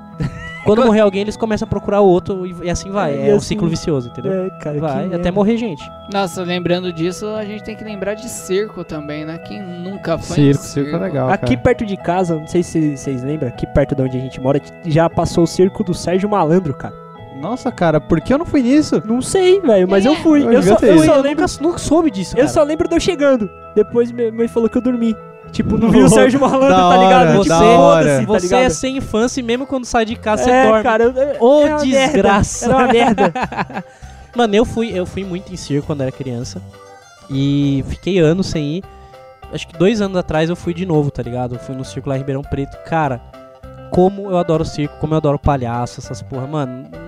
Speaker 3: Quando morrer alguém, eles começam a procurar outro e, e assim vai.
Speaker 2: É,
Speaker 3: É,
Speaker 2: e
Speaker 3: um
Speaker 2: assim-
Speaker 3: ciclo vicioso, entendeu?
Speaker 2: É, cara.
Speaker 3: vai
Speaker 2: que
Speaker 3: até
Speaker 2: merda.
Speaker 3: morrer gente.
Speaker 5: Nossa, lembrando disso, a gente tem que lembrar de circo também, né? Quem nunca foi em
Speaker 1: Circo, circo é legal,
Speaker 2: Aqui
Speaker 1: cara.
Speaker 2: perto de casa, não sei se vocês lembram, aqui perto de onde a gente mora, já passou o circo do Sérgio Malandro, cara.
Speaker 1: Nossa, cara, por que eu não fui nisso?
Speaker 2: Não sei, velho, mas
Speaker 3: É.
Speaker 2: eu fui.
Speaker 1: Eu
Speaker 2: Eu,
Speaker 1: devia
Speaker 2: só,
Speaker 1: ter
Speaker 2: eu
Speaker 1: ido.
Speaker 2: só
Speaker 3: Eu
Speaker 2: lembro,
Speaker 3: nunca, nunca soube disso,
Speaker 2: eu
Speaker 3: cara.
Speaker 2: só lembro de eu chegando. Depois minha mãe falou que eu dormi. Tipo, não vi o Sérgio Malandro,
Speaker 1: Da
Speaker 2: tá ligado?
Speaker 1: hora,
Speaker 2: tipo,
Speaker 1: É, da
Speaker 2: foda-se,
Speaker 1: hora.
Speaker 2: tá
Speaker 3: Você é
Speaker 2: ligado?
Speaker 3: sem infância e mesmo quando sai de casa,
Speaker 2: É,
Speaker 3: você dorme.
Speaker 2: cara, eu- eu-
Speaker 3: Ô,
Speaker 2: era uma merda,
Speaker 3: desgraça.
Speaker 2: Era uma merda.
Speaker 3: Mano, eu fui, eu fui muito em circo quando era criança. E fiquei anos sem ir. Acho que dois anos atrás eu fui de novo, tá ligado? Eu fui no circo lá em Ribeirão Preto. Cara, como eu adoro circo, como eu adoro palhaço, essas porra, mano. não-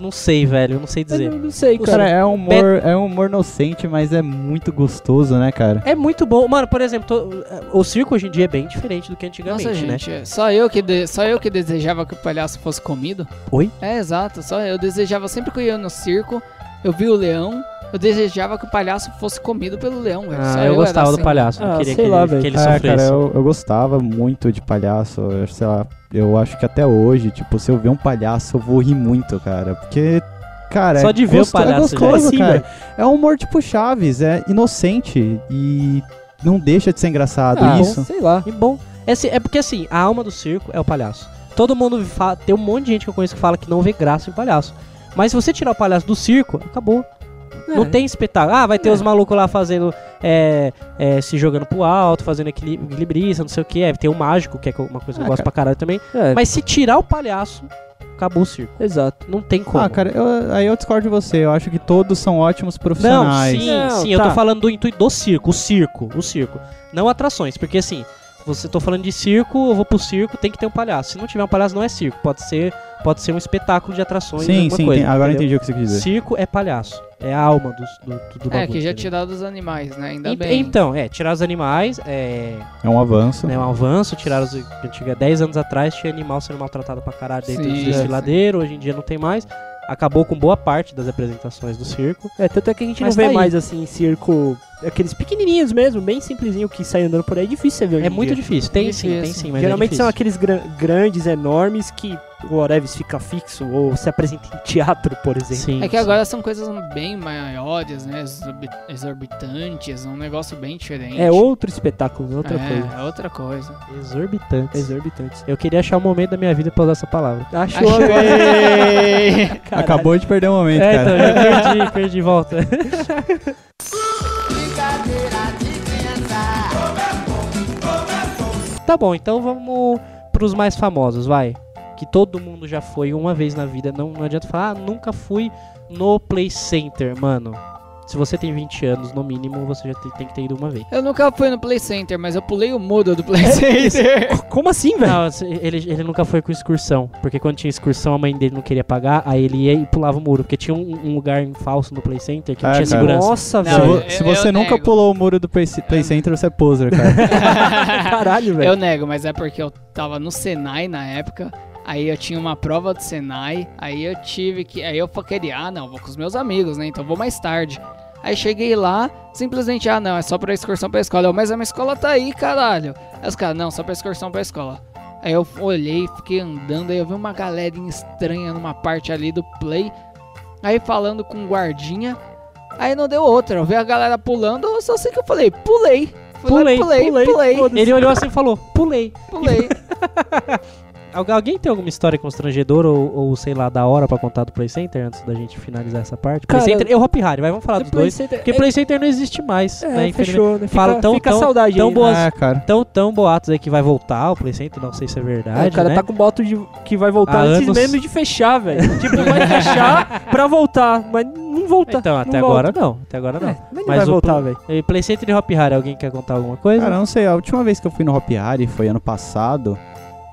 Speaker 3: Não sei, velho. Eu não sei dizer.
Speaker 2: Eu não sei, cara.
Speaker 1: Cara, é um humor, é um humor inocente, mas é muito gostoso, né, cara?
Speaker 3: É muito bom. Mano, por exemplo, to- o circo hoje em dia é bem diferente do que antigamente,
Speaker 5: Nossa,
Speaker 3: né?
Speaker 5: gente, é só, eu que de- só eu que desejava que o palhaço fosse comido.
Speaker 3: Oi?
Speaker 5: É, exato. Só eu desejava, sempre que eu ia no circo, eu vi o leão, eu desejava que o palhaço fosse comido pelo leão, velho. Só
Speaker 3: Ah, eu
Speaker 5: era
Speaker 3: gostava do
Speaker 5: assim.
Speaker 3: palhaço. não
Speaker 2: Ah,
Speaker 3: queria que
Speaker 2: sei
Speaker 3: ele,
Speaker 2: lá,
Speaker 3: que
Speaker 2: velho.
Speaker 3: ele
Speaker 1: Ah,
Speaker 3: sofresse.
Speaker 1: cara, eu, eu gostava muito de palhaço, eu, sei lá, eu acho que até hoje, tipo, se eu ver um palhaço, eu vou rir muito, cara, porque, cara...
Speaker 3: Só
Speaker 1: é
Speaker 3: de ver o
Speaker 1: gosto-
Speaker 3: palhaço já
Speaker 1: É
Speaker 3: é
Speaker 1: gostoso,
Speaker 2: assim,
Speaker 1: cara.
Speaker 2: velho.
Speaker 1: É um humor tipo Chaves, é inocente e não deixa de ser engraçado,
Speaker 2: Ah,
Speaker 1: isso.
Speaker 2: Sei lá.
Speaker 3: E bom, é, se- é porque assim, a alma do circo é o palhaço. Todo mundo fala, tem um monte de gente que eu conheço que fala que não vê graça em palhaço. Mas se você tirar o palhaço do circo, acabou.
Speaker 1: É.
Speaker 2: É.
Speaker 3: Não tem espetáculo. Ah, vai ter os malucos lá fazendo. é, é, se jogando pro alto, fazendo equili- equilibrista, não sei o que. É, tem o mágico, que é uma coisa que
Speaker 1: Ah,
Speaker 3: eu gosto
Speaker 1: cara.
Speaker 3: pra caralho também.
Speaker 2: É,
Speaker 3: Mas se tirar o palhaço, acabou o circo.
Speaker 2: exato.
Speaker 3: Não tem como.
Speaker 1: Ah, cara, eu- aí eu discordo de você, eu acho que todos são ótimos
Speaker 3: Não,
Speaker 1: profissionais.
Speaker 3: sim,
Speaker 2: Não,
Speaker 3: sim, eu
Speaker 2: tá.
Speaker 3: tô falando do intuito do circo, o circo, o circo. Não atrações, porque assim, você tô falando de circo, eu vou pro circo, tem que ter um palhaço. Se não tiver um palhaço, não é circo, pode ser, pode ser um espetáculo de atrações,
Speaker 1: sim,
Speaker 3: alguma
Speaker 1: sim,
Speaker 3: coisa.
Speaker 1: tem- agora eu entendi
Speaker 3: entendeu?
Speaker 1: o que você quis dizer.
Speaker 3: Circo é palhaço, é a alma do, do, do
Speaker 5: É,
Speaker 3: bagulho,
Speaker 5: que já
Speaker 3: entendeu?
Speaker 5: tiraram os animais, né? Ainda
Speaker 3: Ent-
Speaker 5: bem.
Speaker 3: Então, é, tirar os animais, é,
Speaker 1: É um
Speaker 2: Tá
Speaker 1: avanço.
Speaker 3: né, um avanço, tirar os. Antiga, 10 anos atrás tinha animal sendo maltratado pra caralho dentro
Speaker 5: Sim, é,
Speaker 3: dos
Speaker 5: sim.
Speaker 3: desfiladeiros, hoje em dia não tem mais. Acabou com boa parte das apresentações do circo.
Speaker 2: É, tanto é que a gente não
Speaker 3: Mas
Speaker 2: vê
Speaker 3: tá aí.
Speaker 2: mais, assim, circo... Aqueles pequenininhos mesmo, bem simplesinho, que sai andando por aí. É difícil você ver hoje
Speaker 3: É
Speaker 2: em
Speaker 3: muito
Speaker 2: dia.
Speaker 3: difícil. Tem sim, tem
Speaker 5: Difícil.
Speaker 3: sim, mas
Speaker 2: Geralmente
Speaker 3: é
Speaker 2: são
Speaker 3: difícil.
Speaker 2: aqueles gran- grandes, enormes, que o Oreves fica fixo ou se apresenta em teatro, por exemplo.
Speaker 3: Sim,
Speaker 5: É que
Speaker 3: sim.
Speaker 5: agora são coisas bem maiores, né? exorbi- Exorbitantes, um negócio bem diferente.
Speaker 2: É outro espetáculo, outra
Speaker 5: é,
Speaker 2: coisa.
Speaker 5: É outra coisa.
Speaker 3: Exorbitantes.
Speaker 2: Exorbitantes.
Speaker 3: Eu queria achar um momento da minha vida pra usar essa palavra.
Speaker 2: Achou
Speaker 5: Achei.
Speaker 2: Caralho.
Speaker 1: Acabou de perder o momento,
Speaker 3: É,
Speaker 1: cara.
Speaker 3: então, já perdi, perdi de volta. tá bom, então vamos pros mais famosos, vai. Que todo mundo já foi uma vez na vida. Não, não adianta falar, ah, nunca fui no Play Center, mano. Se você tem 20 anos, no mínimo, você já te- tem que ter ido uma vez.
Speaker 5: Eu nunca fui no Play Center, mas eu pulei o muro do Play Center.
Speaker 2: Como assim, velho?
Speaker 3: Não, se- ele, ele nunca foi com excursão. Porque quando tinha excursão, a mãe dele não queria pagar. Aí ele ia e pulava o muro. Porque tinha um, um lugar em falso no Play Center que não
Speaker 1: Ah,
Speaker 3: tinha
Speaker 1: cara.
Speaker 3: segurança.
Speaker 2: Nossa,
Speaker 1: Se,
Speaker 5: Não,
Speaker 1: vo-
Speaker 2: velho.
Speaker 5: eu-
Speaker 1: se você
Speaker 5: eu
Speaker 1: nunca
Speaker 5: nego.
Speaker 1: pulou o muro do Play, Play Center, você é poser, cara.
Speaker 2: Caralho, velho.
Speaker 5: Eu nego, mas é porque eu tava no Senai na época. Aí eu tinha uma prova do Senai, aí eu tive que. Aí eu queria, ah não, vou com os meus amigos, né? Então vou mais tarde. Aí cheguei lá, simplesmente, ah não, é só pra excursão pra escola. Eu, mas a minha escola tá aí, caralho. Aí os caras, não, só pra excursão pra escola. Aí eu olhei, fiquei andando, aí eu vi uma galerinha estranha numa parte ali do play. Aí falando com o guardinha. Aí não deu outra. Eu vi a galera pulando, eu só sei que eu falei, pulei. Fui lá e
Speaker 3: Pulei,
Speaker 5: pulei, pulei,
Speaker 2: pulei.
Speaker 3: Ele olhou assim e falou: pulei.
Speaker 5: Pulei.
Speaker 3: Algu- Alguém tem alguma história constrangedora ou, ou, sei lá, da hora pra contar do Play Center antes da gente finalizar essa parte?
Speaker 2: Cara,
Speaker 3: Play Center e o Hop Harry, vai, vamos falar
Speaker 2: Do
Speaker 3: dos dois. Porque
Speaker 2: é,
Speaker 3: Play Center não existe mais,
Speaker 2: é,
Speaker 3: né? infelizmente.
Speaker 2: fechou, né? Fica,
Speaker 3: Fala, tão-
Speaker 2: fica
Speaker 3: tão-
Speaker 2: a saudade
Speaker 3: tão
Speaker 2: aí, né?
Speaker 3: boas-
Speaker 1: Ah, cara.
Speaker 3: Tão, tão boatos aí que vai voltar o Play Center, não sei se é verdade,
Speaker 2: É, o cara
Speaker 3: né?
Speaker 2: tá com boto de que vai voltar
Speaker 3: Há
Speaker 2: antes
Speaker 3: anos.
Speaker 2: mesmo de fechar, velho. tipo, vai fechar pra voltar, mas não volta.
Speaker 3: Então, até
Speaker 2: não
Speaker 3: agora não, até agora não.
Speaker 2: É, mas não
Speaker 3: Mas
Speaker 2: vai
Speaker 3: o
Speaker 2: voltar,
Speaker 3: pro-
Speaker 2: velho.
Speaker 3: E Play Center e Hop Harry, alguém quer contar alguma coisa?
Speaker 1: Cara, eu não sei, a última vez que eu fui no Hop Hari foi ano passado.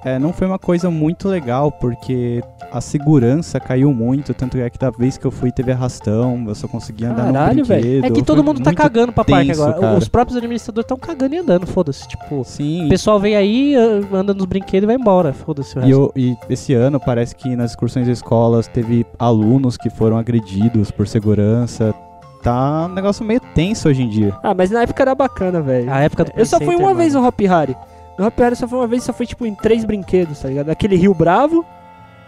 Speaker 1: É, não foi uma coisa muito legal, porque a segurança caiu muito, tanto é que da vez que eu fui teve arrastão, eu só consegui andar
Speaker 2: Caralho,
Speaker 1: no
Speaker 2: velho.
Speaker 1: brinquedo.
Speaker 3: é que todo
Speaker 1: foi
Speaker 3: mundo tá
Speaker 1: muito-
Speaker 3: cagando pra parque
Speaker 1: tenso,
Speaker 3: agora.
Speaker 1: cara.
Speaker 3: Os próprios administradores estão cagando e andando, foda-se. Tipo,
Speaker 1: Sim,
Speaker 3: o pessoal vem aí, ah, anda nos brinquedos e vai embora, foda-se o
Speaker 1: E,
Speaker 3: resto.
Speaker 1: eu- e esse ano parece que nas excursões de escolas teve alunos que foram agredidos por segurança. Tá um negócio meio tenso hoje em dia.
Speaker 2: Ah, mas na época era bacana, velho.
Speaker 3: A época do
Speaker 2: Eu só
Speaker 3: Play
Speaker 2: fui
Speaker 3: Center,
Speaker 2: uma
Speaker 3: mano.
Speaker 2: vez um no Hop Harry. No Hop Harry só foi uma vez, só foi tipo em três brinquedos, tá ligado? Aquele Rio Bravo,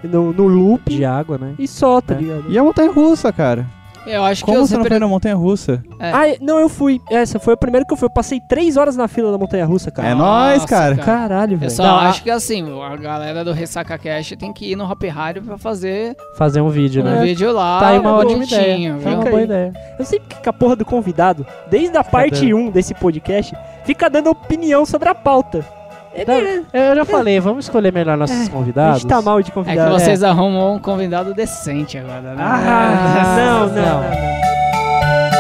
Speaker 2: no, no loop
Speaker 3: de água, né?
Speaker 2: e só, tá
Speaker 3: É.
Speaker 2: ligado?
Speaker 1: E a montanha russa, cara?
Speaker 5: Eu acho que
Speaker 1: Como
Speaker 5: eu
Speaker 1: você não
Speaker 5: sempre-
Speaker 1: foi na montanha russa?
Speaker 5: É.
Speaker 2: Ah, não, eu fui. Essa foi a primeira que eu fui. Eu passei três horas na fila da Montanha Russa, cara.
Speaker 1: É nóis,
Speaker 5: Nossa,
Speaker 1: cara.
Speaker 2: Caralho,
Speaker 5: Eu
Speaker 2: velho.
Speaker 5: É só
Speaker 2: Não, a-
Speaker 5: acho que assim, a galera do Ressaca Cash tem que ir no Hop Harry pra fazer
Speaker 3: Fazer um vídeo,
Speaker 5: um
Speaker 3: né?
Speaker 5: vídeo lá.
Speaker 3: Tá aí uma ótima
Speaker 5: bonitinho,
Speaker 3: ideia. Tá uma
Speaker 2: Fica
Speaker 5: viu?
Speaker 3: boa
Speaker 2: aí.
Speaker 3: ideia.
Speaker 2: Eu sei porque que a porra do convidado, desde a parte
Speaker 3: dando-
Speaker 2: 1 desse podcast, fica dando opinião sobre a pauta. Ele, é
Speaker 3: Tá. Eu já falei, vamos escolher melhor nossos
Speaker 2: a
Speaker 3: convidados.
Speaker 2: gente tá mal de
Speaker 5: É que
Speaker 2: convidado.
Speaker 5: vocês arrumam um convidado decente agora, né?
Speaker 2: Ah, não, não, não.
Speaker 3: não.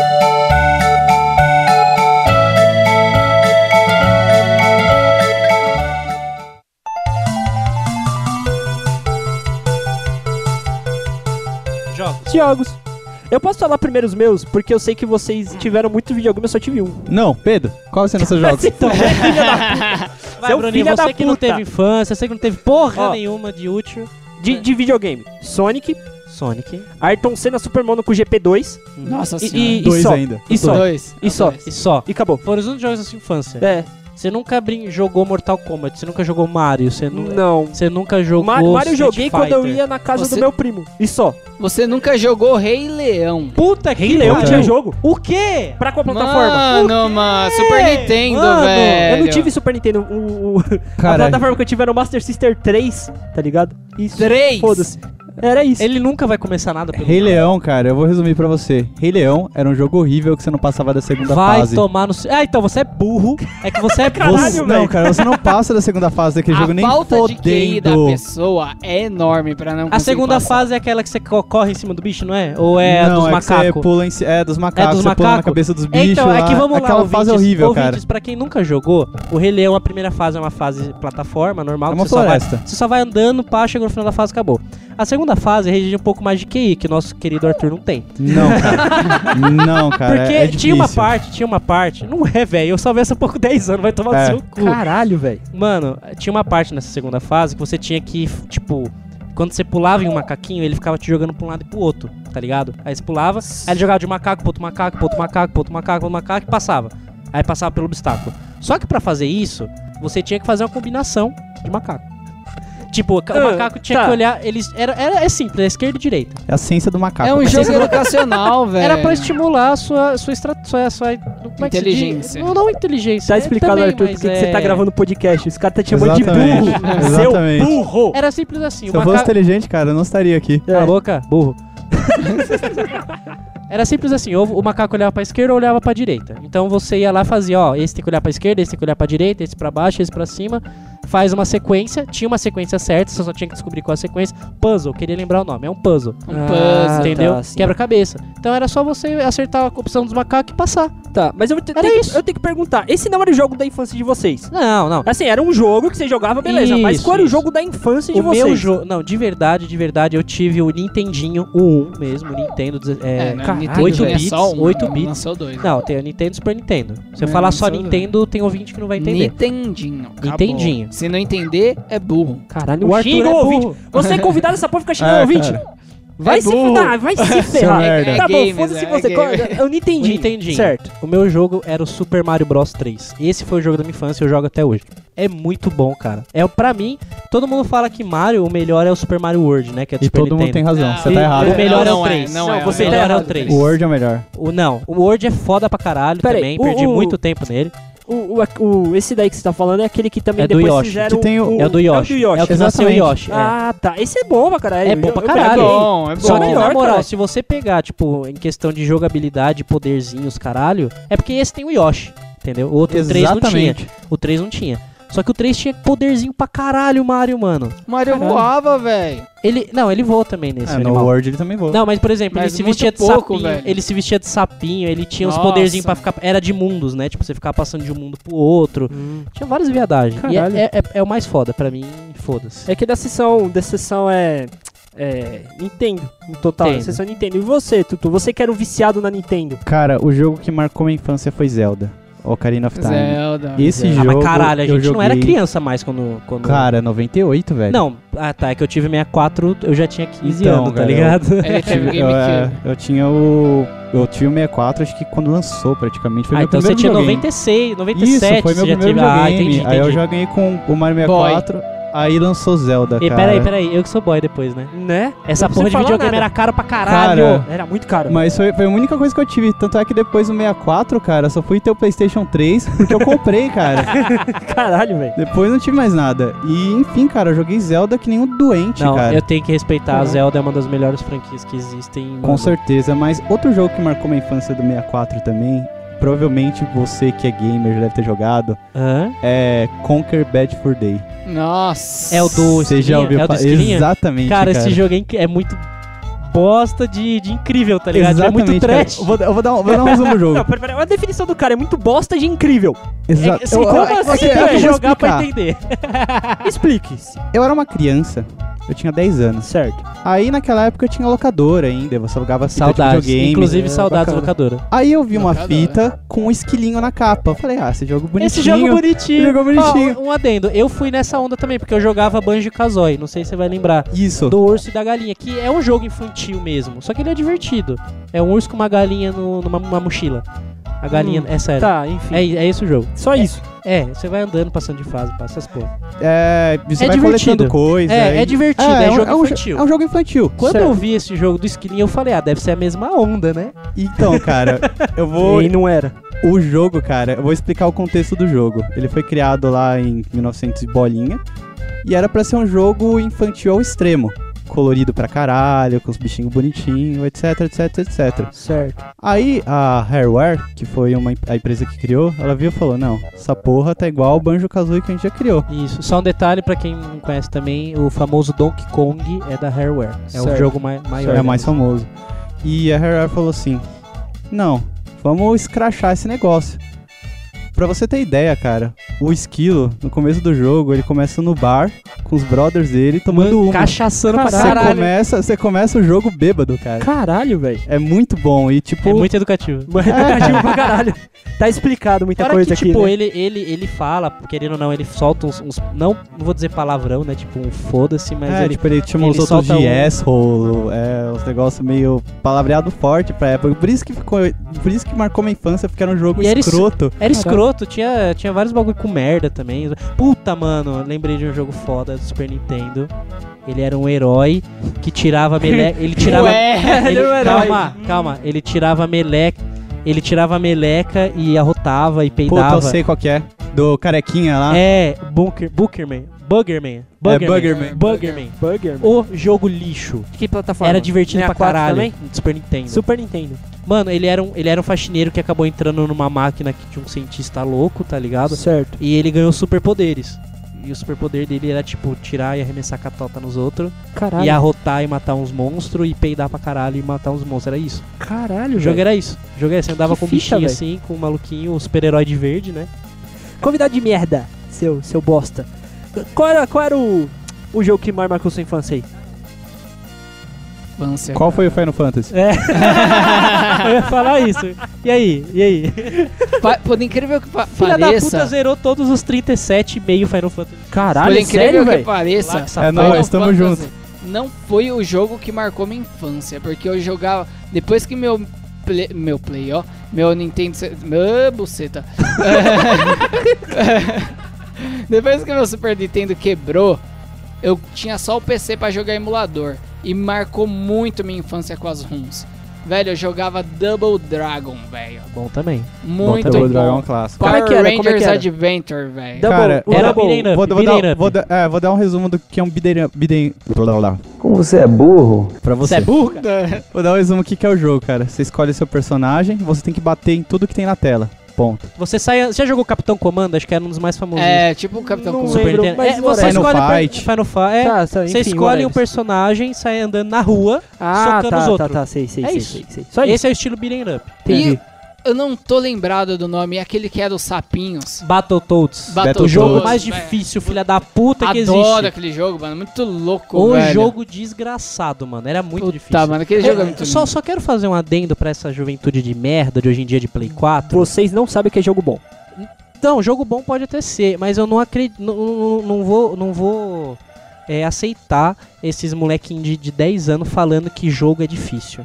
Speaker 3: Jogos.
Speaker 2: Jogos. É. Eu posso falar primeiro os meus, porque eu sei que vocês tiveram muito videogame, eu só tive um.
Speaker 1: Não, Pedro, qual você nos seus jogos?
Speaker 2: Então, filha da
Speaker 3: Vai,
Speaker 2: Seu
Speaker 3: Bruninho,
Speaker 2: filho
Speaker 3: você
Speaker 2: da
Speaker 3: que não
Speaker 2: puta.
Speaker 3: teve infância, você que não teve porra
Speaker 2: Ó.
Speaker 3: nenhuma de útil.
Speaker 2: De, de videogame. Sonic,
Speaker 3: Sonic.
Speaker 2: Ayrton Senna Super Monaco GP2
Speaker 5: Nossa
Speaker 2: e,
Speaker 5: senhora.
Speaker 2: e- e
Speaker 1: Dois
Speaker 2: só.
Speaker 1: ainda.
Speaker 2: E só.
Speaker 5: Dois.
Speaker 2: E só.
Speaker 5: Dois.
Speaker 3: E só.
Speaker 2: E acabou.
Speaker 3: Foram os únicos jogos da sua infância.
Speaker 2: É.
Speaker 3: Você nunca brin- jogou Mortal Kombat, você nunca jogou Mario, você, nu-
Speaker 2: Não.
Speaker 3: você nunca jogou.
Speaker 2: Mario, Mario eu
Speaker 3: Street
Speaker 2: joguei quando eu
Speaker 3: Fighter.
Speaker 2: ia na casa
Speaker 5: Você-
Speaker 2: do meu primo. E só.
Speaker 5: Você nunca jogou Rei Leão.
Speaker 3: Puta que
Speaker 2: Eu
Speaker 1: Leão.
Speaker 3: pariu.
Speaker 2: tinha jogo.
Speaker 3: O quê?
Speaker 2: Pra qual plataforma?
Speaker 5: Mano, mano, Super Nintendo,
Speaker 2: Mano,
Speaker 5: velho.
Speaker 2: Eu não tive Super Nintendo. O, o- a
Speaker 1: Cara,
Speaker 2: plataforma que eu tive era o Master Sister 3, tá ligado? Isso.
Speaker 5: Três.
Speaker 2: Foda-se. Era isso.
Speaker 3: Ele nunca vai começar nada pelo
Speaker 1: Rei Leão, cara, eu vou resumir pra você. Rei Leão era um jogo horrível que você não passava da segunda
Speaker 3: Vai
Speaker 1: fase.
Speaker 3: tomar no. c- Ah, então você é burro. É que você é burro.
Speaker 1: Você- não,
Speaker 2: velho.
Speaker 1: cara, você não passa da segunda fase daquele
Speaker 5: A
Speaker 1: jogo nem
Speaker 5: falta
Speaker 1: fodendo.
Speaker 5: de QI da pessoa é enorme pra não
Speaker 3: A
Speaker 5: conseguir
Speaker 3: segunda
Speaker 5: passar.
Speaker 3: fase é aquela que você co- corre em cima do bicho, não é? Ou é a
Speaker 1: não,
Speaker 3: dos
Speaker 1: é que você
Speaker 3: macacos?
Speaker 1: pula em ci- é dos macacos,
Speaker 3: dos
Speaker 1: você pula na
Speaker 3: macacos?
Speaker 1: cabeça dos
Speaker 3: É,
Speaker 1: bichos.
Speaker 3: então, é
Speaker 1: lá.
Speaker 3: que vamos lá,
Speaker 1: Aquela fase
Speaker 3: ouvintes,
Speaker 1: horrível, cara.
Speaker 3: ouvintes, pra quem nunca jogou, o Rei Leão, a primeira fase é uma fase plataforma, normal,
Speaker 1: É
Speaker 3: que
Speaker 1: uma
Speaker 3: você, só vai,
Speaker 1: floresta.
Speaker 3: você só vai andando, pá, chegou no final da fase, acabou. A segunda fase exige um pouco mais de QI, que o nosso querido Arthur não tem.
Speaker 1: Não, cara. não, cara.
Speaker 3: Porque
Speaker 1: é, é
Speaker 3: tinha uma
Speaker 1: difícil.
Speaker 3: parte, tinha uma parte, não é, velho, eu só vi essa pouco 10 anos, vai tomar
Speaker 1: É.
Speaker 3: no seu cu.
Speaker 2: Caralho, velho.
Speaker 3: Mano, tinha uma parte nessa segunda fase que você tinha que, tipo, quando você pulava em um macaquinho, ele ficava te jogando pra um lado e pro outro, tá ligado? Aí você pulava, aí ele jogava de um macaco pro outro macaco, pro outro macaco, pro outro macaco, pro outro macaco e passava. Aí passava pelo obstáculo. Só que pra fazer isso, você tinha que fazer uma combinação de macaco. Tipo, o ca- o
Speaker 2: Ah,
Speaker 3: macaco tinha
Speaker 2: tá.
Speaker 3: que olhar, eles era, era é simples, é esquerda e direita.
Speaker 1: É a ciência do macaco.
Speaker 5: É um jogo educacional, velho.
Speaker 2: É.
Speaker 3: Era pra estimular a sua sua estratégia, sua, sua como é que se diz?
Speaker 5: Inteligência.
Speaker 3: Não, não inteligência.
Speaker 2: Tá
Speaker 3: é
Speaker 2: explicado,
Speaker 3: também,
Speaker 2: Arthur, por
Speaker 3: mas
Speaker 2: que que você tá
Speaker 3: é-
Speaker 2: gravando podcast. Os caras tá te chamando de
Speaker 1: Exatamente,
Speaker 2: burro.
Speaker 3: né?
Speaker 1: exatamente.
Speaker 2: Seu burro.
Speaker 3: Era simples assim,
Speaker 1: Se
Speaker 3: o
Speaker 1: eu fosse
Speaker 3: macaco
Speaker 1: inteligente, cara, eu não estaria aqui.
Speaker 3: Cala a boca, burro. Era simples assim, ou o macaco olhava pra esquerda ou olhava pra direita. Então você ia lá e fazia, ó, esse tem que olhar pra esquerda, esse tem que olhar pra direita, esse pra baixo, esse pra cima. Faz uma sequência, tinha uma sequência certa, você só tinha que descobrir qual a sequência. Puzzle, queria lembrar o nome, é um puzzle.
Speaker 5: Um puzzle.
Speaker 3: entendeu?
Speaker 2: tá, sim.
Speaker 3: Quebra-cabeça. Então era só você acertar a opção dos macacos e passar.
Speaker 2: Tá, mas eu, vou ter,
Speaker 3: Era
Speaker 2: tenho que-
Speaker 3: isso.
Speaker 2: eu tenho que perguntar. Esse não era o jogo da infância de vocês?
Speaker 3: Não, não.
Speaker 2: Assim, era um jogo que você jogava, beleza. mas
Speaker 3: Isso,
Speaker 2: qual era o
Speaker 3: isso.
Speaker 2: jogo da infância de
Speaker 3: O
Speaker 2: vocês?
Speaker 3: meu jogo. Não, de verdade, de verdade, eu tive o Nintendinho, o 1 mesmo, o Nintendo. deze- É,
Speaker 5: né,
Speaker 3: caralho,
Speaker 5: Nintendo
Speaker 3: 8
Speaker 5: é
Speaker 3: bits.
Speaker 5: só um,
Speaker 3: 8
Speaker 5: não
Speaker 3: bits.
Speaker 5: Lançou dois.
Speaker 3: Não, tem o Nintendo e Super Nintendo. Se eu
Speaker 5: É,
Speaker 3: falar só
Speaker 5: lançou,
Speaker 3: Nintendo, tem ouvinte que não vai entender.
Speaker 5: Nintendinho. acabou.
Speaker 3: Nintendinho.
Speaker 5: Se não entender, é burro.
Speaker 2: Caralho,
Speaker 3: O
Speaker 2: o Arthur
Speaker 3: Arthur é burro. Ah,
Speaker 2: ouvinte. Você é convidado essa porra fica xingando
Speaker 1: É,
Speaker 2: ouvinte.
Speaker 1: cara.
Speaker 2: Vai
Speaker 5: É
Speaker 2: se
Speaker 5: burro.
Speaker 2: ferrar, vai se ferrar.
Speaker 1: merda.
Speaker 2: Tá
Speaker 5: É
Speaker 2: bom,
Speaker 5: games,
Speaker 2: foda-se
Speaker 5: é
Speaker 2: você.
Speaker 5: game.
Speaker 2: qual- Eu não entendi.
Speaker 3: Nintendinho.
Speaker 2: Certo.
Speaker 3: O meu jogo era o Super Mario Bros 3. Esse foi o jogo da minha infância, eu jogo até hoje. É muito bom, cara. É para mim, todo mundo fala que Mario, o melhor é o Super Mario World, né, que é do
Speaker 1: E
Speaker 3: Super
Speaker 1: todo mundo
Speaker 3: Nintendo.
Speaker 1: tem razão,
Speaker 5: Não,
Speaker 1: você
Speaker 3: E
Speaker 1: tá errado.
Speaker 3: O melhor é
Speaker 5: Não,
Speaker 3: o
Speaker 5: não é,
Speaker 3: 3.
Speaker 5: não é,
Speaker 3: você
Speaker 2: o
Speaker 3: o
Speaker 2: melhor
Speaker 3: melhor
Speaker 2: é
Speaker 3: é
Speaker 2: o
Speaker 3: o 3.
Speaker 1: O Word é o melhor.
Speaker 3: O, não, o World é foda pra caralho
Speaker 2: Peraí,
Speaker 3: também,
Speaker 2: o-
Speaker 3: perdi
Speaker 2: o-
Speaker 3: muito tempo nele.
Speaker 2: O- o, o- o- esse daí que você tá falando é aquele que também
Speaker 3: É do
Speaker 2: depois
Speaker 3: Yoshi,
Speaker 2: fizeram.
Speaker 1: que tem o-
Speaker 3: É o do Yoshi. É o que nasceu o
Speaker 1: Exatamente.
Speaker 3: Yoshi. é.
Speaker 2: Ah, tá. Esse é bom pra caralho.
Speaker 3: É bom
Speaker 2: Eu-
Speaker 3: pra
Speaker 2: eu
Speaker 3: caralho.
Speaker 2: peguei.
Speaker 5: Bom, é bom.
Speaker 3: Só que,
Speaker 2: melhor,
Speaker 3: na moral,
Speaker 2: cara.
Speaker 3: se você pegar, tipo, em questão de jogabilidade, poderzinhos, caralho, é porque esse tem o Yoshi, entendeu? O outro, o 3 não tinha.
Speaker 1: Exatamente.
Speaker 3: O 3 não tinha. Só que o 3 tinha poderzinho pra caralho, Mario, mano.
Speaker 5: Mario voava, velho.
Speaker 3: Ele. Não, ele voa também nesse
Speaker 1: Ah, no
Speaker 3: animal.
Speaker 1: World ele também voa.
Speaker 3: Não, mas por exemplo,
Speaker 5: Mas
Speaker 3: ele se
Speaker 5: muito
Speaker 3: vestia de
Speaker 5: pouco,
Speaker 3: sapinho,
Speaker 5: velho.
Speaker 3: ele se vestia de sapinho, ele tinha os
Speaker 5: Nossa.
Speaker 3: poderzinhos pra ficar. Era de mundos, né? Tipo, você ficava passando de um mundo pro outro.
Speaker 2: Hum.
Speaker 3: Tinha várias viadagens. E é,
Speaker 2: Caralho.
Speaker 3: é- é- é o mais foda, pra mim, foda-se.
Speaker 2: É que da sessão, da sessão é. É. Nintendo, no total.
Speaker 3: Entendo.
Speaker 2: A sessão Nintendo. E você, Tutu? Você que era um viciado na Nintendo.
Speaker 1: Cara, o jogo que marcou minha infância foi Zelda. Ocarina
Speaker 3: Tá.
Speaker 1: of Time.
Speaker 5: Zelda.
Speaker 1: Esse
Speaker 3: Ah,
Speaker 1: jogo.
Speaker 3: mas caralho, a
Speaker 1: eu
Speaker 3: gente não era
Speaker 1: joguei-
Speaker 3: criança mais quando. quando...
Speaker 1: Cara, 98, velho.
Speaker 3: Não, ah tá, é que eu tive 64, eu já tinha 15
Speaker 1: Então,
Speaker 3: anos, tá
Speaker 1: cara,
Speaker 3: ligado?
Speaker 5: É, Ele teve
Speaker 1: Eu,
Speaker 5: GameCube.
Speaker 1: é, eu tinha o. Eu tive o 64, acho que quando lançou praticamente. Foi
Speaker 3: Ah,
Speaker 1: meu
Speaker 3: então você
Speaker 1: primeiro
Speaker 3: tinha
Speaker 1: videogame.
Speaker 3: 96,
Speaker 1: Isso,
Speaker 3: 97,
Speaker 1: foi meu
Speaker 3: você já
Speaker 1: primeiro
Speaker 3: teve. Ah,
Speaker 1: videogame.
Speaker 3: entendi, entendi.
Speaker 1: Aí eu joguei com o Mario 64, aí lançou Zelda,
Speaker 3: E
Speaker 1: cara.
Speaker 3: peraí, peraí, eu que sou boy depois, né?
Speaker 2: Né?
Speaker 3: Essa
Speaker 2: Não
Speaker 3: porra
Speaker 2: precisa
Speaker 3: de
Speaker 2: falar
Speaker 3: videogame
Speaker 2: nada.
Speaker 3: era caro pra caralho.
Speaker 2: Era muito caro.
Speaker 1: Mas foi, foi a única coisa que eu tive. Tanto é que depois do 64, cara, só fui ter o PlayStation 3 porque eu comprei, cara.
Speaker 2: Caralho, velho.
Speaker 1: Depois não tive mais nada. E enfim, cara, eu joguei Zelda que nem um doente,
Speaker 3: Não,
Speaker 1: cara.
Speaker 3: eu tenho que respeitar, a
Speaker 2: Não.
Speaker 3: Zelda é uma das melhores franquias que existem.
Speaker 1: Com certeza. Mas outro jogo que marcou minha infância do 64 também, provavelmente você que é gamer já deve ter jogado,
Speaker 3: Hã?
Speaker 1: é Conquer Bad for Day.
Speaker 5: Nossa.
Speaker 3: É o do
Speaker 1: Você já
Speaker 3: Esquilinha?
Speaker 1: ouviu
Speaker 3: é o do
Speaker 1: falar?
Speaker 3: Esquilinha?
Speaker 1: Exatamente,
Speaker 3: Cara, esse jogo é inc- é muito bosta de, de incrível, tá ligado? Ele é muito
Speaker 1: Exatamente, cara.
Speaker 3: trash.
Speaker 1: Eu vou, eu vou dar um, vou dar um resumo do
Speaker 2: Não,
Speaker 1: jogo.
Speaker 2: pera, pera, a definição do cara é muito bosta de incrível.
Speaker 1: Exa-
Speaker 3: É- assim,
Speaker 1: eu-
Speaker 3: como
Speaker 1: eu-
Speaker 3: assim?
Speaker 1: ok,
Speaker 3: Você
Speaker 1: eu
Speaker 3: tem que
Speaker 1: vou
Speaker 3: jogar
Speaker 1: explicar.
Speaker 3: pra entender.
Speaker 2: Explique-se.
Speaker 1: Eu era uma criança, eu tinha 10 anos.
Speaker 2: Certo.
Speaker 1: Aí naquela época eu tinha locadora ainda, você alugava fita
Speaker 3: Saudades.
Speaker 1: de videogame. né?
Speaker 3: Inclusive,
Speaker 2: é,
Speaker 3: saudades
Speaker 2: bacana.
Speaker 3: locadora.
Speaker 1: Aí eu vi uma
Speaker 5: Locadora.
Speaker 1: fita com um esquilinho na capa. Eu falei, ah, esse jogo bonitinho.
Speaker 3: Esse jogo é bonitinho.
Speaker 1: Jogo é bonitinho.
Speaker 3: Ó, um adendo. Eu fui nessa onda também, porque eu jogava Banjo-Kazooie. Não sei se você vai lembrar.
Speaker 1: Isso.
Speaker 3: Do Urso e da Galinha, que é um jogo infantil mesmo. Só que ele é divertido. É um urso com uma galinha no- numa uma mochila. A galinha, é sério.
Speaker 2: Tá, enfim.
Speaker 3: É, é esse o jogo.
Speaker 2: Só isso.
Speaker 3: É, você vai andando, passando de fase, passa as porra.
Speaker 1: É, você
Speaker 3: É
Speaker 1: vai
Speaker 3: divertido.
Speaker 1: coletando coisa.
Speaker 3: É,
Speaker 1: aí-
Speaker 3: é divertido, é, jogo
Speaker 1: um,
Speaker 3: infantil.
Speaker 1: é um jogo infantil.
Speaker 3: Quando
Speaker 2: Certo.
Speaker 3: eu vi esse jogo do Esquilinha, eu falei, ah, deve ser a mesma onda, né?
Speaker 1: Então, cara, eu vou.
Speaker 2: E não era.
Speaker 1: O jogo, cara, eu vou explicar o contexto do jogo. Ele foi criado lá em 1900 e bolinha e era pra ser um jogo infantil ao extremo. Colorido pra caralho, com os bichinhos bonitinhos, etc, etc, etc.
Speaker 2: Certo.
Speaker 1: Aí a Hareware, que foi uma, em- a empresa que criou, ela viu e falou: Não, essa porra tá igual o Banjo Kazooie que a gente já criou.
Speaker 3: Isso. Só um detalhe pra quem não conhece também, o famoso Donkey Kong é da Hareware. É o
Speaker 2: Certo. um
Speaker 3: jogo mai maior.
Speaker 1: é o mais
Speaker 3: deles.
Speaker 1: famoso. E a Hareware falou assim: Não, vamos escrachar esse negócio. Pra você ter ideia, cara, o esquilo, no começo do jogo, ele começa no bar com os brothers dele tomando uma.
Speaker 3: Cachaçando pra
Speaker 1: Você
Speaker 3: caralho.
Speaker 1: começa, você começa o jogo bêbado, cara.
Speaker 2: Caralho, velho.
Speaker 1: É muito bom e tipo.
Speaker 3: É muito educativo.
Speaker 2: Mano, educativo pra caralho. Tá explicado muita
Speaker 3: Fora
Speaker 2: coisa
Speaker 3: que, tipo,
Speaker 2: aqui. né?
Speaker 3: ele, ele, ele fala, querendo ou não, ele solta uns, uns- Não, não vou dizer palavrão, né? Tipo, um foda-se, mas
Speaker 1: é,
Speaker 3: ele
Speaker 1: tipo, ele chama
Speaker 3: ele
Speaker 1: os outros de
Speaker 3: solta um-
Speaker 1: asshole, é, uns negócios meio palavreado forte pra época. Por isso que ficou, por isso que marcou minha infância, porque era um jogo
Speaker 3: E era
Speaker 1: escroto.
Speaker 3: Era escroto, tinha, tinha vários bagulho com merda também. Puta, mano, lembrei de um jogo foda do Super Nintendo. Ele era um herói que tirava meleca. Ele tirava.
Speaker 5: Ué,
Speaker 3: ele,
Speaker 2: ele é um herói.
Speaker 3: calma, calma. Ele tirava meleca. Ele tirava meleca e arrotava e
Speaker 1: Puta,
Speaker 3: peidava.
Speaker 1: eu sei qual que é. Do carequinha lá.
Speaker 3: É, Bunker, Bunkerman. Buggerman. Buggerman.
Speaker 1: Buggerman.
Speaker 3: Buggerman.
Speaker 2: Bugger, mano.
Speaker 3: O jogo lixo.
Speaker 2: é- Que plataforma?
Speaker 3: Era divertido pra
Speaker 2: 64
Speaker 3: caralho.
Speaker 2: também?
Speaker 3: Super Nintendo.
Speaker 2: Super Nintendo.
Speaker 3: Mano, ele era, um, ele era um faxineiro que acabou entrando numa máquina que tinha um cientista louco, tá ligado?
Speaker 2: Certo.
Speaker 3: E ele ganhou superpoderes. E o superpoder dele era, tipo, tirar e arremessar catota nos outros.
Speaker 2: Caralho.
Speaker 3: E arrotar e matar uns monstros. E peidar pra caralho e matar uns monstros. Era isso.
Speaker 2: Caralho,
Speaker 3: O jogo
Speaker 2: velho.
Speaker 3: era isso. O jogo era isso. Você andava
Speaker 2: é. Que
Speaker 3: com um
Speaker 2: fita,
Speaker 3: bichinho
Speaker 2: velho.
Speaker 3: assim, com um maluquinho, um super-herói de verde, né?
Speaker 2: Convidado de merda, seu, seu bosta. Qual era, qual era o, o jogo que mais marcou sua infância aí?
Speaker 5: Infância.
Speaker 1: Qual foi o Final Fantasy?
Speaker 3: É. Eu ia falar isso. E aí? E aí?
Speaker 5: Pa- Por incrível que pa-
Speaker 3: Filha da puta
Speaker 5: pareça.
Speaker 3: zerou todos os 37 e meio Final Fantasy.
Speaker 2: Caralho, é
Speaker 5: Por incrível que
Speaker 2: velho?
Speaker 5: pareça.
Speaker 3: Lá,
Speaker 1: É nóis, tamo junto.
Speaker 5: Não foi o jogo que marcou minha infância, porque eu jogava. Depois que meu. Play, meu Play, ó. Meu Nintendo. se- Meu buceta. É. Depois que meu Super Nintendo quebrou, eu tinha só o PC pra jogar emulador. E marcou muito minha infância com as ROMs. Velho, eu jogava Double Dragon, velho.
Speaker 3: Bom também.
Speaker 5: Muito bom.
Speaker 3: Double
Speaker 1: Double Dragon é um clássico.
Speaker 5: Power
Speaker 12: Como é que era? Como é que
Speaker 5: Rangers
Speaker 12: era?
Speaker 5: Adventure, velho.
Speaker 12: Double,
Speaker 1: Cara,
Speaker 12: o
Speaker 3: era
Speaker 12: double.
Speaker 3: beat'em up.
Speaker 1: Vou, vou,
Speaker 3: beat'em
Speaker 1: dar,
Speaker 3: up.
Speaker 1: vou, dar- é, vou dar um resumo do que é um beat'em up. beat'em- blá, blá, blá,
Speaker 13: Como você é burro?
Speaker 1: Pra você.
Speaker 3: Você é burro, cara?
Speaker 1: Vou dar um resumo do que que é o jogo, cara. Você escolhe seu personagem, você tem que bater em tudo que tem na tela. Ponto.
Speaker 3: Você sai. Você já jogou Capitão Comando? Acho que era um dos mais famosos.
Speaker 5: É, tipo o Capitão
Speaker 2: Não
Speaker 5: Comando.
Speaker 3: Super
Speaker 2: lembro,
Speaker 3: Nintendo.
Speaker 2: mas
Speaker 3: É, você
Speaker 1: Final
Speaker 3: escolhe per-
Speaker 1: Fight.
Speaker 3: Final Fight. é.
Speaker 2: Tá, tá,
Speaker 3: Você
Speaker 2: enfim,
Speaker 3: escolhe um
Speaker 2: whatever.
Speaker 3: personagem, sai andando na rua.
Speaker 2: Ah,
Speaker 3: socando
Speaker 2: tá,
Speaker 3: os
Speaker 2: tá,
Speaker 3: outros.
Speaker 2: tá, sei, sei,
Speaker 3: É
Speaker 2: sei,
Speaker 3: isso.
Speaker 2: sei, sei.
Speaker 5: Tá
Speaker 2: Só isso.
Speaker 3: Esse é o estilo beat'em up.
Speaker 2: Entendi.
Speaker 5: Eu não tô lembrado do nome, é aquele que é dos sapinhos.
Speaker 3: Battletoads.
Speaker 1: Battle
Speaker 3: O jogo
Speaker 1: Toads,
Speaker 3: mais
Speaker 5: velho.
Speaker 3: difícil, filha da puta que
Speaker 5: Adoro
Speaker 3: existe.
Speaker 5: aquele jogo, mano. Muito louco,
Speaker 3: Um
Speaker 5: velho.
Speaker 3: jogo desgraçado, mano. Era muito
Speaker 5: Puta,
Speaker 3: difícil.
Speaker 5: mano, aquele jogo é
Speaker 3: Eu-
Speaker 5: muito
Speaker 3: eu só,
Speaker 5: lindo.
Speaker 3: só quero fazer um adendo pra essa juventude de merda de hoje em dia de Play 4.
Speaker 2: Vocês não sabem o que é jogo bom.
Speaker 3: Então, jogo bom pode até ser, mas eu não acredito. Não, não- não vou. Não vou é, aceitar esses molequinhos de, de 10 anos falando que jogo é difícil.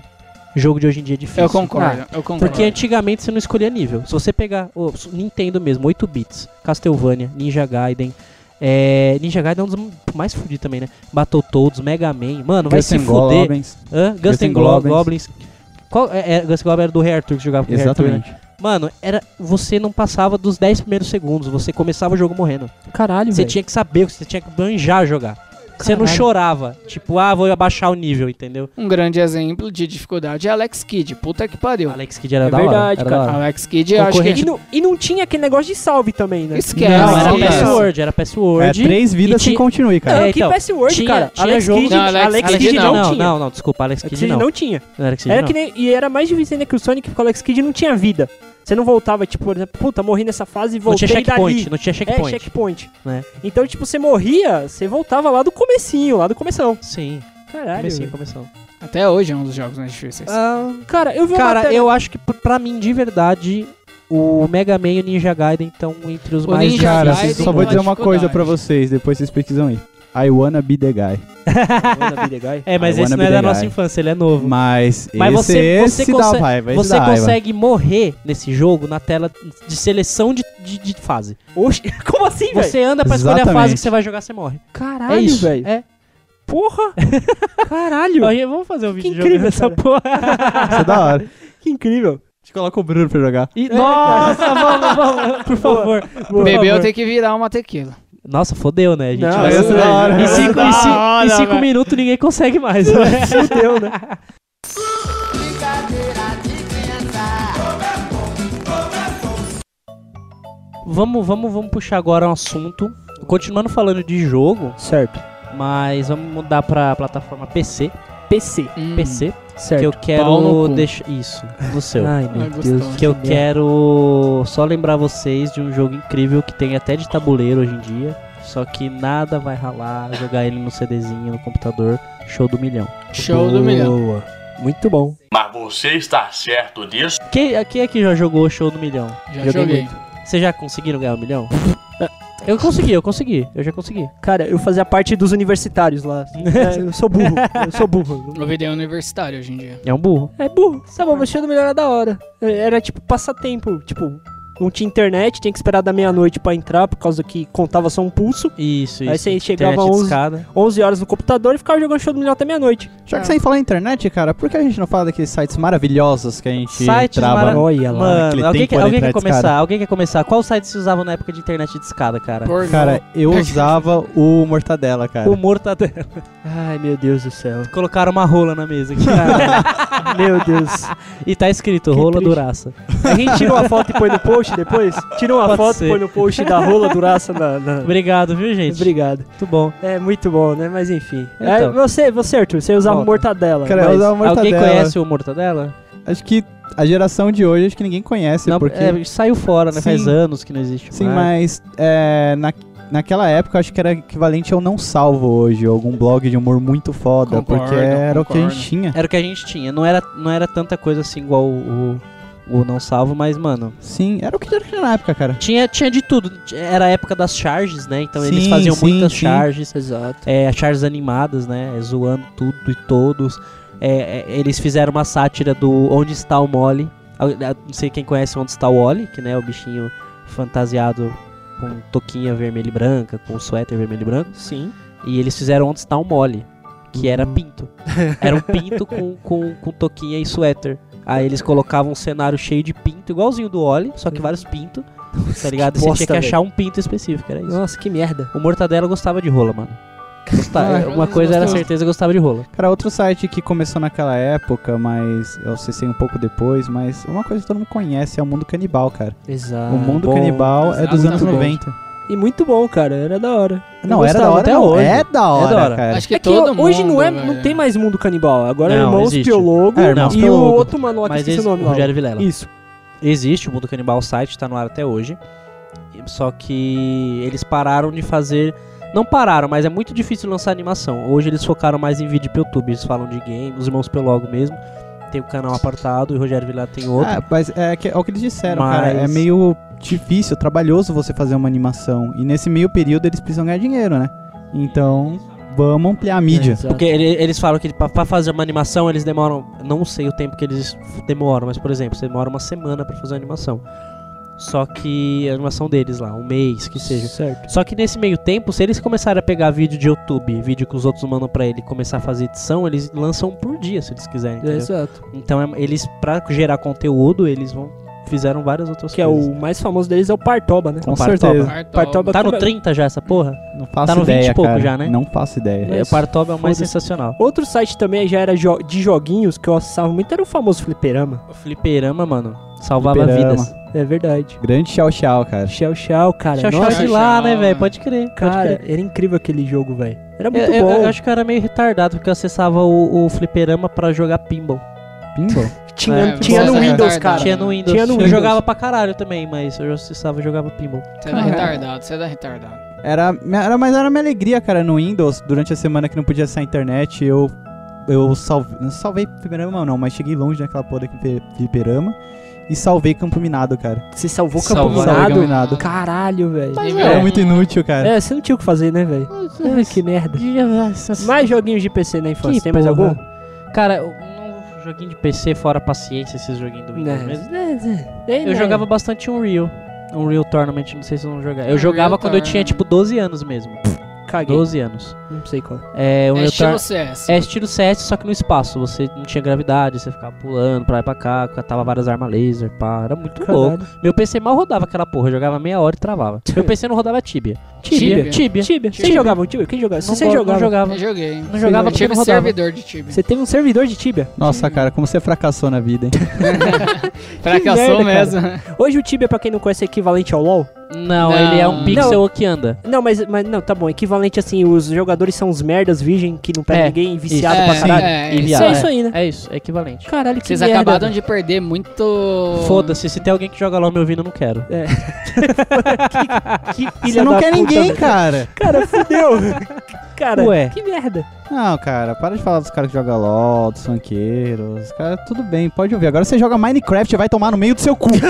Speaker 3: Jogo de hoje em dia é difícil.
Speaker 5: Eu concordo, eu concordo.
Speaker 3: Porque antigamente você não escolhia nível. Se você pegar o su- Nintendo mesmo, 8 bits, Castlevania, Ninja Gaiden. é, Ninja Gaiden é um dos mais fudidos também, né? Battletoads, Mega Man. Mano, vai se
Speaker 1: Guns N'
Speaker 3: fuder.
Speaker 1: Goblins.
Speaker 3: Hã? Guns N'
Speaker 1: N'
Speaker 3: Glo-
Speaker 1: Goblins.
Speaker 3: Goblins. Qual, é, é, Guns N' Goblins era do Rei Arthur que jogava com o Rei Arthur, né?
Speaker 1: Exatamente. É,
Speaker 3: Mano, era, você não passava dos 10 primeiros segundos. Você começava o jogo morrendo.
Speaker 2: Caralho,
Speaker 3: Você
Speaker 2: velho.
Speaker 3: tinha que saber, o que você tinha que manjar jogar. Você não
Speaker 2: Caralho.
Speaker 3: chorava. Tipo, ah, vou abaixar o nível, entendeu?
Speaker 5: Um grande exemplo de dificuldade é Alex Kidd. Puta que pariu.
Speaker 3: Alex Kidd era
Speaker 2: É
Speaker 3: da hora,
Speaker 2: verdade,
Speaker 3: era
Speaker 2: cara.
Speaker 3: da hora.
Speaker 5: Alex Kidd, eu acho que...
Speaker 2: E não, e não tinha aquele negócio de salve também, né?
Speaker 5: Esquece.
Speaker 3: Não, era
Speaker 1: Sim.
Speaker 3: password, era
Speaker 1: É,
Speaker 3: password.
Speaker 1: três vidas
Speaker 3: E
Speaker 1: sem
Speaker 3: ti-
Speaker 1: continue, cara.
Speaker 2: Não,
Speaker 3: É, então,
Speaker 2: que password,
Speaker 3: tinha-
Speaker 2: cara.
Speaker 3: tinha
Speaker 2: Alex
Speaker 3: jogo-
Speaker 2: Kidd,
Speaker 5: Não, Alex-
Speaker 2: Alex
Speaker 5: Alex
Speaker 2: Kidd
Speaker 5: Kidd
Speaker 2: não,
Speaker 3: não,
Speaker 2: tinha.
Speaker 3: não, não, desculpa, Alex
Speaker 2: Alex
Speaker 3: Kidd
Speaker 2: Kidd
Speaker 3: não.
Speaker 2: não tinha.
Speaker 3: Não era Alex Kidd,
Speaker 2: Era
Speaker 3: não.
Speaker 2: que nem, e era mais difícil ainda que o Sonic, porque o Alex Kidd não tinha vida. Você não voltava, tipo, por exemplo, puta, morri nessa fase e
Speaker 3: Não
Speaker 2: voltei
Speaker 3: tinha checkpoint,
Speaker 2: dali.
Speaker 3: não tinha checkpoint.
Speaker 2: É, checkpoint.
Speaker 3: Né?
Speaker 2: Então, tipo, você morria, você voltava lá do comecinho, lá do começão.
Speaker 3: Sim,
Speaker 2: Caralho.
Speaker 3: comecinho,
Speaker 2: velho.
Speaker 3: começou.
Speaker 5: Até hoje é um dos jogos mais
Speaker 2: Ah,
Speaker 5: difíceis.
Speaker 3: Ah,
Speaker 2: Cara, eu vi uma
Speaker 3: Cara,
Speaker 2: matéria-
Speaker 3: eu acho que pr- pra mim, de verdade, o Mega Man e o Ninja Gaiden estão entre os
Speaker 5: O
Speaker 3: mais
Speaker 5: Ninja
Speaker 1: Cara,
Speaker 5: Gaiden
Speaker 1: só vou
Speaker 5: tem
Speaker 1: dizer
Speaker 5: uma
Speaker 1: uma coisa
Speaker 5: dificuldade.
Speaker 1: pra vocês, depois vocês pesquisam aí. I wanna be the guy.
Speaker 3: É, mas
Speaker 1: I
Speaker 3: esse
Speaker 1: wanna
Speaker 3: não é
Speaker 1: be
Speaker 3: da
Speaker 1: the
Speaker 3: nossa
Speaker 1: guy.
Speaker 3: infância, ele é novo.
Speaker 1: Mas,
Speaker 3: Mas
Speaker 1: esse,
Speaker 3: você- você
Speaker 1: esse
Speaker 3: consegue-
Speaker 1: dá raiva, esse
Speaker 3: Você
Speaker 1: dá raiva.
Speaker 3: consegue morrer nesse jogo na tela de seleção de, de, de fase.
Speaker 2: Oxi, como assim, velho?
Speaker 3: Você anda pra escolher a fase
Speaker 1: Exatamente.
Speaker 3: que você vai jogar, você morre.
Speaker 2: Caralho,
Speaker 3: é isso.
Speaker 2: velho.
Speaker 3: É.
Speaker 2: Porra! Caralho!
Speaker 3: Eu- Vamos fazer um vídeo jogando
Speaker 2: incrível,
Speaker 3: essa
Speaker 2: cara.
Speaker 3: porra.
Speaker 1: Isso é da hora. A
Speaker 2: Que incrível.
Speaker 1: gente coloca o Bruno pra jogar.
Speaker 3: E- nossa, vamos, vamos, por favor. por
Speaker 5: Bebeu
Speaker 3: favor.
Speaker 5: tem que virar uma tequila.
Speaker 3: Nossa, fodeu, né, gente?
Speaker 2: Não,
Speaker 3: Vai-
Speaker 1: isso é da hora.
Speaker 2: Ah,
Speaker 3: Em cinco, em cinco- em cinco minutos ninguém consegue mais. né?
Speaker 2: Fudeu, né?
Speaker 3: vamos, vamos, vamos puxar agora um assunto. Continuando falando de jogo,
Speaker 2: Certo.
Speaker 3: mas vamos mudar pra plataforma PC.
Speaker 2: PC.
Speaker 3: PC.
Speaker 2: Certo.
Speaker 3: Que eu
Speaker 5: Hum, Pau no
Speaker 3: quero
Speaker 5: cu.
Speaker 3: deixar. Isso, no seu.
Speaker 2: Ai,
Speaker 5: Ai,
Speaker 2: meu
Speaker 5: gostoso.
Speaker 2: Deus.
Speaker 3: que eu quero só lembrar vocês de um jogo incrível que tem até de tabuleiro hoje em dia. Só que nada vai ralar jogar ele no CDzinho, no computador. Show do milhão.
Speaker 5: Show do milhão.
Speaker 2: Boa. Muito bom.
Speaker 4: Mas você está certo disso?
Speaker 3: Quem, quem é que já jogou o show do milhão?
Speaker 5: Já
Speaker 2: Joguei
Speaker 5: joguei.
Speaker 3: Vocês já conseguiram ganhar um milhão? Eu consegui, eu consegui, eu já consegui.
Speaker 2: Cara, eu fazia parte dos universitários lá. É, eu sou burro. Eu sou burro.
Speaker 5: Eu virei universitário hoje em dia.
Speaker 3: É um burro.
Speaker 2: É burro. Tá bom, mas cheiro melhor era da hora. É, Era tipo passatempo. Tipo, não tinha internet, tinha que esperar da meia-noite pra entrar, por causa que contava só um pulso.
Speaker 3: Isso, isso.
Speaker 2: Aí você chegava
Speaker 3: Internet
Speaker 2: uns-
Speaker 3: discada.
Speaker 2: 11 horas no computador e ficava jogando show do milhão até meia-noite.
Speaker 1: Já que você falar em internet, cara, por que a gente não fala daqueles sites maravilhosos que a gente
Speaker 3: Sites
Speaker 1: trava?
Speaker 3: mara-
Speaker 2: Olha
Speaker 1: naquele
Speaker 2: lá.
Speaker 3: Mano,
Speaker 1: tempo
Speaker 3: alguém, quer,
Speaker 1: era
Speaker 3: alguém quer
Speaker 1: internet
Speaker 3: começar?
Speaker 1: discada.
Speaker 3: Alguém quer começar? Qual site se usava na época de internet discada, cara?
Speaker 5: Pornô.
Speaker 1: Cara, eu usava o Mortadela, cara.
Speaker 3: O
Speaker 2: tá-
Speaker 3: Mortadela.
Speaker 2: Ai, meu Deus do céu.
Speaker 3: Colocaram uma rola na mesa aqui.
Speaker 2: meu Deus.
Speaker 3: e tá escrito
Speaker 2: Que
Speaker 3: rola
Speaker 2: triste.
Speaker 3: duraça.
Speaker 2: A gente tira uma foto e põe no post depois? Tira uma
Speaker 3: Pode
Speaker 2: foto
Speaker 3: ser.
Speaker 2: e põe no post da rola duraça na. na-
Speaker 3: Obrigado, viu, gente?
Speaker 2: Obrigado.
Speaker 3: Muito bom.
Speaker 2: É muito bom, né? Mas enfim. É,
Speaker 3: Então.
Speaker 2: você, você, Arthur, você usava
Speaker 3: Volta.
Speaker 2: mortadela.
Speaker 1: Cara, eu
Speaker 2: mas-
Speaker 1: usava o Mortadela.
Speaker 3: Alguém conhece o Mortadela?
Speaker 1: Acho que a geração de hoje, acho que ninguém conhece,
Speaker 3: Não,
Speaker 1: porque...
Speaker 3: é, saiu fora, né?
Speaker 1: Sim.
Speaker 3: Faz anos que não existe
Speaker 1: Sim,
Speaker 3: mais.
Speaker 1: mas é, na, naquela época eu acho que era equivalente ao Não Salvo hoje, ou algum blog de humor muito foda,
Speaker 5: Concordo,
Speaker 1: porque era o que a
Speaker 5: concordo.
Speaker 1: gente tinha.
Speaker 3: Era o que a gente tinha. Não era, não era tanta coisa assim igual o, o- o Não Salvo, mas, mano,
Speaker 1: Sim, era o que tinha na época, cara.
Speaker 3: Tinha, tinha de tudo. Era a época das charges, né? Então eles
Speaker 1: Sim,
Speaker 3: faziam
Speaker 1: sim,
Speaker 3: muitas
Speaker 1: sim.
Speaker 3: charges.
Speaker 2: Exato.
Speaker 3: É, charges animadas, né? Zoando tudo e todos. É, é, eles fizeram uma sátira do Onde está o Molly. Ah, ah, Não sei quem conhece Onde está o Oli, que né, é o bichinho fantasiado com toquinha vermelha e branca, com suéter vermelho e branco.
Speaker 2: Sim.
Speaker 3: E eles fizeram Onde está o Molly. que
Speaker 1: Hum.
Speaker 3: era pinto. Era um pinto com, com, com toquinha e suéter. Aí eles colocavam um cenário cheio de pinto, igualzinho do Oli, só que vários pinto, tá ligado? E Você tinha
Speaker 2: bosta,
Speaker 3: que
Speaker 2: velho.
Speaker 3: achar um pinto específico, era isso.
Speaker 2: Nossa, que merda.
Speaker 3: O Mortadela gostava de rola, mano. Gosta-
Speaker 5: Ah,
Speaker 3: uma coisa era certeza, gostava de rola.
Speaker 1: Cara, outro site que começou naquela época, mas eu acessei um pouco depois, mas uma coisa que todo mundo conhece é o Mundo Canibal, cara.
Speaker 2: Exato.
Speaker 1: o Mundo Canibal é dos
Speaker 5: Exato,
Speaker 1: anos
Speaker 5: muito bom.
Speaker 1: 90.
Speaker 2: E muito bom, cara. Era da hora. Eu
Speaker 1: Não, era da
Speaker 2: gostava
Speaker 1: hora
Speaker 2: até
Speaker 1: não.
Speaker 2: hoje.
Speaker 1: É da hora,
Speaker 3: da hora.
Speaker 1: cara.
Speaker 5: Acho que
Speaker 2: É que
Speaker 5: todo mundo,
Speaker 2: hoje não, é, não
Speaker 5: velho.
Speaker 2: tem mais mundo canibal. Agora é
Speaker 3: Não,
Speaker 2: irmãos
Speaker 3: existe.
Speaker 2: Piologo
Speaker 1: É, Irmãos
Speaker 2: e o
Speaker 1: Piologo.
Speaker 2: outro mano lá que
Speaker 3: Mas
Speaker 2: esqueci o
Speaker 3: esse, o
Speaker 2: nome lá.
Speaker 3: Rogério Vilela.
Speaker 2: Isso.
Speaker 3: Existe o Mundo Canibal, o site tá no ar até hoje. E- Só que eles pararam de fazer. Não pararam, mas é muito difícil lançar animação. Hoje eles focaram mais em vídeo pro YouTube. Eles falam de game, os irmãos Pelogo mesmo. Tem o canal apartado e o Rogério Vilela tem outro.
Speaker 1: Ah, mas é, que- é o que eles disseram,
Speaker 3: Mas-
Speaker 1: cara. É meio difícil, trabalhoso você fazer uma animação. E nesse meio período eles precisam ganhar dinheiro, né? Então, vamos ampliar a mídia.
Speaker 3: Porque é ele- eles falam que pra, pra fazer uma animação eles demoram. Não sei o tempo que eles demoram, mas por exemplo, você demora uma semana pra fazer uma animação. Só que a animação deles lá, um mês, que seja.
Speaker 2: Certo.
Speaker 3: Só que nesse meio tempo, se eles começarem a pegar vídeo de YouTube, vídeo que os outros mandam pra ele e começar a fazer edição, eles lançam um por dia, se eles
Speaker 2: É
Speaker 3: quiserem. entendeu?
Speaker 2: Exato.
Speaker 3: Então é- eles, pra gerar conteúdo, eles vão fizeram várias outras
Speaker 2: Que é
Speaker 3: coisas.
Speaker 2: o mais famoso deles é o Partoba, né?
Speaker 1: Com
Speaker 3: Partoba.
Speaker 1: certeza.
Speaker 5: Partoba.
Speaker 2: Partoba
Speaker 3: Tá
Speaker 2: que-
Speaker 3: no 30 já essa porra?
Speaker 1: Não faço
Speaker 3: no 20
Speaker 1: ideia,
Speaker 3: e pouco
Speaker 1: cara.
Speaker 3: já, né?
Speaker 1: Não faço ideia.
Speaker 3: É, o Partoba é o mais
Speaker 2: Foda-se.
Speaker 3: sensacional.
Speaker 2: Outro site também já era jo- de joguinhos que eu acessava muito era o famoso Fliperama.
Speaker 3: O fliperama, mano, salvava
Speaker 1: Fliperama.
Speaker 3: vidas.
Speaker 2: É verdade.
Speaker 1: Grande tchau tchau, cara.
Speaker 2: Shell Shell, cara.
Speaker 3: Tchau, tchau
Speaker 2: Nossa,
Speaker 3: de
Speaker 5: Tchau,
Speaker 3: lá,
Speaker 5: tchau,
Speaker 3: né,
Speaker 5: né?
Speaker 3: velho? Pode crer. pode
Speaker 2: cara,
Speaker 3: crer.
Speaker 2: era incrível aquele jogo, velho. Era muito
Speaker 3: Eu, eu-
Speaker 2: bom.
Speaker 3: eu acho que eu era meio retardado, porque eu acessava o, o fliperama pra jogar pinball.
Speaker 1: Pinball.
Speaker 2: tinha
Speaker 3: É,
Speaker 2: tinha
Speaker 3: você
Speaker 2: no
Speaker 3: é
Speaker 2: Windows,
Speaker 5: retardado.
Speaker 2: cara.
Speaker 3: Tinha no Windows.
Speaker 2: Tinha no
Speaker 3: Eu
Speaker 2: Windows.
Speaker 3: jogava pra caralho também, mas eu acessava e jogava pinball.
Speaker 5: Você dá retardado, você dá retardado.
Speaker 1: Era, era, mas era minha alegria, cara, no Windows, durante a semana que não podia sair internet, eu eu salvei, não salvei fliperama não, mas cheguei longe naquela porra daquele fliperama e salvei Campo Minado, cara.
Speaker 2: Você salvou o Campo
Speaker 5: Salvou,
Speaker 2: Minado?
Speaker 1: Minado.
Speaker 2: Caralho, velho.
Speaker 3: é
Speaker 1: Era muito inútil, cara.
Speaker 2: É, você não tinha o que fazer, né, velho? Ai, que merda. Mais joguinhos de PC na infância.
Speaker 3: Que
Speaker 2: Tem mais
Speaker 3: porra.
Speaker 2: algum?
Speaker 3: Cara, eu- um joguinho de PC fora a paciência, esses joguinhos do Windows
Speaker 2: Né.
Speaker 3: mesmo.
Speaker 2: Né, né.
Speaker 5: É,
Speaker 2: Né,
Speaker 3: é, Eu
Speaker 2: né.
Speaker 3: jogava bastante Unreal. Unreal Tournament, não sei se vocês vão jogar. Eu
Speaker 5: Unreal
Speaker 3: jogava quando eu tinha,
Speaker 5: Tournament.
Speaker 3: tipo, 12 anos mesmo.
Speaker 2: Caguei.
Speaker 3: 12 anos.
Speaker 2: Não sei qual. é.
Speaker 3: É,
Speaker 5: É
Speaker 3: Unreal
Speaker 5: estilo
Speaker 3: Tournament.
Speaker 5: CS.
Speaker 3: É estilo CS, só que no espaço. Você não tinha gravidade, você ficava pulando pra lá e pra cá, catava várias armas laser, pá. Era muito Tá louco.
Speaker 2: Caralho.
Speaker 3: Meu PC mal rodava aquela porra, eu jogava meia hora e travava. Meu PC não rodava Tibia.
Speaker 5: Tibia.
Speaker 3: Tibia.
Speaker 2: Tibia. Vocês
Speaker 3: Tibia.
Speaker 2: jogavam Tibia? Quem jogava? Se
Speaker 3: Não
Speaker 2: você
Speaker 3: go-
Speaker 2: jogava.
Speaker 3: Não jogava.
Speaker 5: Eu joguei.
Speaker 3: Não jogava
Speaker 5: Eu
Speaker 3: porque
Speaker 5: tive
Speaker 3: não rodava.
Speaker 5: servidor de time.
Speaker 2: Você teve um servidor de Tibia?
Speaker 1: Nossa, cara, como você fracassou na vida, hein?
Speaker 5: Fracassou
Speaker 2: merda,
Speaker 5: mesmo.
Speaker 2: Hoje o Tibia, pra quem não conhece, é equivalente ao LoL?
Speaker 3: Não,
Speaker 5: Não.
Speaker 3: ele é um
Speaker 5: Não.
Speaker 3: pixel que anda.
Speaker 2: Não, mas, mas não, tá bom. Equivalente assim, os jogadores são uns merdas virgem que não pega
Speaker 3: É,
Speaker 2: ninguém, viciado
Speaker 5: É,
Speaker 2: pra caralho.
Speaker 5: é,
Speaker 3: E
Speaker 5: isso
Speaker 2: Isso
Speaker 3: viado.
Speaker 2: é
Speaker 5: aí.
Speaker 2: isso aí, né?
Speaker 3: É isso, é equivalente.
Speaker 2: Caralho, que
Speaker 5: Vocês
Speaker 2: merda.
Speaker 5: acabaram de perder muito.
Speaker 3: Foda-se, se tem alguém que joga LOL me ouvindo, eu não quero.
Speaker 2: Que
Speaker 1: Você
Speaker 2: filha
Speaker 1: não
Speaker 2: da
Speaker 1: quer
Speaker 2: puta,
Speaker 1: ninguém,
Speaker 2: velho.
Speaker 1: cara.
Speaker 2: Cara, fudeu. cara,
Speaker 3: Ué.
Speaker 2: que merda.
Speaker 1: Não, cara, para de falar dos caras que jogam LOL, dos funkeiros. Cara, tudo bem, pode ouvir. Agora você joga Minecraft e vai tomar no meio do seu cu.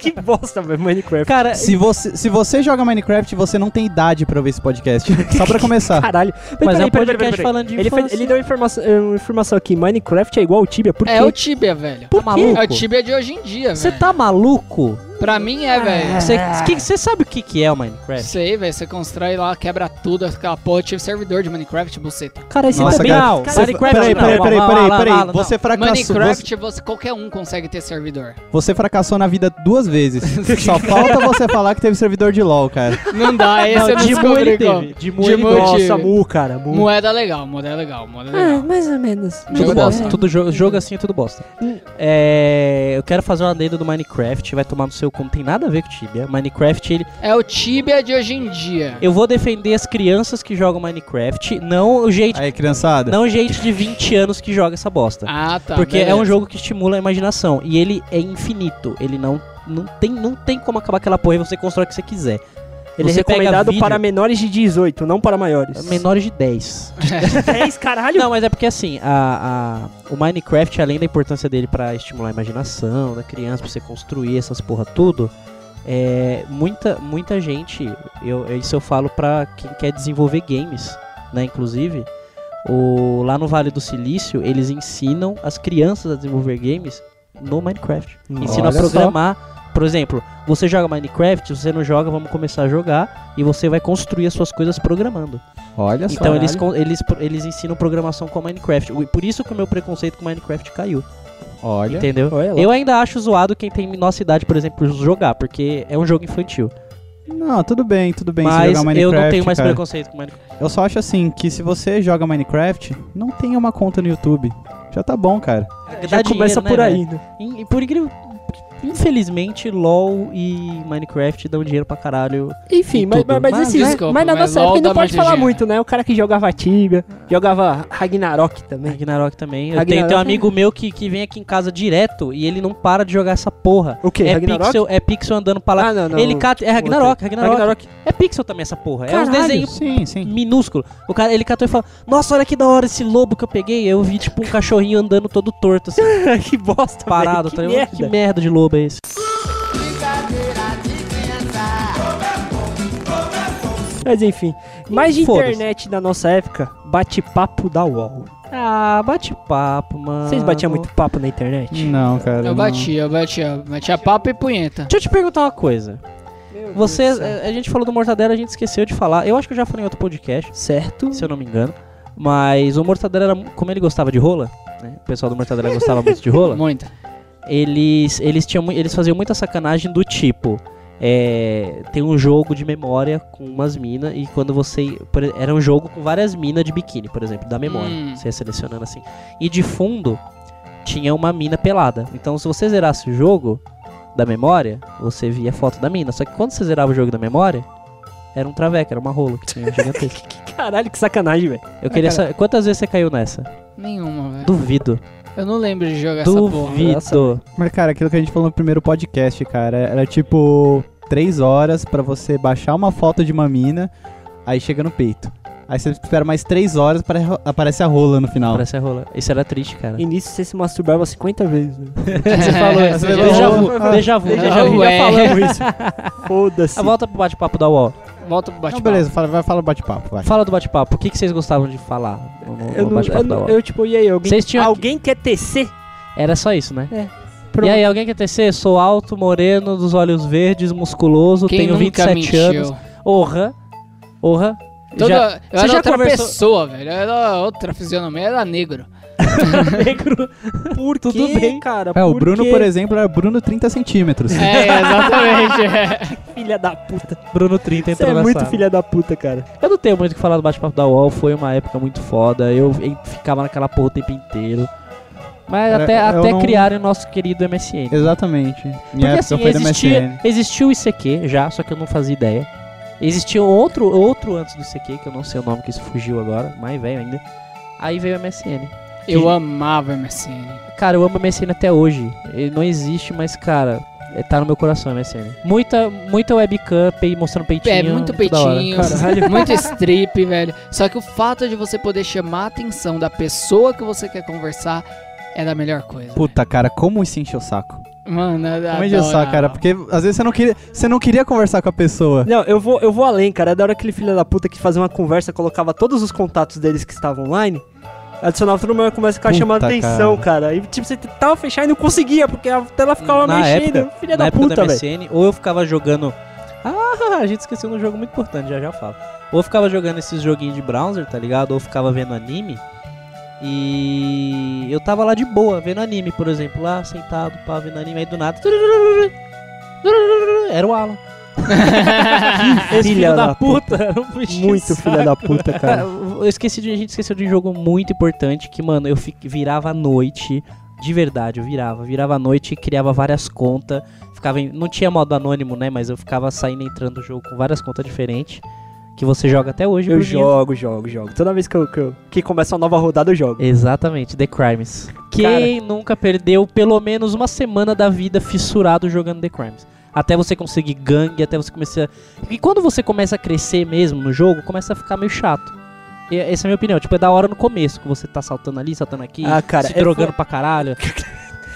Speaker 2: Que bosta, velho, Minecraft.
Speaker 3: Cara,
Speaker 1: se, você, se você joga Minecraft, você não tem idade pra ouvir esse podcast. Só pra começar.
Speaker 2: Caralho.
Speaker 3: mas é um
Speaker 2: peraí, peraí, peraí,
Speaker 3: podcast
Speaker 2: peraí.
Speaker 3: falando de
Speaker 2: Ele, fe-
Speaker 3: infância.
Speaker 2: ele deu uma informação, eh, uma informação aqui. Minecraft é igual ao Tibia, por quê?
Speaker 5: É o Tibia, velho.
Speaker 3: Tá maluco?
Speaker 5: É o Tibia de hoje em dia,
Speaker 3: Você
Speaker 5: velho.
Speaker 3: tá maluco?
Speaker 5: Pra mim é, velho.
Speaker 3: Você que- você sabe o que, que é o Minecraft?
Speaker 5: Sei, velho. Você constrói lá, quebra tudo, aquela porra. Eu tive servidor de Minecraft, buceta.
Speaker 2: Cara, esse
Speaker 1: Nossa,
Speaker 2: também...
Speaker 1: cara.
Speaker 3: Não,
Speaker 2: Cara,
Speaker 3: Minecraft
Speaker 1: peraí,
Speaker 3: não.
Speaker 1: peraí, peraí,
Speaker 3: Lá, lá,
Speaker 1: peraí,
Speaker 3: lá,
Speaker 1: peraí.
Speaker 3: lá, lá,
Speaker 1: Você fracassou. Você,
Speaker 5: Minecraft, você, qualquer um consegue ter servidor.
Speaker 1: você fracassou na vida duas vezes. Só falta você falar que teve servidor de LOL, cara.
Speaker 5: Não dá, aí
Speaker 3: Não,
Speaker 5: você não
Speaker 3: de Mu ele
Speaker 5: descobre como.
Speaker 3: teve. De Mu
Speaker 5: De
Speaker 3: ele
Speaker 5: Mu eu
Speaker 2: Nossa,
Speaker 5: tive.
Speaker 2: Mu, cara. Mu.
Speaker 5: Moeda legal, moeda legal, moeda
Speaker 2: Ah,
Speaker 5: legal.
Speaker 2: mais ou menos.
Speaker 3: Tudo
Speaker 5: Jogo
Speaker 3: bosta.
Speaker 5: da-
Speaker 3: Tudo jogo, jogo assim é tudo bosta.
Speaker 2: Hum.
Speaker 3: É, eu quero fazer uma adendo do Minecraft, vai tomar no seu cu, não tem nada a ver com Tibia. Minecraft, ele.
Speaker 5: É o Tibia de hoje em dia.
Speaker 3: Eu vou defender as crianças que jogam Minecraft, não o gente,
Speaker 1: Aí, criançada.
Speaker 3: não gente de 20 anos que joga essa bosta.
Speaker 5: Ah, tá.
Speaker 3: porque é
Speaker 5: beleza.
Speaker 3: um jogo que estimula a imaginação. E ele é infinito. Ele não, não, tem, não tem como acabar aquela porra e você constrói o que você quiser.
Speaker 2: Ele é
Speaker 3: Você pega
Speaker 2: recomendado
Speaker 3: vídeo-
Speaker 2: para menores de 18, não para maiores.
Speaker 3: Menores de 10.
Speaker 2: 10, caralho.
Speaker 3: Não, mas é porque assim, a, a- o Minecraft, além da importância dele pra estimular a imaginação da criança, pra você construir essas porra tudo, é, muita, muita gente, eu, isso eu falo pra quem quer desenvolver games, né, inclusive, o, lá no Vale do Silício, eles ensinam as crianças a desenvolver games no Minecraft.
Speaker 2: Hum,
Speaker 3: Ensinam a
Speaker 1: olha só.
Speaker 3: programar, Por exemplo, você joga Minecraft, você não joga, vamos começar a jogar e você vai construir as suas coisas programando.
Speaker 1: Olha só.
Speaker 3: Então eles,
Speaker 1: caralho.
Speaker 3: con- eles, pro- eles ensinam programação com Minecraft. O- Por isso que o meu preconceito com Minecraft caiu.
Speaker 1: É? Olha.
Speaker 3: Entendeu?
Speaker 2: Olha lá.
Speaker 3: Eu ainda acho zoado quem tem nossa idade, por exemplo, jogar, porque é um jogo infantil.
Speaker 1: Não, tudo bem, tudo bem. se
Speaker 3: Mas
Speaker 1: jogar
Speaker 3: eu não
Speaker 1: Minecraft,
Speaker 3: tenho mais
Speaker 1: cara.
Speaker 3: preconceito com Minecraft.
Speaker 1: Eu só acho assim, que se você joga Minecraft, não tenha uma conta no YouTube. Já tá bom, cara.
Speaker 2: Já começa por aí, né?
Speaker 3: E e por incrível. Infelizmente, LOL e Minecraft dão dinheiro pra caralho.
Speaker 2: Enfim,
Speaker 3: Em
Speaker 2: mas,
Speaker 3: tudo.
Speaker 2: mas,
Speaker 5: Mas,
Speaker 2: esse-
Speaker 5: desculpa,
Speaker 2: mas na
Speaker 5: mas
Speaker 3: é
Speaker 2: nossa
Speaker 5: LOL
Speaker 2: época não
Speaker 5: dá
Speaker 2: pode
Speaker 5: mais
Speaker 2: falar
Speaker 5: dinheiro.
Speaker 2: muito, né? O cara que jogava Tibia, jogava Ragnarok também.
Speaker 3: Ragnarok também. Eu
Speaker 2: Né? Ragnarok
Speaker 3: tenho, tenho um
Speaker 2: é-
Speaker 3: amigo meu que, que vem aqui em casa direto e ele não para de jogar essa porra.
Speaker 2: O quê?
Speaker 3: é,
Speaker 2: Ragnarok?
Speaker 3: pixel, é pixel andando pra lá.
Speaker 2: Ah, não, não.
Speaker 3: ele cata. É Ragnarok,
Speaker 2: Outro.
Speaker 3: Ragnarok. É pixel também essa porra. é uns desenhos
Speaker 1: Sim, sim.
Speaker 3: minúsculo. O cara, ele catou e falou: Nossa, olha que da hora esse lobo que eu peguei. Eu vi, tipo, um cachorrinho andando todo torto, assim,
Speaker 2: que bosta,
Speaker 3: parado.
Speaker 2: velho,
Speaker 3: tá
Speaker 2: que
Speaker 3: ligado?
Speaker 2: merda.
Speaker 3: que merda de lobo é esse?
Speaker 2: Mas enfim, mais de
Speaker 3: Foda-se.
Speaker 2: internet da nossa época, bate-papo da UOL.
Speaker 3: Ah, bate papo, mano.
Speaker 2: Vocês batiam muito papo na internet?
Speaker 1: Não, cara.
Speaker 5: Eu
Speaker 1: não.
Speaker 5: batia, eu batia. Batia papo e punheta.
Speaker 3: Deixa eu te perguntar uma coisa. Você,
Speaker 2: é
Speaker 3: a, a gente falou do Mortadela, a gente esqueceu de falar. Eu acho que eu já falei em outro podcast,
Speaker 2: Certo?
Speaker 3: se eu não me engano. Mas o Mortadela, era, mu- como ele gostava de rola, né? O pessoal do Mortadela gostava muito de rola.
Speaker 5: Muita.
Speaker 3: eles eles tinham mu- eles faziam muita sacanagem do tipo é, tem um jogo de memória com umas minas e quando você por e- era um jogo com várias minas de biquíni por exemplo da memória
Speaker 5: Hum.
Speaker 3: você ia selecionando assim e de fundo tinha uma mina pelada então se você zerasse o jogo da memória você via a foto da mina só que quando você zerava o jogo da memória era um traveco era uma rola que tinha gigantesca
Speaker 2: Caralho, que sacanagem, velho.
Speaker 3: eu queria saber quantas vezes você caiu nessa
Speaker 5: Nenhuma, velho.
Speaker 3: duvido
Speaker 5: Eu não lembro de jogar essa porra.
Speaker 3: duvido
Speaker 1: Mas, cara, aquilo que a gente falou no primeiro podcast, cara, era tipo três horas pra você baixar uma foto de uma mina, aí chega no peito. Aí você espera mais três horas para aparece a rola no final.
Speaker 3: parece a rola isso era triste cara
Speaker 2: E nisso você se masturbava 50 vezes, né?
Speaker 5: Você falou,
Speaker 1: Você
Speaker 5: você
Speaker 1: falou.
Speaker 3: Deja
Speaker 5: É, já...
Speaker 3: vu, deja vu,
Speaker 5: Deja
Speaker 3: deja vu.
Speaker 5: vu, é.
Speaker 2: falamos isso. Foda-se.
Speaker 3: Ah, Volta pro bate-papo da UOL.
Speaker 5: Volta pro
Speaker 1: Não,
Speaker 5: bate-papo.
Speaker 1: beleza, fala, vai fala bate-papo, vai.
Speaker 3: Fala do bate-papo. O que, que vocês gostavam de falar no, no-
Speaker 2: Eu,
Speaker 3: no
Speaker 2: não, eu,
Speaker 3: bate-papo da
Speaker 2: não,
Speaker 3: UOL?
Speaker 2: eu tipo, e aí, alguém,
Speaker 3: Vocês tinham-
Speaker 2: alguém quer TC?
Speaker 3: Era só isso, né?
Speaker 2: É. Pronto.
Speaker 3: E aí, alguém quer tecer? Sou alto, moreno, dos olhos verdes, musculoso,
Speaker 5: Quem
Speaker 3: tenho
Speaker 5: nunca
Speaker 3: 27
Speaker 5: mentiu?
Speaker 3: anos. Orra. Orra.
Speaker 5: Toda,
Speaker 3: Já-
Speaker 5: eu
Speaker 3: você
Speaker 5: era
Speaker 3: já
Speaker 5: outra
Speaker 3: conversou-
Speaker 5: pessoa, velho. Eu era outra fisionomia, eu era negro.
Speaker 3: Negro. Por tudo
Speaker 2: Que,
Speaker 3: bem.
Speaker 2: cara.
Speaker 1: É, o
Speaker 2: por
Speaker 1: Bruno,
Speaker 2: quê?
Speaker 1: por exemplo, era Bruno 30 centímetros.
Speaker 5: É, exatamente. é.
Speaker 2: Filha da puta.
Speaker 3: Bruno 30
Speaker 2: Você
Speaker 3: entrou
Speaker 2: é
Speaker 3: na
Speaker 2: muito
Speaker 3: sala.
Speaker 2: filha da puta, cara.
Speaker 3: Eu não tenho muito o que falar do bate-papo da UOL. Foi uma época muito foda. Eu em- ficava naquela porra o tempo inteiro. Mas
Speaker 1: Cara,
Speaker 3: até,
Speaker 1: eu
Speaker 3: até
Speaker 1: não-
Speaker 3: criarem o nosso querido MSN.
Speaker 1: Exatamente. Minha
Speaker 3: Porque
Speaker 1: época
Speaker 3: assim,
Speaker 1: foi da
Speaker 3: existia,
Speaker 1: MSN.
Speaker 3: existia o ICQ já, só que eu não fazia ideia. Existia outro, outro antes do ICQ, que eu não sei o nome, que isso fugiu agora, mais velho ainda. Aí veio o MSN.
Speaker 5: Eu amava MSN.
Speaker 3: Cara, eu amo o MSN até hoje. Ele não existe, mas, cara, é- tá no meu coração o MSN. Muita, muita webcam pei- mostrando peitinho.
Speaker 5: É, muito
Speaker 3: tudo da hora.
Speaker 5: peitinho,
Speaker 2: Caralho.
Speaker 5: muito strip, velho. Só que o fato de você poder chamar a atenção da pessoa que você quer conversar era a melhor coisa.
Speaker 1: Puta, cara, como isso encheu o saco?
Speaker 5: Mano, eu
Speaker 1: Como é encheu o saco,
Speaker 2: né?
Speaker 5: adorava.
Speaker 1: cara? Porque às vezes você não queria, você não queria conversar com a pessoa.
Speaker 2: Não, eu vou, eu vou além, cara. É da hora aquele filho da puta que fazia uma conversa, colocava todos os contatos deles que estavam online, adicionava tudo numa conversa que ficava
Speaker 1: Puta,
Speaker 2: chamando atenção, cara. E tipo, você tentava fechar e não conseguia, porque a tela ficava
Speaker 3: Na
Speaker 2: mexendo.
Speaker 3: época-
Speaker 2: filha
Speaker 3: na
Speaker 2: da
Speaker 3: época
Speaker 2: puta,
Speaker 3: da
Speaker 2: velho.
Speaker 3: MSN, ou eu ficava jogando. Ah, a gente esqueceu de um jogo muito importante, já já eu falo. Ou eu ficava jogando esses joguinhos de browser, tá ligado? Ou eu ficava vendo anime. E eu tava lá de boa, vendo anime, por exemplo, lá sentado, pá, vendo anime, aí do nada. Era o Alan. Esse
Speaker 2: Filha
Speaker 3: filho da,
Speaker 2: da
Speaker 3: puta, era um bicho
Speaker 2: Muito filha da puta,
Speaker 3: Cara,
Speaker 2: cara.
Speaker 3: eu esqueci de, a gente esqueceu de um jogo muito importante que, mano, eu fi- virava à noite, de verdade, eu virava, virava à noite, criava várias contas, ficava em- não tinha modo anônimo, né, mas eu ficava saindo e entrando no jogo com várias contas diferentes que você joga até hoje, né?
Speaker 2: Eu
Speaker 3: Bruninho.
Speaker 2: jogo, jogo, jogo. Toda vez que, eu, que, eu- que começa uma nova rodada, eu jogo.
Speaker 3: Exatamente, The Crimes. Quem nunca perdeu pelo menos uma semana da vida fissurado jogando The Crimes? Até você conseguir gangue, até você começar. E quando você começa a crescer mesmo no jogo, começa a ficar meio chato. E essa é a minha opinião. Tipo, é da hora no começo, que você tá saltando ali, saltando aqui,
Speaker 2: Ah, cara,
Speaker 3: se
Speaker 2: é
Speaker 3: drogando pra caralho.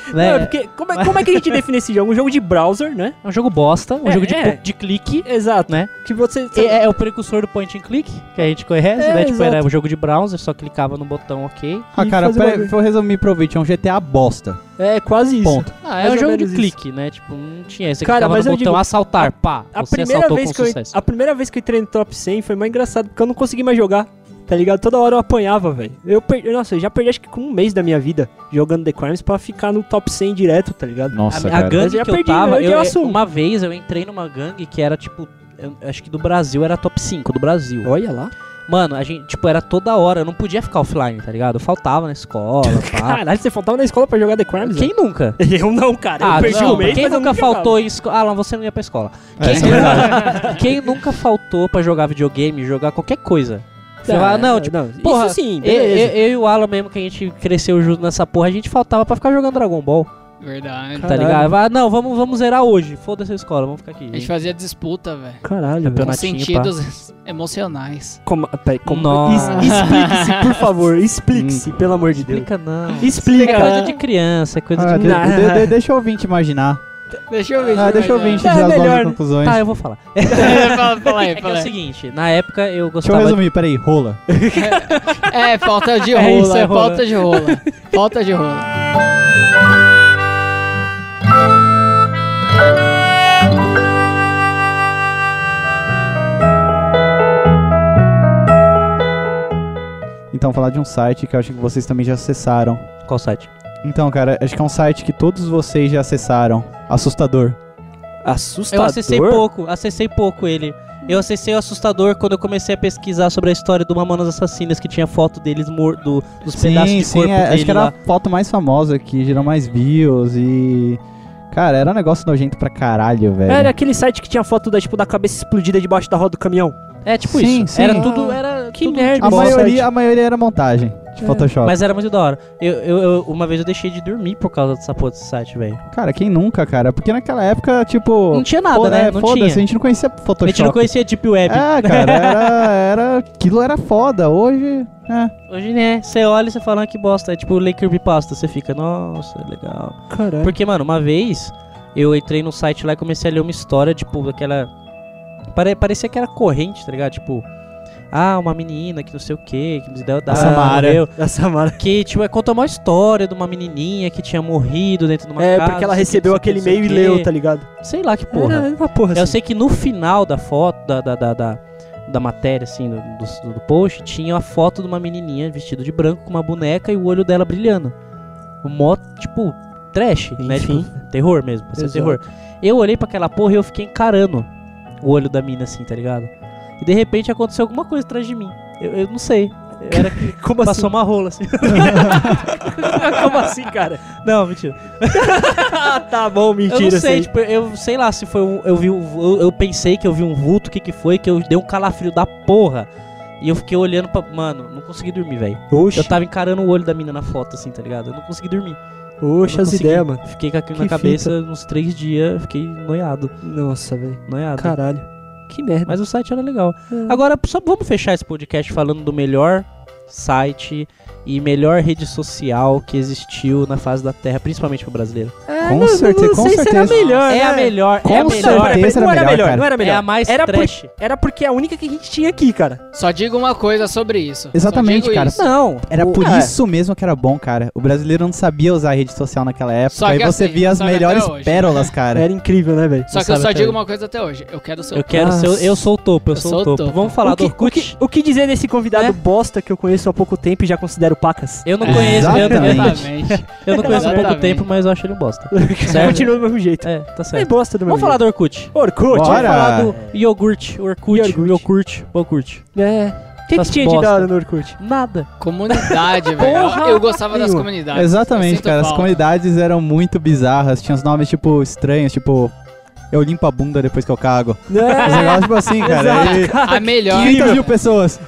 Speaker 2: Não,
Speaker 3: né?
Speaker 2: é porque, como, é, como é que a gente define esse jogo? Um jogo de browser, né?
Speaker 3: É um jogo bosta, um
Speaker 2: É,
Speaker 3: jogo de,
Speaker 2: é.
Speaker 3: po- de clique.
Speaker 2: Exato.
Speaker 3: Né?
Speaker 2: Que você.
Speaker 3: E É, é o precursor do point and click, que a gente conhece,
Speaker 2: É,
Speaker 3: né? Tipo, era
Speaker 2: exato.
Speaker 3: um jogo de browser, só clicava no botão ok.
Speaker 1: Ah,
Speaker 2: E
Speaker 1: cara,
Speaker 2: fazer
Speaker 1: pera,
Speaker 2: bagulho.
Speaker 1: deixa eu resumir pro vídeo. É um GTA bosta.
Speaker 2: É quase isso.
Speaker 1: Ponto.
Speaker 3: Ah, é
Speaker 2: Mais
Speaker 3: um
Speaker 2: ou
Speaker 3: jogo de
Speaker 2: menos isso.
Speaker 3: clique, né? Tipo, não tinha. Você
Speaker 2: Cara,
Speaker 3: clicava
Speaker 2: mas
Speaker 3: no
Speaker 2: eu
Speaker 3: botão
Speaker 2: digo,
Speaker 3: assaltar, pá,
Speaker 2: A
Speaker 3: você
Speaker 2: primeira,
Speaker 3: assaltou com
Speaker 2: vez que eu,
Speaker 3: sucesso.
Speaker 2: a primeira vez que eu entrei no top 100 foi mais engraçado, porque eu não consegui mais jogar, tá ligado? Toda hora eu apanhava, velho. Eu perdi, nossa, eu já perdi acho que com um mês da minha vida jogando The Crimes pra ficar no top 100 direto, tá ligado?
Speaker 3: A-
Speaker 14: Nossa,
Speaker 3: a,
Speaker 14: cara.
Speaker 2: Mas
Speaker 3: gangue
Speaker 2: eu
Speaker 3: que
Speaker 2: já
Speaker 3: eu
Speaker 2: perdi,
Speaker 3: tava,
Speaker 2: eu
Speaker 3: eu,
Speaker 2: já assumo.
Speaker 3: uma vez eu entrei numa gangue que era tipo, eu acho que do Brasil era top 5 do Brasil.
Speaker 2: Olha lá.
Speaker 3: Mano, a gente, tipo, era toda hora, eu não podia ficar offline, tá ligado? Eu faltava na escola, pá.
Speaker 2: Caralho, você faltava na escola pra jogar The Crimes?
Speaker 3: Quem nunca? Ah,
Speaker 2: velho? Eu não, cara. eu perdi
Speaker 3: não,
Speaker 2: um mês,
Speaker 3: quem
Speaker 2: mas eu
Speaker 3: nunca
Speaker 2: não jogava.
Speaker 3: faltou em escola? Ah, não, você não ia pra escola.
Speaker 14: Essa é a verdade.
Speaker 3: Quem nunca faltou pra jogar videogame, jogar qualquer coisa? Você
Speaker 2: É,
Speaker 3: fala, não, tipo, porra, é,
Speaker 2: isso sim,
Speaker 3: eu, eu-
Speaker 2: beleza.
Speaker 3: eu e o Alan mesmo, que a gente cresceu junto nessa porra, a gente faltava pra ficar jogando Dragon Ball,
Speaker 5: Verdade.
Speaker 3: tá ligado? Fala, não, vamos, vamos zerar hoje, foda-se a escola, vamos ficar aqui.
Speaker 5: A gente fazia disputa, velho.
Speaker 2: Caralho, velho.
Speaker 5: Com
Speaker 3: Campeonatinho,
Speaker 5: sentidos emocionais.
Speaker 2: Como, peraí, como,
Speaker 3: Nossa.
Speaker 2: es- explique-se, por favor. Explique-se, pelo amor de Deus.
Speaker 3: Hum. Explica não.
Speaker 2: Explica.
Speaker 3: É coisa de criança, é coisa
Speaker 1: Ah,
Speaker 3: de...
Speaker 1: de- de- de- deixa eu ouvinte imaginar.
Speaker 5: Deixa eu ver.
Speaker 1: Ah, deixa eu ouvinte
Speaker 2: É,
Speaker 1: tirar as
Speaker 2: melhor,
Speaker 1: nossas
Speaker 2: né?
Speaker 1: conclusões.
Speaker 3: Tá, eu vou falar.
Speaker 5: fala, fala aí,
Speaker 3: É que é
Speaker 5: fala
Speaker 3: o
Speaker 5: aí.
Speaker 3: seguinte, na época eu
Speaker 1: Deixa eu
Speaker 3: gostava
Speaker 1: resumir, peraí, rola.
Speaker 5: É, falta de
Speaker 3: É isso,
Speaker 5: rola,
Speaker 3: é
Speaker 5: é
Speaker 3: rola.
Speaker 5: falta de rola. Falta de rola.
Speaker 1: Então, falar de um site que eu acho que vocês também já acessaram.
Speaker 3: de... Qual site?
Speaker 1: Então, cara, acho que é um site que todos vocês já acessaram. Assustador.
Speaker 3: Eu
Speaker 2: Assustador.
Speaker 3: acessei pouco, acessei pouco ele. Eu acessei o assustador quando eu comecei a pesquisar sobre a história do Mamonas Assassinas, que tinha foto deles mor do, dos pedaços de corpo
Speaker 1: é,
Speaker 3: dele
Speaker 1: acho que era
Speaker 3: lá.
Speaker 1: a foto mais famosa que gerou mais views e. Cara, era um negócio nojento pra caralho, velho.
Speaker 2: Era aquele site que tinha foto da, tipo, da cabeça explodida debaixo da roda do caminhão. tipo,
Speaker 3: É tipo
Speaker 1: Sim,
Speaker 3: isso.
Speaker 1: sim.
Speaker 3: Era tudo, era
Speaker 2: Que
Speaker 3: tudo
Speaker 2: merda,
Speaker 3: de
Speaker 1: a,
Speaker 2: bom
Speaker 3: bosta.
Speaker 1: maioria, a maioria era montagem de Photoshop.
Speaker 3: É. Mas era muito da hora. Eu, eu- eu- uma vez eu deixei de dormir por causa dessa porra desse site, velho.
Speaker 1: Cara, quem nunca, cara? Porque naquela época, tipo.
Speaker 3: Não tinha nada,
Speaker 1: fo-
Speaker 3: né?
Speaker 1: é,
Speaker 3: Não
Speaker 1: foda-se,
Speaker 3: tinha.
Speaker 1: a gente não conhecia Photoshop.
Speaker 3: A gente não conhecia Deep Web.
Speaker 1: É, cara, era, era. Aquilo era foda. Hoje. É.
Speaker 3: Hoje, né? Você olha e você fala, ah, que bosta. É tipo Lei Pasta. Você fica, nossa, legal.
Speaker 2: Caralho.
Speaker 3: Porque, mano, uma vez eu entrei no site lá e comecei a ler uma história, tipo, daquela. Pare- Parecia que era corrente, tá ligado? Tipo, ah, uma menina que não sei o que, que me deu da
Speaker 1: Samara.
Speaker 3: morreu.
Speaker 2: Da Samara.
Speaker 3: Que, tipo, é, conta uma história de uma menininha que tinha morrido dentro de uma
Speaker 2: É,
Speaker 3: casa.
Speaker 2: porque ela
Speaker 3: não sei o que,
Speaker 2: recebeu
Speaker 3: não sei o
Speaker 2: aquele
Speaker 3: que, não
Speaker 2: e-mail e
Speaker 3: sei o
Speaker 2: leu,
Speaker 3: que.
Speaker 2: tá ligado?
Speaker 3: Sei lá que porra.
Speaker 2: Era uma porra
Speaker 3: Eu
Speaker 2: assim.
Speaker 3: sei que no final da foto, da, da, da, da, da matéria, assim, do, do, do post, tinha a foto de uma menininha vestida de branco com uma boneca e o olho dela brilhando. O mó, tipo, trash, né?
Speaker 2: Enfim.
Speaker 3: Tipo, terror mesmo, pra ser
Speaker 2: Exato.
Speaker 3: terror. Eu olhei pra aquela porra e eu fiquei encarando o olho da mina, assim, tá ligado? E de repente aconteceu alguma coisa atrás de mim. Eu, eu não sei. Eu era que
Speaker 2: Como
Speaker 3: passou uma rola, assim.
Speaker 2: assim? Como assim, cara?
Speaker 3: Não, mentira.
Speaker 2: Ah, tá bom,
Speaker 3: Eu
Speaker 2: mentira.
Speaker 3: não sei,
Speaker 2: aí.
Speaker 3: tipo, eu sei lá se foi um. Eu, vi um, eu, eu pensei que eu vi um vulto, o que que foi, que eu dei um calafrio da porra. E eu fiquei olhando pra. Mano, não consegui dormir, velho.
Speaker 2: Oxe,
Speaker 3: Eu tava encarando o olho da mina na foto, assim, tá ligado? Eu não consegui dormir. Eu
Speaker 2: oxe
Speaker 3: não
Speaker 2: as
Speaker 3: consegui.
Speaker 2: ideias, mano.
Speaker 3: Fiquei com aquilo
Speaker 2: Que
Speaker 3: na cabeça uns três dias, fiquei noiado.
Speaker 2: Nossa, velho.
Speaker 3: Noiado.
Speaker 2: Caralho. Que merda.
Speaker 3: Mas o site era legal.
Speaker 2: É.
Speaker 3: Agora, só vamos fechar esse podcast falando do melhor site e melhor rede social que existiu na face da Terra, principalmente pro brasileiro.
Speaker 1: com certeza, com
Speaker 2: sei se era
Speaker 1: certeza.
Speaker 2: melhor,
Speaker 3: é
Speaker 2: né?
Speaker 3: a melhor,
Speaker 2: Com
Speaker 3: é a melhor.
Speaker 1: certeza. Esse era
Speaker 2: não era
Speaker 1: melhor,
Speaker 2: melhor,
Speaker 1: cara.
Speaker 2: não era melhor.
Speaker 3: É a mais
Speaker 2: Era por-
Speaker 3: trash.
Speaker 2: Era porque é a única que a gente tinha aqui, cara.
Speaker 5: Só digo uma coisa sobre isso. Só
Speaker 1: Exatamente,
Speaker 5: digo
Speaker 1: cara.
Speaker 5: isso.
Speaker 3: Não,
Speaker 1: Era por
Speaker 2: Ah, é.
Speaker 1: isso mesmo que era bom, cara. O brasileiro não sabia usar a rede social naquela
Speaker 5: Só
Speaker 1: época.
Speaker 5: que
Speaker 1: E você
Speaker 5: assim,
Speaker 1: via as
Speaker 5: só que até
Speaker 1: melhores
Speaker 5: hoje.
Speaker 1: pérolas, cara.
Speaker 2: Era incrível, né, velho?
Speaker 5: Só
Speaker 3: Não
Speaker 5: que eu
Speaker 3: sabe
Speaker 5: só
Speaker 3: até
Speaker 5: digo
Speaker 3: hoje.
Speaker 5: uma coisa até hoje. Eu quero o seu.
Speaker 3: Eu quero
Speaker 2: Nossa.
Speaker 3: ser. o- Eu sou o topo, eu, sou, o topo. Vamos falar
Speaker 2: o que,
Speaker 3: do Orkut?
Speaker 2: O que, o que dizer desse convidado
Speaker 3: Né?
Speaker 2: bosta que eu conheço há pouco tempo e já considero pacas?
Speaker 3: Eu não conheço, eu, não- eu, não-
Speaker 5: Exatamente.
Speaker 3: eu não conheço há pouco
Speaker 5: Exatamente.
Speaker 3: tempo, mas eu acho ele um bosta. certo?
Speaker 2: Continua do mesmo jeito.
Speaker 3: É, tá
Speaker 2: É
Speaker 3: certo.
Speaker 2: bosta do meu
Speaker 3: Vamos falar do Orkut.
Speaker 2: jeito. Orkut.
Speaker 1: Bora.
Speaker 2: vamos
Speaker 3: Falar do iogurte, Orkut,
Speaker 2: Iogurte.
Speaker 3: iogurte, iogurte.
Speaker 2: falar- É. O que, que
Speaker 3: Essas
Speaker 2: tinha de
Speaker 3: bosta.
Speaker 2: da hora no Orkut?
Speaker 3: Nada.
Speaker 5: Comunidade, velho. Eu, eu gostava das
Speaker 2: nenhuma.
Speaker 5: comunidades. É, Eu
Speaker 1: Exatamente,
Speaker 5: sinto
Speaker 1: cara. As
Speaker 5: falta.
Speaker 1: comunidades eram muito bizarras. Tinha os nomes, tipo, estranhos, tipo. Eu limpo a bunda depois que eu cago. Os
Speaker 2: É.
Speaker 1: negócios, tipo assim, cara. E
Speaker 5: A melhor.
Speaker 1: 500 mil pessoas.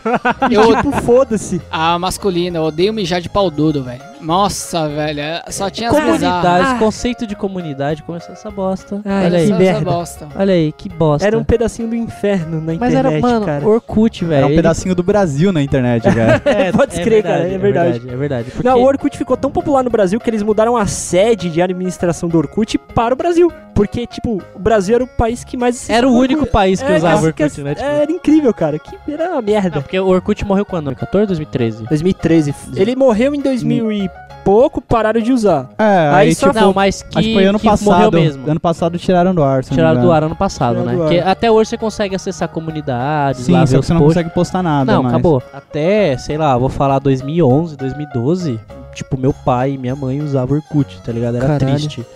Speaker 5: Eu,
Speaker 2: tipo, foda-se.
Speaker 5: a masculina, eu odeio mijar de pau duro, velho. Nossa, velho. é- Só tinha as bizarras.
Speaker 3: Comunidade,
Speaker 15: Ah.
Speaker 3: conceito de comunidade, começou essa bosta.
Speaker 2: Ai,
Speaker 3: Olha aí.
Speaker 2: que
Speaker 5: Só essa
Speaker 2: Ah, merda.
Speaker 5: bosta.
Speaker 3: Olha aí, que bosta.
Speaker 2: Era um pedacinho do inferno na
Speaker 3: Mas
Speaker 2: internet,
Speaker 3: era, mano,
Speaker 2: cara.
Speaker 3: Orkut, velho.
Speaker 1: Era um
Speaker 3: Ele-
Speaker 1: pedacinho do Brasil na internet, cara.
Speaker 3: É,
Speaker 2: Pode escrever, cara, é verdade.
Speaker 3: É verdade. porque-
Speaker 2: Não, o Orkut ficou tão popular no Brasil que eles mudaram a sede de administração do Orkut para o Brasil. Porque, tipo, o Brasil era o país que mais...
Speaker 3: Era o único país que
Speaker 2: É,
Speaker 3: usava
Speaker 2: cara,
Speaker 3: Orkut, né?
Speaker 2: que-
Speaker 3: Tipo,
Speaker 2: Era incrível, cara. Que era uma merda.
Speaker 3: Não, porque o Orkut morreu quando? 2014, 2013?
Speaker 2: 2013. Ele morreu em 2000 e pouco, pararam de usar.
Speaker 1: É,
Speaker 2: Aí
Speaker 1: aí,
Speaker 2: só-
Speaker 1: tipo,
Speaker 3: não, mas que,
Speaker 1: acho que foi ano
Speaker 3: que morreu
Speaker 1: passado.
Speaker 3: mesmo.
Speaker 1: Ano passado tiraram do ar, se eu não me
Speaker 3: Tiraram do
Speaker 1: engano.
Speaker 3: ar ano passado,
Speaker 2: Tiraram
Speaker 3: né?
Speaker 2: do ar.
Speaker 3: Porque até hoje você consegue acessar comunidades, lá
Speaker 1: Sim,
Speaker 3: ver
Speaker 1: só
Speaker 3: os
Speaker 1: que você não
Speaker 3: posts.
Speaker 1: consegue postar nada.
Speaker 3: Não,
Speaker 1: mais.
Speaker 3: acabou. Até, sei lá, vou falar 2011, 2012, tipo, meu pai e minha mãe usavam Orkut, tá ligado? Era
Speaker 2: Caralho.
Speaker 3: triste.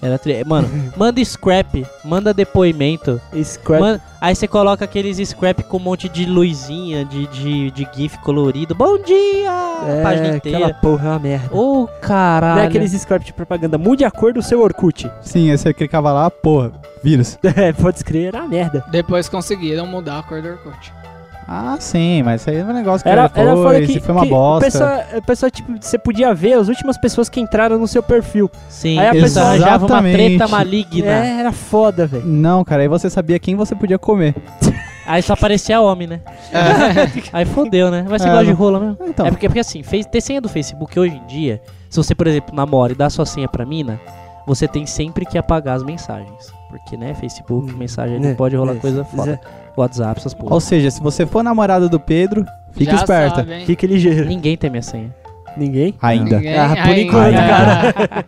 Speaker 3: Era triste. Mano, manda scrap, manda depoimento.
Speaker 2: Scrap.
Speaker 3: Man- aí você coloca aqueles scrap com um monte de luzinha, de, de, de gif colorido. Bom dia!
Speaker 2: é,
Speaker 3: página inteira.
Speaker 2: aquela porra é uma merda.
Speaker 3: Ô, caralho.
Speaker 2: Não é aqueles scrap de propaganda. Mude a cor do seu Orkut.
Speaker 1: Sim, aí você clicava lá, porra, vírus.
Speaker 2: É, pode escrever, era uma merda.
Speaker 5: Depois conseguiram mudar a cor do Orkut.
Speaker 1: Ah, sim, mas isso aí é um negócio que
Speaker 2: Era,
Speaker 1: depois,
Speaker 2: era foda que,
Speaker 1: foi uma
Speaker 2: que
Speaker 1: bosta.
Speaker 2: A pessoa, a pessoa, tipo, você podia ver as últimas pessoas que entraram no seu perfil.
Speaker 3: Sim,
Speaker 2: Aí a
Speaker 3: eles
Speaker 2: pessoa-
Speaker 3: arranjavam uma
Speaker 1: Exatamente.
Speaker 3: treta maligna.
Speaker 2: É, era foda, velho.
Speaker 1: Não, cara, aí você sabia quem você podia comer.
Speaker 3: Aí só aparecia homem, né? Aí fodeu, né? Vai ser
Speaker 1: É,
Speaker 3: igual de
Speaker 1: não-
Speaker 3: rola mesmo.
Speaker 1: Então,
Speaker 3: É porque, porque assim, fez, ter senha do Facebook hoje em dia, se você, por exemplo, namora e dá sua senha pra mina, você tem sempre que apagar as mensagens. Porque, né, Facebook,
Speaker 1: Hum.
Speaker 3: mensagem ali
Speaker 2: né,
Speaker 3: pode rolar
Speaker 2: né,
Speaker 3: coisa foda. WhatsApp, essas
Speaker 1: É, ou
Speaker 3: porra.
Speaker 1: seja, se você for namorado do Pedro, fique
Speaker 5: Já
Speaker 1: esperta.
Speaker 5: sabe, hein?
Speaker 2: Fique ligeiro.
Speaker 3: Ninguém tem minha senha.
Speaker 2: Ninguém?
Speaker 1: Ainda.
Speaker 5: Ninguém-
Speaker 2: Ah, por
Speaker 5: Ai,
Speaker 2: enquanto,
Speaker 5: cara.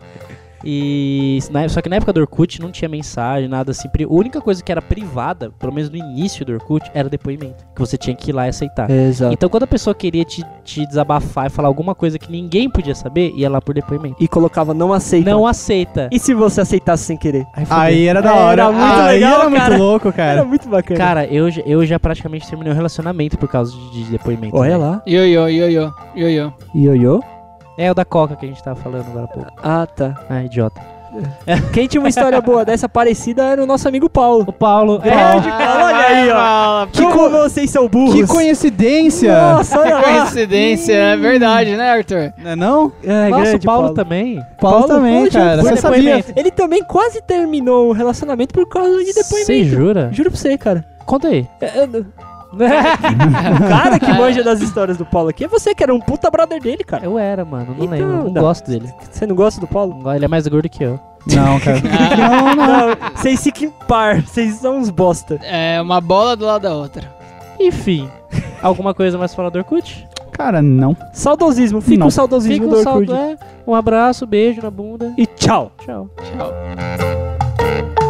Speaker 3: E na- só que na época do Orkut não tinha mensagem, nada assim. Pri- A única coisa que era privada, pelo menos no início do Orkut, era depoimento. Que você tinha que ir lá e aceitar.
Speaker 2: É, Exato.
Speaker 3: Então quando a pessoa queria te, te desabafar e falar alguma coisa que ninguém podia saber, ia lá por depoimento.
Speaker 2: E colocava não aceita.
Speaker 3: Não aceita.
Speaker 2: E se você aceitasse sem querer?
Speaker 1: Aí era da hora.
Speaker 2: Era muito
Speaker 1: aí
Speaker 2: legal,
Speaker 1: era muito
Speaker 2: cara.
Speaker 1: louco,
Speaker 2: Era
Speaker 1: cara.
Speaker 2: muito bacana.
Speaker 3: Cara, eu, já- eu já praticamente terminei um relacionamento por causa de, de depoimento.
Speaker 2: Olha
Speaker 3: né?
Speaker 2: lá.
Speaker 5: Ioiô, ioiô, ioiô.
Speaker 2: Ioiô?
Speaker 3: É o da Coca que a gente tava falando agora há pouco.
Speaker 2: Ah, tá.
Speaker 3: Ah, idiota.
Speaker 2: Quem tinha uma história boa dessa parecida era o nosso amigo Paulo.
Speaker 3: O Paulo.
Speaker 2: Grande Paulo, olha aí, ó. Que como vocês são burros.
Speaker 1: Que coincidência!
Speaker 2: Nossa, olha
Speaker 5: Que
Speaker 2: lá.
Speaker 5: coincidência, é verdade, né, Arthur?
Speaker 1: Não é não?
Speaker 2: É,
Speaker 3: Nossa, o
Speaker 2: grande
Speaker 3: Paulo, também.
Speaker 1: Paulo, também,
Speaker 2: Paulo já
Speaker 1: cara.
Speaker 2: foi
Speaker 1: Você sabia?
Speaker 3: depoimento.
Speaker 2: Ele também quase terminou o relacionamento por causa de depoimento.
Speaker 3: Você jura?
Speaker 2: Juro pra você, cara.
Speaker 3: Conta aí.
Speaker 2: É, eu não- o cara que manja das histórias do Paulo aqui é você, que era um puta brother dele, cara.
Speaker 3: Eu era, mano. Não
Speaker 2: Então,
Speaker 3: lembro. Não,
Speaker 2: não.
Speaker 3: gosto dele.
Speaker 2: Você não gosta do Paulo?
Speaker 3: Não gosto- Ele é mais gordo que eu.
Speaker 1: Não, cara.
Speaker 2: Não, não. Vocês se par, vocês são uns bosta.
Speaker 5: É uma bola do lado da outra.
Speaker 3: Enfim. Alguma coisa mais fora do Orkut?
Speaker 1: Cara, não.
Speaker 2: Saudosismo, fica
Speaker 1: Não.
Speaker 2: o saudosismo
Speaker 3: Fica
Speaker 2: do
Speaker 3: um
Speaker 2: Orkut.
Speaker 3: saldo. É, um abraço, beijo na bunda.
Speaker 2: E tchau.
Speaker 3: Tchau.
Speaker 5: Tchau.